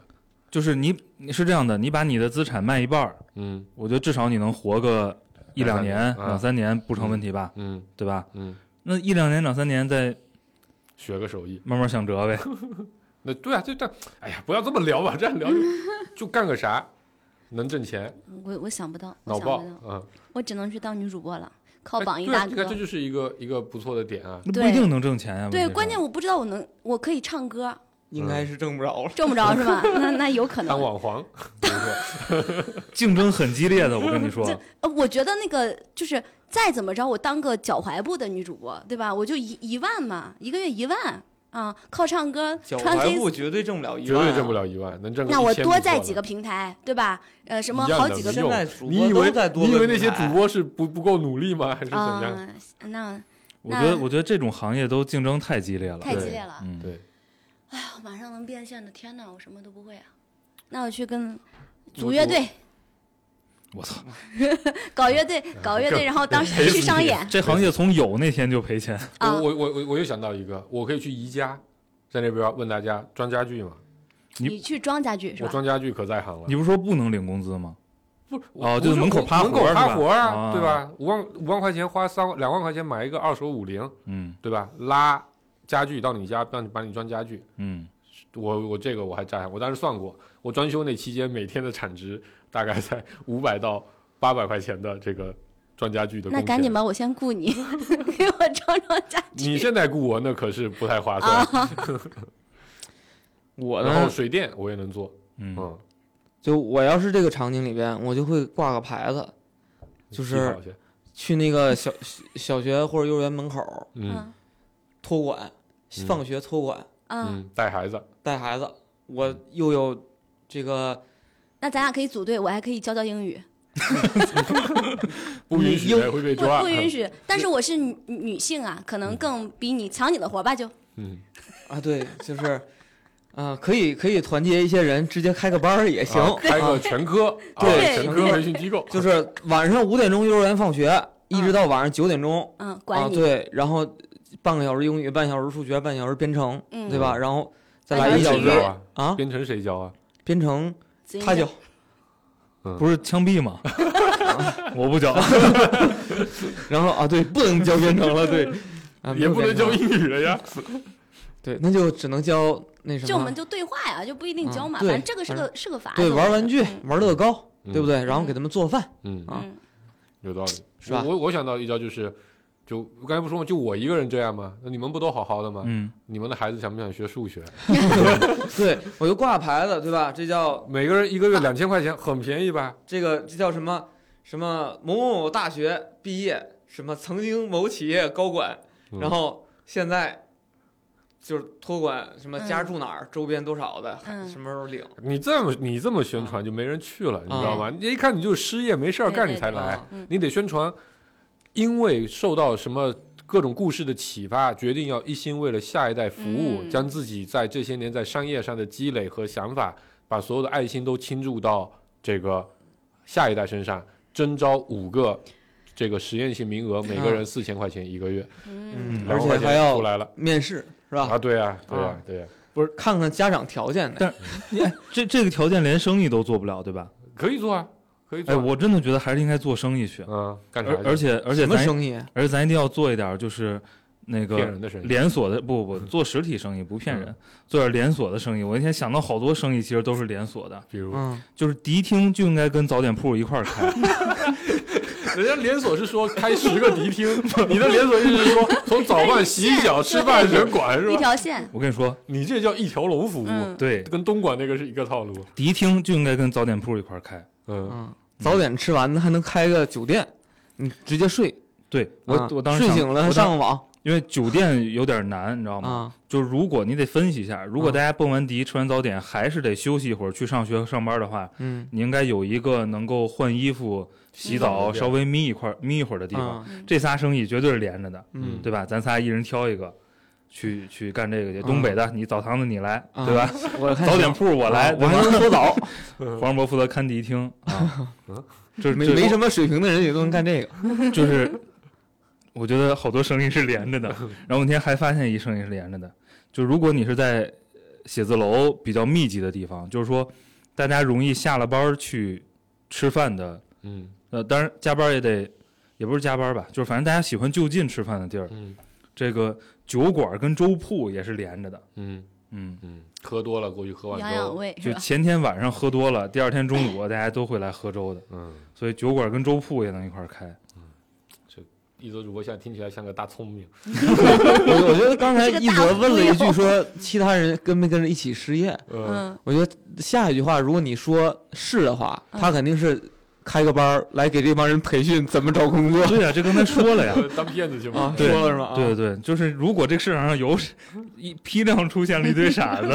Speaker 6: 就是你你是这样的，你把你的资产卖一半儿，
Speaker 4: 嗯
Speaker 6: 我觉得至少你能活个一
Speaker 4: 两
Speaker 6: 两年、
Speaker 4: 三年啊
Speaker 6: 两三年不成问题吧，
Speaker 4: 嗯
Speaker 6: 对吧？
Speaker 4: 嗯，
Speaker 6: 那一两年、两三年再
Speaker 4: 学个手艺。
Speaker 6: 慢慢想辙呗。
Speaker 4: 那对啊，就这样，哎呀，不要这么聊吧，这样聊就 就干个啥，能挣钱，
Speaker 5: 我我想不到，我
Speaker 4: 脑
Speaker 5: 想
Speaker 4: 爆
Speaker 5: 不到，
Speaker 4: 嗯，
Speaker 5: 我只能去当女主播了，靠
Speaker 4: 哎
Speaker 5: 榜一
Speaker 4: 对啊
Speaker 5: 大
Speaker 4: 你
Speaker 5: 哥
Speaker 4: 看。这就是一个一个不错的点啊，
Speaker 6: 那不
Speaker 5: 对
Speaker 6: 一定能挣钱呀、
Speaker 5: 对，
Speaker 6: 问题是
Speaker 5: 关键我不知道我能，我可以唱歌，
Speaker 3: 应该是挣不着了，
Speaker 5: 挣不着是吧？那那有可
Speaker 4: 当
Speaker 5: 能。
Speaker 4: 网黄，不错，
Speaker 6: 竞争很激烈的，我跟你 说，
Speaker 5: 呃，我觉得那个就是再怎么着，我当个脚踝部的女主播，对吧？我就一一万嘛，一个月一万啊，靠唱歌
Speaker 3: 脚
Speaker 5: 穿
Speaker 3: 踝
Speaker 5: J
Speaker 3: 部绝对啊挣不了一
Speaker 4: 绝
Speaker 3: 万、
Speaker 4: 对挣不。了一万，能挣个
Speaker 5: 那我
Speaker 4: 1000
Speaker 5: 多
Speaker 4: 不错
Speaker 5: 在
Speaker 4: 了
Speaker 5: 几个平台，对吧？呃，什么
Speaker 4: 一样
Speaker 5: 好
Speaker 4: 的
Speaker 5: 几个
Speaker 4: 没
Speaker 3: 现
Speaker 4: 用
Speaker 3: 在主
Speaker 4: 你
Speaker 3: 播
Speaker 4: 以为
Speaker 3: 都在多哎
Speaker 4: 你以
Speaker 3: 个
Speaker 4: 为那
Speaker 3: 平
Speaker 4: 些
Speaker 3: 台
Speaker 4: 主播是不不够努力吗？还是怎么样？
Speaker 5: 啊、那
Speaker 6: 我觉得我觉得这种行业都竞争太激烈了，
Speaker 5: 太
Speaker 4: 对
Speaker 5: 激烈了。
Speaker 6: 嗯，
Speaker 4: 对，
Speaker 5: 我马上能变现的，天哪，我什么都不会啊！那我去跟
Speaker 4: 我
Speaker 5: 组乐队，
Speaker 6: 我操，
Speaker 5: 搞乐队，搞乐队，然后当时去商演
Speaker 6: 这行业从有那天就赔钱，
Speaker 5: 啊
Speaker 4: 我我我我我又想到一个，我可以去宜家，在那边问大家装家具嘛，
Speaker 6: 你
Speaker 5: 你去装家具是
Speaker 4: 我
Speaker 5: 吧？
Speaker 4: 装家具可在行了
Speaker 6: 你。不是说不能领工资吗？
Speaker 4: 不
Speaker 6: 哦
Speaker 4: 我
Speaker 6: 就是
Speaker 4: 不
Speaker 6: 门口
Speaker 4: 我
Speaker 6: 趴
Speaker 4: 门口
Speaker 6: 活儿是
Speaker 4: 趴
Speaker 6: 吧
Speaker 4: 活儿啊，
Speaker 6: 啊
Speaker 4: 对吧？五万五万块钱花三万两万块钱买一个二手五菱，
Speaker 6: 嗯
Speaker 4: 对吧？拉家具到你家，让你帮你装家具。
Speaker 6: 嗯，
Speaker 4: 我我这个我还在行，我当时算过，我装修那期间每天的产值大概在五百到八百块钱的这个装家具的贡
Speaker 5: 那
Speaker 4: 献。
Speaker 5: 赶紧吧，我先雇你，给我装装家具。
Speaker 4: 你现在雇我那可是不太划算。
Speaker 5: 啊
Speaker 3: 我
Speaker 4: 然后
Speaker 3: 呢，
Speaker 4: 水电我也能做，
Speaker 6: 嗯，
Speaker 4: 嗯，
Speaker 3: 就我要是这个场景里边，我就会挂个牌子，就
Speaker 4: 记
Speaker 3: 是
Speaker 4: 好些
Speaker 3: 去那个小小学或者幼儿园门口
Speaker 4: 嗯
Speaker 3: 托管，
Speaker 4: 嗯
Speaker 3: 放学托管，
Speaker 5: 嗯，
Speaker 4: 嗯，带孩子，
Speaker 3: 带孩子，我又有这个
Speaker 5: 那咱俩可以组队，我还可以教教英语，
Speaker 4: 不允许
Speaker 3: 应
Speaker 4: 会被
Speaker 5: 不
Speaker 4: 抓，嗯
Speaker 5: 不允许。但是我是女女性啊，可能更比你抢你的活吧，就
Speaker 4: 嗯，
Speaker 3: 啊，对，就是啊、可以可以团结一些人，直接开个班儿也行。
Speaker 4: 啊开个
Speaker 3: 啊
Speaker 4: 全科，啊
Speaker 5: 对
Speaker 4: 全科培训机构，
Speaker 3: 就是晚上五点钟幼儿园放学，一直
Speaker 5: 嗯
Speaker 3: 到晚上九点钟
Speaker 5: 嗯
Speaker 3: 啊，
Speaker 5: 管你，
Speaker 3: 对，然后半个小时英语，半小时数学，半小时编程，
Speaker 5: 嗯，
Speaker 3: 对吧？然后再
Speaker 5: 还
Speaker 3: 来
Speaker 5: 有
Speaker 3: 一小
Speaker 5: 体育
Speaker 3: 时
Speaker 4: 啊，
Speaker 3: 啊，
Speaker 4: 编程谁教啊？
Speaker 3: 编程
Speaker 5: 子云
Speaker 3: 他 教，
Speaker 6: 不是枪毙 吗？我不交，
Speaker 3: 然后啊，对，不能教编程 了，对，啊，没
Speaker 4: 也
Speaker 3: 有
Speaker 4: 不能
Speaker 3: 编
Speaker 4: 教
Speaker 3: 程
Speaker 4: 英语 了呀，
Speaker 3: 对，那就只能教那什么，
Speaker 5: 就我们就对话呀，就不一定教嘛，
Speaker 3: 嗯对
Speaker 5: 反正这个是个是个法子。
Speaker 3: 对玩玩具
Speaker 5: 我觉得，
Speaker 3: 玩乐高，对不
Speaker 4: 对？
Speaker 3: 对？然后给他们做饭，
Speaker 4: 嗯，
Speaker 3: 啊
Speaker 5: 嗯，
Speaker 4: 有道理，
Speaker 3: 是吧
Speaker 4: 我我我想到一招就是，就我刚才不说吗？就我一个人这样吗？那你们不都好好的吗？
Speaker 6: 嗯，
Speaker 4: 你们的孩子想不想学数学？
Speaker 3: 对我就挂牌子，对吧？这叫
Speaker 4: 每个人一个月两千块钱，很便宜吧？
Speaker 3: 这个这叫什么什么某某某大学毕业，什么曾经某企业高管，
Speaker 4: 嗯
Speaker 3: 然后现在。就是托管什么
Speaker 5: 嗯
Speaker 3: 家住哪儿，周边多少的，
Speaker 5: 嗯
Speaker 3: 什么时候领？
Speaker 4: 你这么你这么宣
Speaker 3: 啊
Speaker 4: 传就没人去了，你知道吗？你一看你就是失业没事儿
Speaker 5: 对
Speaker 4: 干，
Speaker 5: 对
Speaker 4: 你才来
Speaker 3: 啊，
Speaker 5: 嗯
Speaker 4: 你得宣传，因为受到什么各种故事的启发，决定要一心为了下一代服务，
Speaker 5: 嗯
Speaker 4: 将自己在这些年在商业上的积累和想法，把所有的爱心都倾注到这个下一代身上，征招五个这个实验性名额，每个人四千块钱一个月，
Speaker 5: 嗯，
Speaker 3: 嗯，
Speaker 4: 两
Speaker 3: 而
Speaker 4: 万块
Speaker 3: 且还
Speaker 4: 钱出
Speaker 3: 要
Speaker 4: 来了
Speaker 3: 面试是吧？
Speaker 4: 啊！对啊，对啊
Speaker 3: 啊，
Speaker 4: 对啊，
Speaker 3: 不是看看家长条件
Speaker 6: 但
Speaker 3: 的，
Speaker 6: 这这个条件连生意都做不了，对吧？
Speaker 4: 可以做啊，可以做
Speaker 6: 哎，
Speaker 4: 啊。
Speaker 6: 我真的觉得还是应该做生意去，
Speaker 4: 嗯，干啥
Speaker 6: 而
Speaker 4: 去？
Speaker 6: 而且而且
Speaker 3: 什么
Speaker 6: 咱
Speaker 3: 生意？啊
Speaker 6: 而且咱一定要做一点，就是那
Speaker 4: 骗
Speaker 6: 个
Speaker 4: 人的生意，嗯
Speaker 6: 连锁的，不不不，做实体生意不骗人，做点连锁的生意。我那天想到好多生意其实都是连锁的，
Speaker 4: 比如
Speaker 3: 嗯，
Speaker 6: 就是迪厅就应该跟早点铺一块儿开，
Speaker 4: 人家连锁是说开十个迪厅，你的连锁意思是说从早饭洗脚吃饭人管是
Speaker 5: 一
Speaker 4: 吧？
Speaker 5: 条线，
Speaker 6: 我跟你说，
Speaker 4: 你这叫一条龙服务，
Speaker 5: 嗯，
Speaker 6: 对，
Speaker 4: 跟东莞那个是一个套路。
Speaker 6: 迪厅就应该跟早点铺一块儿开。
Speaker 4: 嗯，
Speaker 3: 嗯，早点吃完的还能开个酒店，你直接睡。
Speaker 6: 对我，
Speaker 3: 啊
Speaker 6: 我当时
Speaker 3: 睡
Speaker 6: 想
Speaker 3: 醒了
Speaker 6: 我
Speaker 3: 还
Speaker 6: 当
Speaker 3: 上个网
Speaker 6: 因为酒店有点难，你知道吗？
Speaker 3: 啊，
Speaker 6: 就是如果你得分析一下，如果
Speaker 3: 嗯
Speaker 6: 大家蹦完迪、吃完早点还是得休息一会儿去上学和上班的话，
Speaker 3: 嗯，
Speaker 6: 你应该有一个能够换衣服、洗澡、稍微眯一块儿、眯一会儿的地方。
Speaker 3: 啊
Speaker 6: 这仨生意绝对是连着的，
Speaker 3: 嗯
Speaker 6: 对吧？咱仨一人挑一个，去去干这个去。东北的你，澡堂子你来，
Speaker 3: 啊
Speaker 6: 对吧？
Speaker 3: 我看
Speaker 6: 早点铺我来，
Speaker 3: 我还
Speaker 6: 对吧
Speaker 3: 能说早，
Speaker 6: 黄渤负责看迪厅 啊
Speaker 4: 嗯，
Speaker 6: 这
Speaker 3: 没
Speaker 6: 这
Speaker 3: 没什么水平的人也都能干这个。
Speaker 6: 就是我觉得好多生意是连着的。然后我那天还发现一生意是连着的，就如果你是在呃写字楼比较密集的地方，就是说大家容易下了班儿去吃饭的，
Speaker 4: 嗯
Speaker 6: 呃，当然加班儿也得，也不是加班儿吧，就是反正大家喜欢就近吃饭的地儿，
Speaker 4: 嗯
Speaker 6: 这个酒馆儿跟粥铺也是连着的，
Speaker 4: 嗯
Speaker 6: 嗯。
Speaker 4: 嗯，喝多了过去喝碗
Speaker 5: 养养
Speaker 4: 粥。
Speaker 5: 胃
Speaker 6: 就是
Speaker 5: 吧？
Speaker 6: 前天晚上喝多了，第二天中午大家都会来喝粥的，
Speaker 4: 嗯，
Speaker 6: 所以酒馆儿跟粥铺也能一块儿开。
Speaker 4: 一泽主播现在听起来像个大聪明。
Speaker 3: 我我觉得刚才
Speaker 5: 这个
Speaker 3: 一
Speaker 5: 大
Speaker 3: 泽问了一
Speaker 5: 忽
Speaker 3: 句
Speaker 5: 悠
Speaker 3: 说其他人跟没跟着一起失业，
Speaker 4: 嗯
Speaker 5: 嗯，
Speaker 3: 我觉得下一句话如果你说是的话，
Speaker 5: 嗯
Speaker 3: 他肯定是开个班儿来给这帮人培训怎么找工作
Speaker 6: 对呀、这刚才说了呀，
Speaker 4: 呃当骗子去
Speaker 3: 啊
Speaker 4: 吗？，
Speaker 3: 说
Speaker 6: 对
Speaker 3: 了是吧？啊
Speaker 6: 对对，对，就是如果这个市场上有一批量出现了一堆傻子，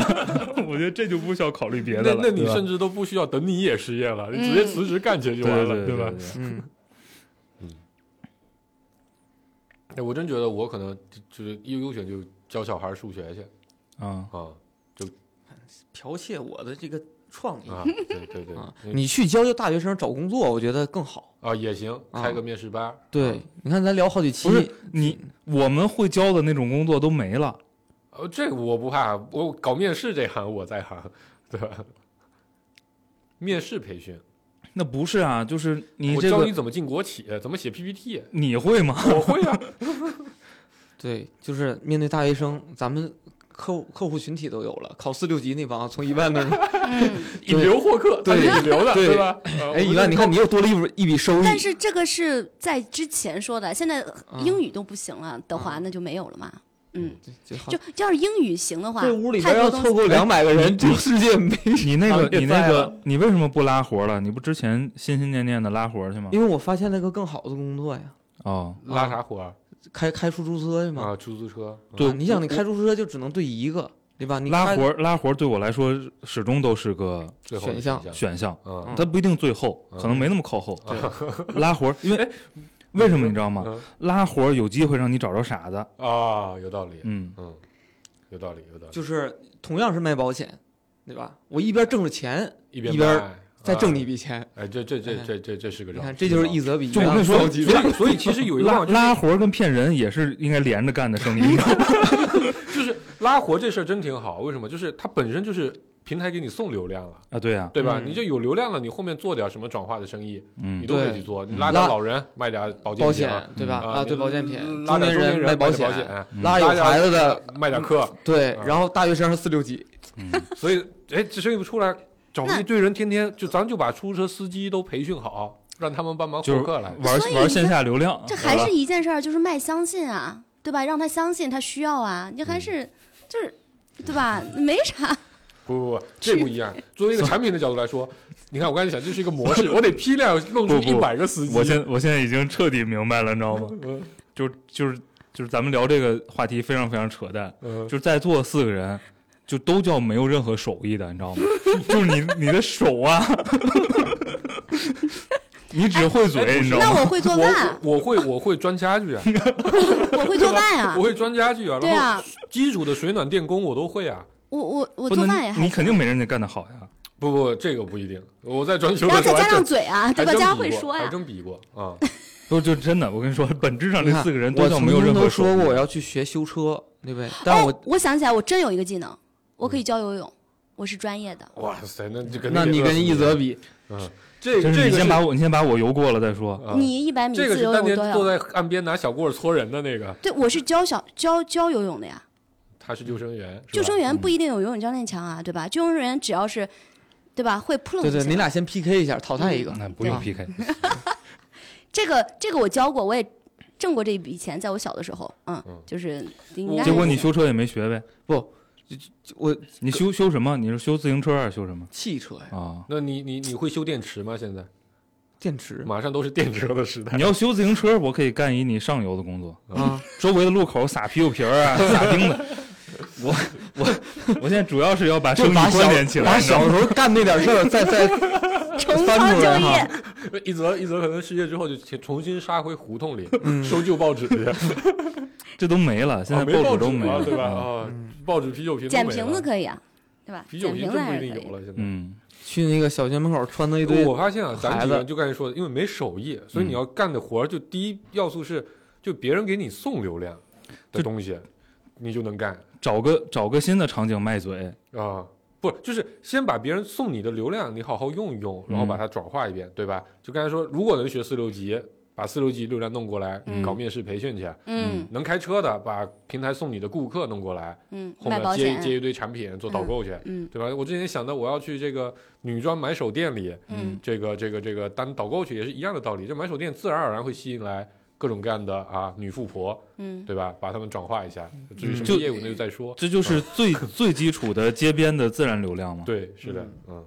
Speaker 6: 我觉得这就不需要考虑别
Speaker 4: 那
Speaker 6: 的了。
Speaker 4: 那你
Speaker 6: 对吧
Speaker 4: 甚至都不需要等你也失业了，你直接辞职干去就
Speaker 6: 对
Speaker 4: 完
Speaker 6: 对
Speaker 4: 了，
Speaker 6: 对
Speaker 4: 吧？？
Speaker 3: 嗯，
Speaker 4: 哎，我真觉得我可能就就是一优选就教小孩数学去
Speaker 6: 啊，
Speaker 4: 啊
Speaker 3: 剽窃我的这个创意
Speaker 4: 啊！对对对
Speaker 3: 啊，，
Speaker 4: 嗯
Speaker 3: 你去教教大学生找工作，我觉得更好。
Speaker 4: 啊也行，
Speaker 3: 啊
Speaker 4: 开个面试班。
Speaker 3: 对，你看咱聊好几期
Speaker 6: 不，是你我们会教的那种工作都没了，
Speaker 4: 呃，这个我不怕，我搞面试这行我在行，对吧？面试培训，
Speaker 6: 那不是啊？就是你
Speaker 4: 我
Speaker 6: 这
Speaker 4: 教
Speaker 6: 个
Speaker 4: 你怎么进国企，怎么写 PPT，
Speaker 6: 你会 吗？
Speaker 4: 我会啊。
Speaker 3: 对，就是面对大学生，咱们客户客户群体都有了，考四六级那帮从一万那 儿，
Speaker 5: 嗯，
Speaker 4: 引流获客，
Speaker 3: 对
Speaker 4: 他是引流的，
Speaker 3: 对
Speaker 4: 吧？呃
Speaker 3: 哎，一万，你，看你又多了一笔一笔收益。
Speaker 5: 但是这个是在之前说的，现在
Speaker 3: 嗯
Speaker 5: 英语都不行了的话，
Speaker 3: 嗯
Speaker 5: 那就没有了嘛。嗯，
Speaker 3: 就好
Speaker 5: 就要是英语行的话，
Speaker 3: 这屋里
Speaker 5: 太
Speaker 3: 边
Speaker 5: 多
Speaker 3: 要
Speaker 5: 东
Speaker 3: 凑
Speaker 5: 西
Speaker 3: 够两百个 人，这个世界没。
Speaker 6: 你那
Speaker 3: 啊
Speaker 6: 个
Speaker 3: 别
Speaker 6: 你那
Speaker 3: 栽
Speaker 6: 个
Speaker 3: 了？
Speaker 6: 你为什么不拉活了？你不之前心心念念的拉活去吗
Speaker 3: 因为我发现了一个更好的工作呀，
Speaker 6: 哦，
Speaker 4: 我拉啥活儿
Speaker 3: 开开出租车去嘛。
Speaker 4: 啊？出租车，
Speaker 6: 对
Speaker 3: 啊你想你开出租车就只能对一个，对吧？你
Speaker 6: 拉
Speaker 3: 开
Speaker 6: 活拉活对我来说始终都是个
Speaker 4: 最后
Speaker 3: 选
Speaker 4: 的
Speaker 3: 项
Speaker 6: 选项，
Speaker 4: 嗯
Speaker 3: 嗯
Speaker 6: 它不一定最后，可能没那么靠后。拉活，因为为什么你知道吗？
Speaker 4: 嗯
Speaker 6: 拉活儿有机会让你找着傻子。
Speaker 4: 啊，有道理，
Speaker 6: 嗯，
Speaker 4: 嗯，有道理，有道理，
Speaker 3: 就是同样是卖保险，对吧？我一边挣着钱，
Speaker 6: 啊
Speaker 4: 一边
Speaker 3: 一边
Speaker 4: 卖
Speaker 3: 再挣你一。
Speaker 4: 啊
Speaker 3: 笔钱，
Speaker 4: 哎，这这这这这这是个
Speaker 3: 你
Speaker 4: 招，
Speaker 3: 看这就是一
Speaker 4: 思。
Speaker 3: 则比一
Speaker 6: 就我跟
Speaker 3: 则
Speaker 6: 你说
Speaker 3: 高级
Speaker 4: 所以所以其实 有一个
Speaker 6: 拉
Speaker 4: 办法，就是
Speaker 6: 拉活儿跟骗人也是应该连着干的生意。
Speaker 4: 嗯就是拉活这事儿真挺好，为什么？就是它本身就是平台给你送流量了，
Speaker 6: 啊，对呀，
Speaker 4: 对吧？
Speaker 3: 嗯
Speaker 4: 你就有流量了，你后面做点什么转化的生意，你
Speaker 6: 嗯，
Speaker 4: 都可以
Speaker 3: 对
Speaker 4: 去做。你
Speaker 6: 嗯
Speaker 4: 拉点
Speaker 3: 拉
Speaker 4: 老人卖点保健
Speaker 3: 保
Speaker 4: 品
Speaker 3: 险，对吧？
Speaker 4: 啊
Speaker 3: 啊，
Speaker 4: 你
Speaker 3: 对保健品，
Speaker 4: 拉
Speaker 3: 中年
Speaker 4: 点中年
Speaker 3: 人
Speaker 4: 人
Speaker 3: 卖
Speaker 4: 卖
Speaker 3: 保
Speaker 4: 点保
Speaker 3: 险，
Speaker 4: 险，
Speaker 6: 嗯
Speaker 3: 拉有孩子的，
Speaker 4: 卖点课，
Speaker 3: 对
Speaker 4: 啊，
Speaker 3: 然后大学生是四六
Speaker 6: 啊
Speaker 3: 级，
Speaker 4: 所以哎，这生意不出来，找
Speaker 5: 那
Speaker 4: 一堆人天天就咱就把出租车司机都培训好，让他们帮忙
Speaker 6: 就
Speaker 4: 获
Speaker 6: 是
Speaker 4: 客来。
Speaker 6: 玩
Speaker 5: 所以
Speaker 6: 玩
Speaker 5: 你
Speaker 6: 线
Speaker 5: 看
Speaker 6: 下流量，
Speaker 5: 这
Speaker 6: 对
Speaker 5: 还
Speaker 6: 吧
Speaker 5: 是一件事儿，就是卖相信啊，对吧？让他相信他需要啊，你还是就是。对吧？没啥，
Speaker 4: 不不不，这不一样。作为一个产品的角度来说，你看我刚才想，这是一个模式，我得批量弄出
Speaker 6: 不
Speaker 4: 一
Speaker 6: 不
Speaker 4: 百个司机。
Speaker 6: 我现我现在已经彻底明白了，你知道吗？
Speaker 4: 嗯
Speaker 6: 就就是就是咱们聊这个话题非常非常扯淡，
Speaker 4: 嗯
Speaker 6: 就是在座四个人。就都叫没有任 何手艺的，你知道吗？就是你你的手啊， 你只会嘴，你知道
Speaker 5: 那
Speaker 6: 吗？
Speaker 5: 我会做饭，
Speaker 4: 我我会我会钻家具啊，
Speaker 5: 我会做饭呀
Speaker 4: 我。会钻家具啊，
Speaker 5: 对
Speaker 4: 然后
Speaker 5: 啊，
Speaker 4: 基础的水暖电工我都会啊。
Speaker 5: 我我
Speaker 6: 不
Speaker 5: 我做
Speaker 6: 能
Speaker 5: 饭也，还
Speaker 6: 你
Speaker 5: 行，
Speaker 6: 肯定没人家干得好呀。
Speaker 4: 不不，这个不一定。我在装修
Speaker 5: 然后
Speaker 4: 的时
Speaker 5: 再
Speaker 4: 候还
Speaker 5: 加上
Speaker 4: 真
Speaker 5: 嘴啊，对吧？
Speaker 4: 还真
Speaker 5: 家
Speaker 4: 比
Speaker 5: 会
Speaker 4: 过
Speaker 5: 说
Speaker 4: 还
Speaker 5: 呀。
Speaker 4: 真比过啊。
Speaker 6: 都就真的，我跟你说，本质上
Speaker 3: 你
Speaker 6: 这
Speaker 3: 看
Speaker 6: 四个人
Speaker 3: 我
Speaker 6: 像
Speaker 3: 曾
Speaker 6: 没有
Speaker 3: 经
Speaker 6: 任何
Speaker 3: 都说过我
Speaker 6: 呀。
Speaker 3: 要去学修车，对不对？
Speaker 5: 哎
Speaker 3: 但我，
Speaker 5: 我想起来，我真有一个技能，我可以教游泳，我是专业的。
Speaker 4: 哇塞，那就跟
Speaker 3: 那
Speaker 4: 个
Speaker 3: 你跟一泽比，
Speaker 4: 嗯，这
Speaker 6: 真
Speaker 4: 这
Speaker 6: 是
Speaker 4: 个
Speaker 6: 你先
Speaker 4: 是
Speaker 6: 把我，你先把我游过了再说。
Speaker 4: 啊
Speaker 5: 你一百米
Speaker 4: 这个
Speaker 5: 自
Speaker 4: 是
Speaker 5: 由
Speaker 4: 当
Speaker 5: 泳
Speaker 4: 年
Speaker 5: 都
Speaker 4: 坐
Speaker 5: 要，
Speaker 4: 在岸边拿小棍儿搓人的那个，
Speaker 5: 对我是教小教教游泳的呀。
Speaker 4: 他是救生员，是吧
Speaker 5: 救生员
Speaker 3: 嗯
Speaker 5: 不一定有游泳教练强啊，对吧？救生员只要是，对吧？会扑棱
Speaker 3: 对
Speaker 5: 就
Speaker 6: 嗯
Speaker 3: 对，
Speaker 5: 行
Speaker 3: 你
Speaker 5: 了
Speaker 3: 俩先 PK 一下，淘汰一个。
Speaker 6: 那不用
Speaker 3: 啊
Speaker 6: PK，
Speaker 5: 这个这个我教过，我也挣过这一笔钱，在我小的时候，嗯，
Speaker 4: 嗯
Speaker 5: 就是应该
Speaker 4: 那
Speaker 5: 还
Speaker 6: 结果
Speaker 5: 是
Speaker 6: 你修车也没学呗？
Speaker 3: 不，我
Speaker 6: 你修修什么？你是修自行车还是修什么
Speaker 3: 汽车呀，
Speaker 6: 啊？
Speaker 4: 那你你你会修电池吗？现在
Speaker 3: 电池
Speaker 4: 马上都是电车的 时代，
Speaker 6: 你要修自行车，我可以干一你上游的工作，
Speaker 3: 啊，
Speaker 6: 周围的路口撒啤酒瓶 儿啊，撒钉子。我我我现在主要是要把生
Speaker 3: 就
Speaker 6: 意
Speaker 3: 把
Speaker 6: 关
Speaker 3: 小
Speaker 6: 联起来，
Speaker 3: 把
Speaker 6: 你知道
Speaker 3: 小
Speaker 6: 吗
Speaker 3: 时候干那点事儿，再再
Speaker 5: 重
Speaker 3: 翻
Speaker 5: 操
Speaker 3: 出
Speaker 5: 旧
Speaker 3: 来
Speaker 5: 业
Speaker 3: 哈。
Speaker 4: 一则一则可能失业之后就去重新杀回胡同里收旧报纸去，
Speaker 6: 这都没了，嗯 现
Speaker 4: 啊
Speaker 6: 在
Speaker 4: 没
Speaker 6: 报
Speaker 4: 报
Speaker 6: 纸都没
Speaker 4: 了，
Speaker 6: 了，
Speaker 4: 对吧？
Speaker 6: 嗯
Speaker 4: 啊，报纸、啤酒瓶都
Speaker 5: 捡
Speaker 4: 没
Speaker 5: 瓶
Speaker 4: 了
Speaker 5: 子可以啊，对吧？
Speaker 4: 啤酒
Speaker 5: 捡
Speaker 4: 瓶
Speaker 5: 瓶
Speaker 4: 子
Speaker 5: 子
Speaker 4: 不
Speaker 5: 还
Speaker 4: 一
Speaker 5: 是
Speaker 4: 定
Speaker 5: 可以
Speaker 4: 有。了，现在。
Speaker 6: 嗯，
Speaker 3: 去那个小学门口穿的一堆
Speaker 4: 我发现啊，咱
Speaker 3: 孩
Speaker 4: 几个人
Speaker 3: 子
Speaker 4: 就刚才说的，因为没手艺，所以你
Speaker 6: 嗯
Speaker 4: 要干的活儿，就第一要素是，就别人给你送流量的
Speaker 6: 就
Speaker 4: 东西，你就能干
Speaker 6: 找个找个新的场景卖嘴，
Speaker 4: 啊。不，就是先把别人送你的流量，你好好用一用，然后把
Speaker 6: 嗯
Speaker 4: 它转化一遍，对吧？就刚才说，如果能学四六级，把四六级流量弄过来，
Speaker 5: 嗯
Speaker 4: 搞面试培训去；
Speaker 5: 嗯
Speaker 4: 能开车的，把平台送你的顾客弄过来，
Speaker 5: 嗯，
Speaker 4: 后
Speaker 5: 卖
Speaker 4: 面
Speaker 5: 保
Speaker 4: 接接
Speaker 5: 险，
Speaker 4: 一堆产品做导购去，
Speaker 5: 嗯
Speaker 4: 对吧？我之前想的，我要去这个女装买手店里，
Speaker 5: 嗯
Speaker 4: 这个这个这个当导购去也是一样的道理，这买手店自然而然会吸引来各种各样的啊女富婆，
Speaker 5: 嗯，
Speaker 4: 对吧？把她们转化一下，至于什
Speaker 6: 就
Speaker 4: 么业务那就再说。
Speaker 6: 这就是 最最基础的街边的自然流量嘛。
Speaker 4: 对，是的，嗯，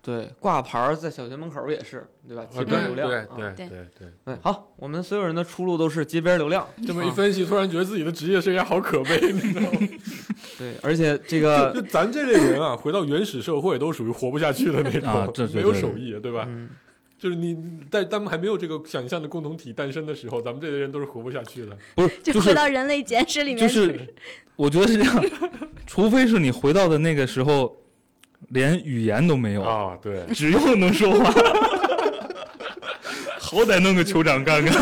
Speaker 3: 对挂牌儿在小学门口也是，对吧？街
Speaker 4: 对
Speaker 3: 边流
Speaker 4: 对
Speaker 3: 量啊，
Speaker 4: 嗯对
Speaker 5: 对
Speaker 4: 对对，
Speaker 3: 对，好，我们所有人的出路都是街边流量。啊
Speaker 4: 这么一分析，突然觉得自己的职业生涯好可悲，你知道吗？
Speaker 3: 对，而且这 个
Speaker 4: 就咱这类人啊，回到原始社会都属于活不下去的那种，
Speaker 6: 啊这对
Speaker 4: 没有
Speaker 6: 对
Speaker 4: 手艺，对吧？
Speaker 3: 嗯，
Speaker 4: 就是你在他们还没有这个想象的共同体诞生的时候，咱们这类人都是活不下去的。
Speaker 6: 不是，
Speaker 5: 就
Speaker 6: 就是
Speaker 5: 回到人类简史里面，
Speaker 6: 就是，我觉得是这样，除非是你回到的那个时候，连语言都没有，
Speaker 4: 啊，对，
Speaker 6: 只有能说话，好歹弄个酋长干 干。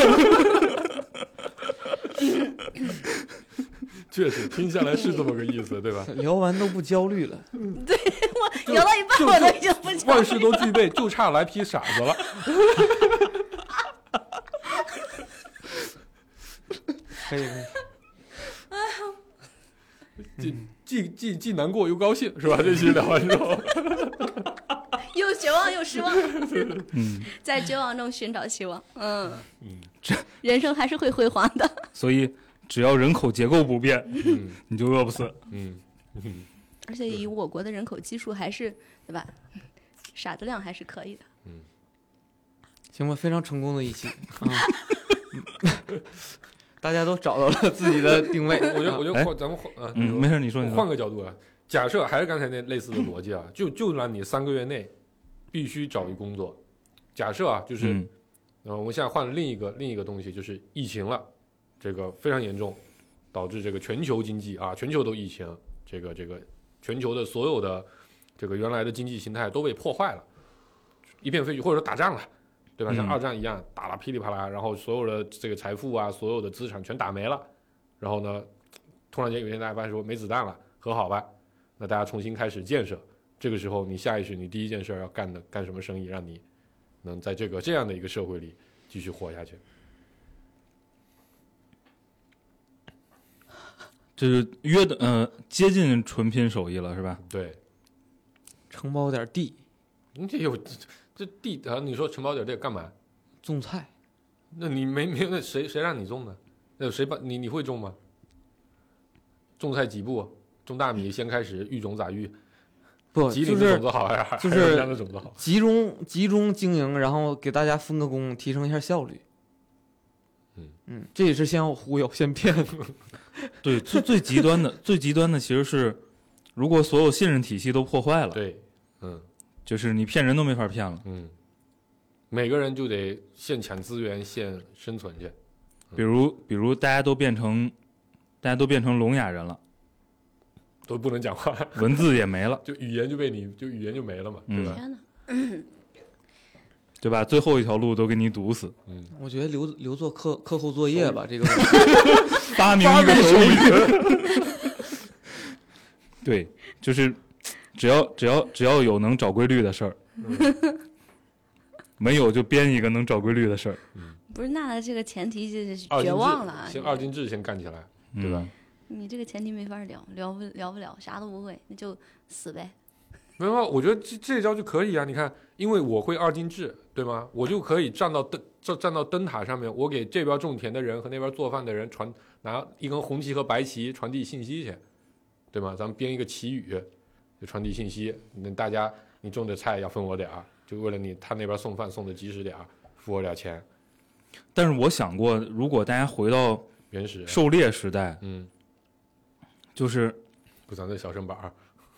Speaker 4: 确实听下来是这么个意思，对吧？
Speaker 3: 聊完都不焦虑了。
Speaker 5: 我聊到一半
Speaker 4: 就
Speaker 5: 我都已经不讲
Speaker 4: 万事都具备，就差来批傻 子了。
Speaker 3: 可以，可以。
Speaker 4: 既既既既难过又高兴，是吧？这期聊完之后，
Speaker 5: 又绝望又失望，
Speaker 6: 嗯，
Speaker 5: 在绝望中寻找希望。嗯
Speaker 4: 嗯
Speaker 5: 人生还是会辉煌的。
Speaker 6: 所以只要人口结构不变，
Speaker 4: 嗯
Speaker 6: 你就饿不死。
Speaker 4: 嗯嗯，
Speaker 5: 而且以我国的人口基数，还是对吧？ 傻子量还是可以的。
Speaker 3: 行吧，非常成功的一期啊！ 大家都找到了自己的定位。
Speaker 4: 我觉得我觉
Speaker 6: 哎
Speaker 4: 得换咱们换啊，你
Speaker 6: 嗯，
Speaker 4: 说
Speaker 6: 没事，你说你说。
Speaker 4: 换个角度啊，假设还是刚才那类似的逻辑啊，就就让你三个月内必须找一工作。假设啊，就是
Speaker 6: 嗯，
Speaker 4: 呃，我们现在换了另一个另一个东西，就是疫情了，这个非常严重，导致这个全球经济啊，全球都疫情，这个这个全球的所有的这个原来的经济形态都被破坏了，一片废墟，或者说打仗了，对吧？像
Speaker 6: 嗯
Speaker 4: 二战一样打了噼里啪啦，然后所有的这个财富啊，所有的资产全打没了，然后呢，突然间有一天大家发现说没子弹了，和好吧，那大家重新开始建设。这个时候，你下意识，你第一件事儿要干的干什么生意，让你能在这个这样的一个社会里继续活下去？
Speaker 6: 这是约的，呃，接近纯拼手艺了，是吧？
Speaker 4: 对，
Speaker 3: 承包点地
Speaker 4: 你这有这这地啊？你说承包点这干嘛？
Speaker 3: 种菜，
Speaker 4: 那你没没那谁谁让你种的？那谁把你你会种吗？种菜几步？啊种大米先开始，育种咋育？
Speaker 3: 不
Speaker 4: 吉
Speaker 3: 哦就
Speaker 4: 林的种
Speaker 3: 是
Speaker 4: 子好呀， 还
Speaker 3: 就是是
Speaker 4: 家的种子好？
Speaker 3: 集中集中经营，然后给大家分个工，提升一下效率。
Speaker 4: 嗯
Speaker 3: 嗯，这也是先忽悠，先骗。
Speaker 6: 对，最最极端的，最极端的其实是，如果所有信任体系都破坏了，
Speaker 4: 对，嗯
Speaker 6: 就是你骗人都没法骗了。
Speaker 4: 嗯，每个人就得现抢资源、现生存去。
Speaker 6: 比如比如大家都变成大家都变成聋哑人 了，
Speaker 4: 都不能讲话，
Speaker 6: 文字也没了，
Speaker 4: 就语言就被你就语言就没了嘛，对
Speaker 3: 嗯
Speaker 4: 吧？
Speaker 5: 天哪！
Speaker 6: 对吧？最后一条路都给你堵 死，
Speaker 4: 嗯，
Speaker 3: 我觉得留留做课课后作业吧，这个
Speaker 6: 发明一个手语。 对，就是只要只要只要有能找规律的事儿，嗯没有就编一个能找规律的事儿，
Speaker 5: 不是娜娜这个前提就是
Speaker 4: 二
Speaker 5: 绝
Speaker 4: 进
Speaker 5: 望
Speaker 4: 制
Speaker 5: 了啊！
Speaker 4: 先二进制先干起来，
Speaker 6: 嗯
Speaker 4: 对吧？
Speaker 5: 你这个前提没法聊，聊不聊不了，啥都不会，那就死呗。
Speaker 4: 没有啊，我觉得这这一招就可以啊。你看，因为我会二进制，对吗？我就可以站到灯站站到灯塔上面，我给这边种田的人和那边做饭的人传拿一根红旗和白旗传递信息去，对吗？咱们编一个旗语，就传递信息。那大家你种的菜要分我点儿，就为了你他那边送饭送的及时点儿，付我点儿钱。
Speaker 6: 但是我想过，如果大家回到
Speaker 4: 原始，
Speaker 6: 狩猎时代，
Speaker 4: 嗯，
Speaker 6: 就是
Speaker 4: 不，咱这小身板儿，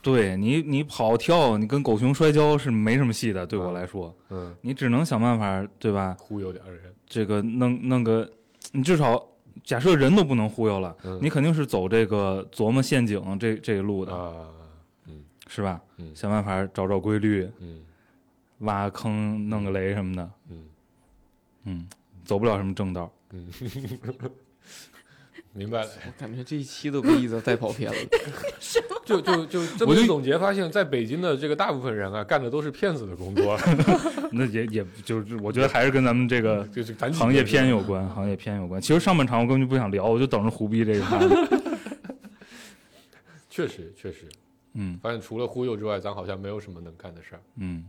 Speaker 6: 对你你跑跳，你跟狗熊摔跤是没什么戏的，对我来说，
Speaker 4: 嗯，
Speaker 6: 你只能想办法，对吧？
Speaker 4: 忽悠点儿人，
Speaker 6: 这个弄弄个，你至少假设人都不能忽悠了，
Speaker 4: 嗯
Speaker 6: 你肯定是走这个琢磨陷阱这这一路的，
Speaker 4: 啊，
Speaker 6: 是吧？
Speaker 4: 嗯
Speaker 6: 想办法找找规律，
Speaker 4: 嗯
Speaker 6: 挖个坑、弄个雷什么的，
Speaker 4: 嗯
Speaker 6: 嗯，走不了什么正道。
Speaker 4: 嗯， 明白了。
Speaker 3: 我感觉这一期都被一泽带跑偏了。
Speaker 4: 就就就这么
Speaker 6: 我就
Speaker 4: 一总结，发现在北京的这个大部分人啊，干的都是骗子的 工作，
Speaker 6: 那也也就是我觉得还是跟咱们这个
Speaker 4: 就是咱几个
Speaker 6: 行业
Speaker 4: 人
Speaker 6: 偏有关，行业偏有关。其实上半场我根本就不想聊，我就等着胡逼这一 趴呢。
Speaker 4: 确实确实，
Speaker 6: 嗯
Speaker 4: 发现除了忽悠之外，咱好像没有什么能干的事儿，
Speaker 6: 嗯，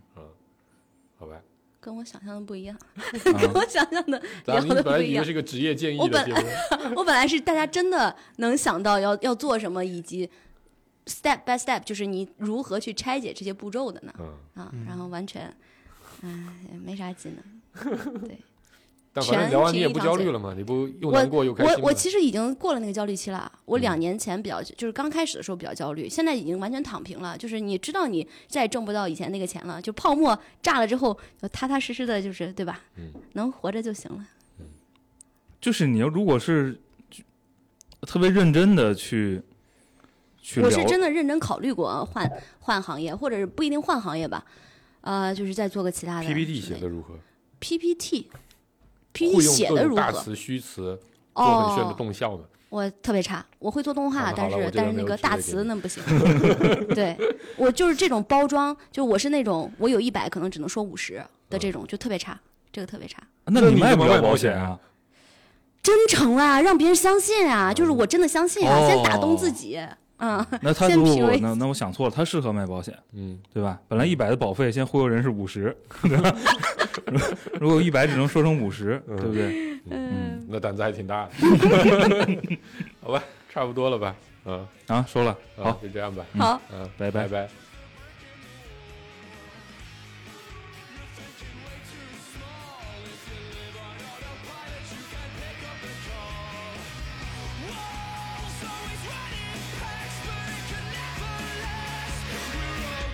Speaker 4: 好吧？
Speaker 5: 跟我想象的不一样，
Speaker 6: 啊
Speaker 5: 跟我想象的
Speaker 4: 咱
Speaker 5: 聊
Speaker 4: 们
Speaker 5: 的
Speaker 4: 本
Speaker 5: 不
Speaker 4: 来
Speaker 5: 一
Speaker 4: 以为
Speaker 5: 样
Speaker 4: 是。个职业建议
Speaker 5: 我
Speaker 4: 的
Speaker 5: 本
Speaker 4: 节目，
Speaker 5: 我本来是大家真的能想到要要做什么，以及 step by step，就是你如何去拆解这些步骤的呢？
Speaker 4: 嗯，
Speaker 5: 啊，然后完全，哎，也没啥技能。
Speaker 4: 但反正
Speaker 5: 全
Speaker 4: 聊完你
Speaker 5: 凭
Speaker 4: 也
Speaker 5: 一
Speaker 4: 不
Speaker 5: 张
Speaker 4: 焦
Speaker 5: 嘴
Speaker 4: 虑了嘛，你不又
Speaker 5: 我
Speaker 4: 难过又开
Speaker 5: 我
Speaker 4: 心
Speaker 5: 我
Speaker 4: 了，
Speaker 5: 其实已经过了那个焦虑期了，我
Speaker 4: 嗯
Speaker 5: 两年前比较就是刚开始的时候比较焦虑，现在已经完全躺平了。就是你知道你再也挣不到以前那个钱了，就泡沫炸了之后，就踏踏实实的，就是对吧？
Speaker 4: 嗯
Speaker 5: 能活着就行了。
Speaker 6: 就是你要如果是特别认真的去去
Speaker 5: 我
Speaker 6: 聊
Speaker 5: 是，真的认真考虑过啊换换行业，或者是不一定换行业吧，呃，就是再做个其他的
Speaker 4: PPT
Speaker 5: 之类
Speaker 4: 写的如何？
Speaker 5: PPT。
Speaker 4: 会
Speaker 5: PPT
Speaker 4: 用
Speaker 5: 写
Speaker 4: 各
Speaker 5: 的
Speaker 4: 种
Speaker 5: 如
Speaker 4: 大
Speaker 5: 何？
Speaker 4: 词虚词做很炫的
Speaker 5: 哦，
Speaker 4: 动效嘛？
Speaker 5: 我特别差，我会做动
Speaker 4: 好
Speaker 5: 画，
Speaker 4: 了
Speaker 5: 但
Speaker 4: 好了我
Speaker 5: 是
Speaker 4: 这
Speaker 5: 但
Speaker 4: 边没
Speaker 5: 是那
Speaker 4: 有
Speaker 5: 个
Speaker 4: 职
Speaker 5: 大
Speaker 4: 业
Speaker 5: 词
Speaker 4: 给你
Speaker 5: 那不行。 对我就是这种包装，就我是那种我有一百可能只能说五十的这
Speaker 4: 嗯
Speaker 5: 种，就特别差，这个特别差。
Speaker 6: 那
Speaker 4: 那
Speaker 6: 你
Speaker 4: 你
Speaker 6: 卖
Speaker 4: 怎
Speaker 6: 不
Speaker 4: 么
Speaker 6: 了
Speaker 4: 卖
Speaker 6: 保
Speaker 4: 保
Speaker 6: 险
Speaker 4: 险
Speaker 6: 啊？
Speaker 5: 真诚啊，让别人相信啊，就是
Speaker 4: 嗯
Speaker 5: 我真的相信啊，
Speaker 6: 哦
Speaker 5: 先打动自己。嗯，
Speaker 6: 那他
Speaker 5: 先
Speaker 6: 如
Speaker 5: 评
Speaker 6: 果
Speaker 5: 为
Speaker 6: 那那我想错了，他适合卖保险，
Speaker 4: 嗯，
Speaker 6: 对吧？本来一百的保费，先忽悠人是五十， 如果一百只能说成五十，对不对？嗯
Speaker 4: 那胆子还挺大的， 好吧，差不多了吧？嗯，
Speaker 6: 啊，说了，
Speaker 4: 嗯
Speaker 6: 好，
Speaker 4: 就这样吧，
Speaker 5: 好，
Speaker 4: 嗯，
Speaker 6: 拜拜
Speaker 4: 拜拜。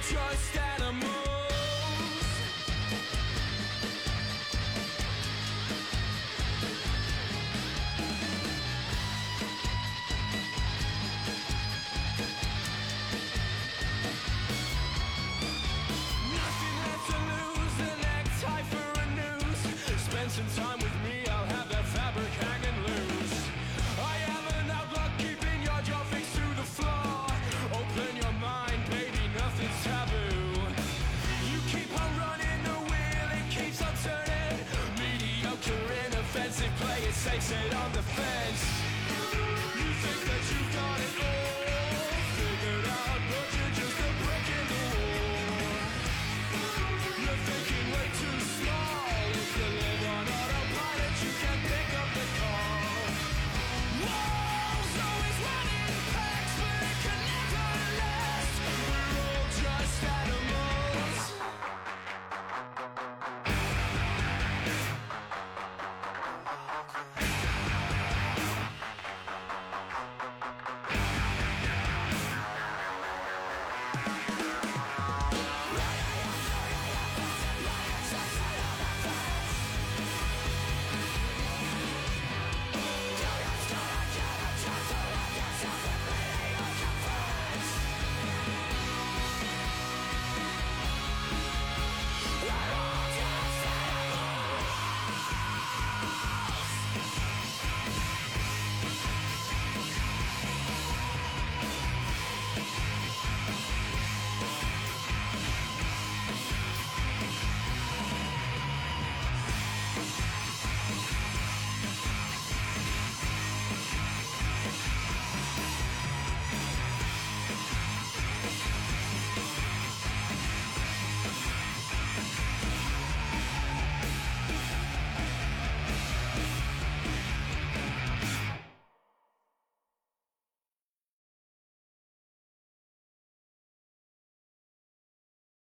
Speaker 2: Just animals. Nothing left to lose, the next type for a news. Spend some time with me, I'll have that fabric hanging loose. I have an outlook, keeping your jaw fixed to the floor. Open your mind, baby, nothing's taboo. You keep on running the wheel, it keeps on turning. Mediocre and offensive players takes it on the fence.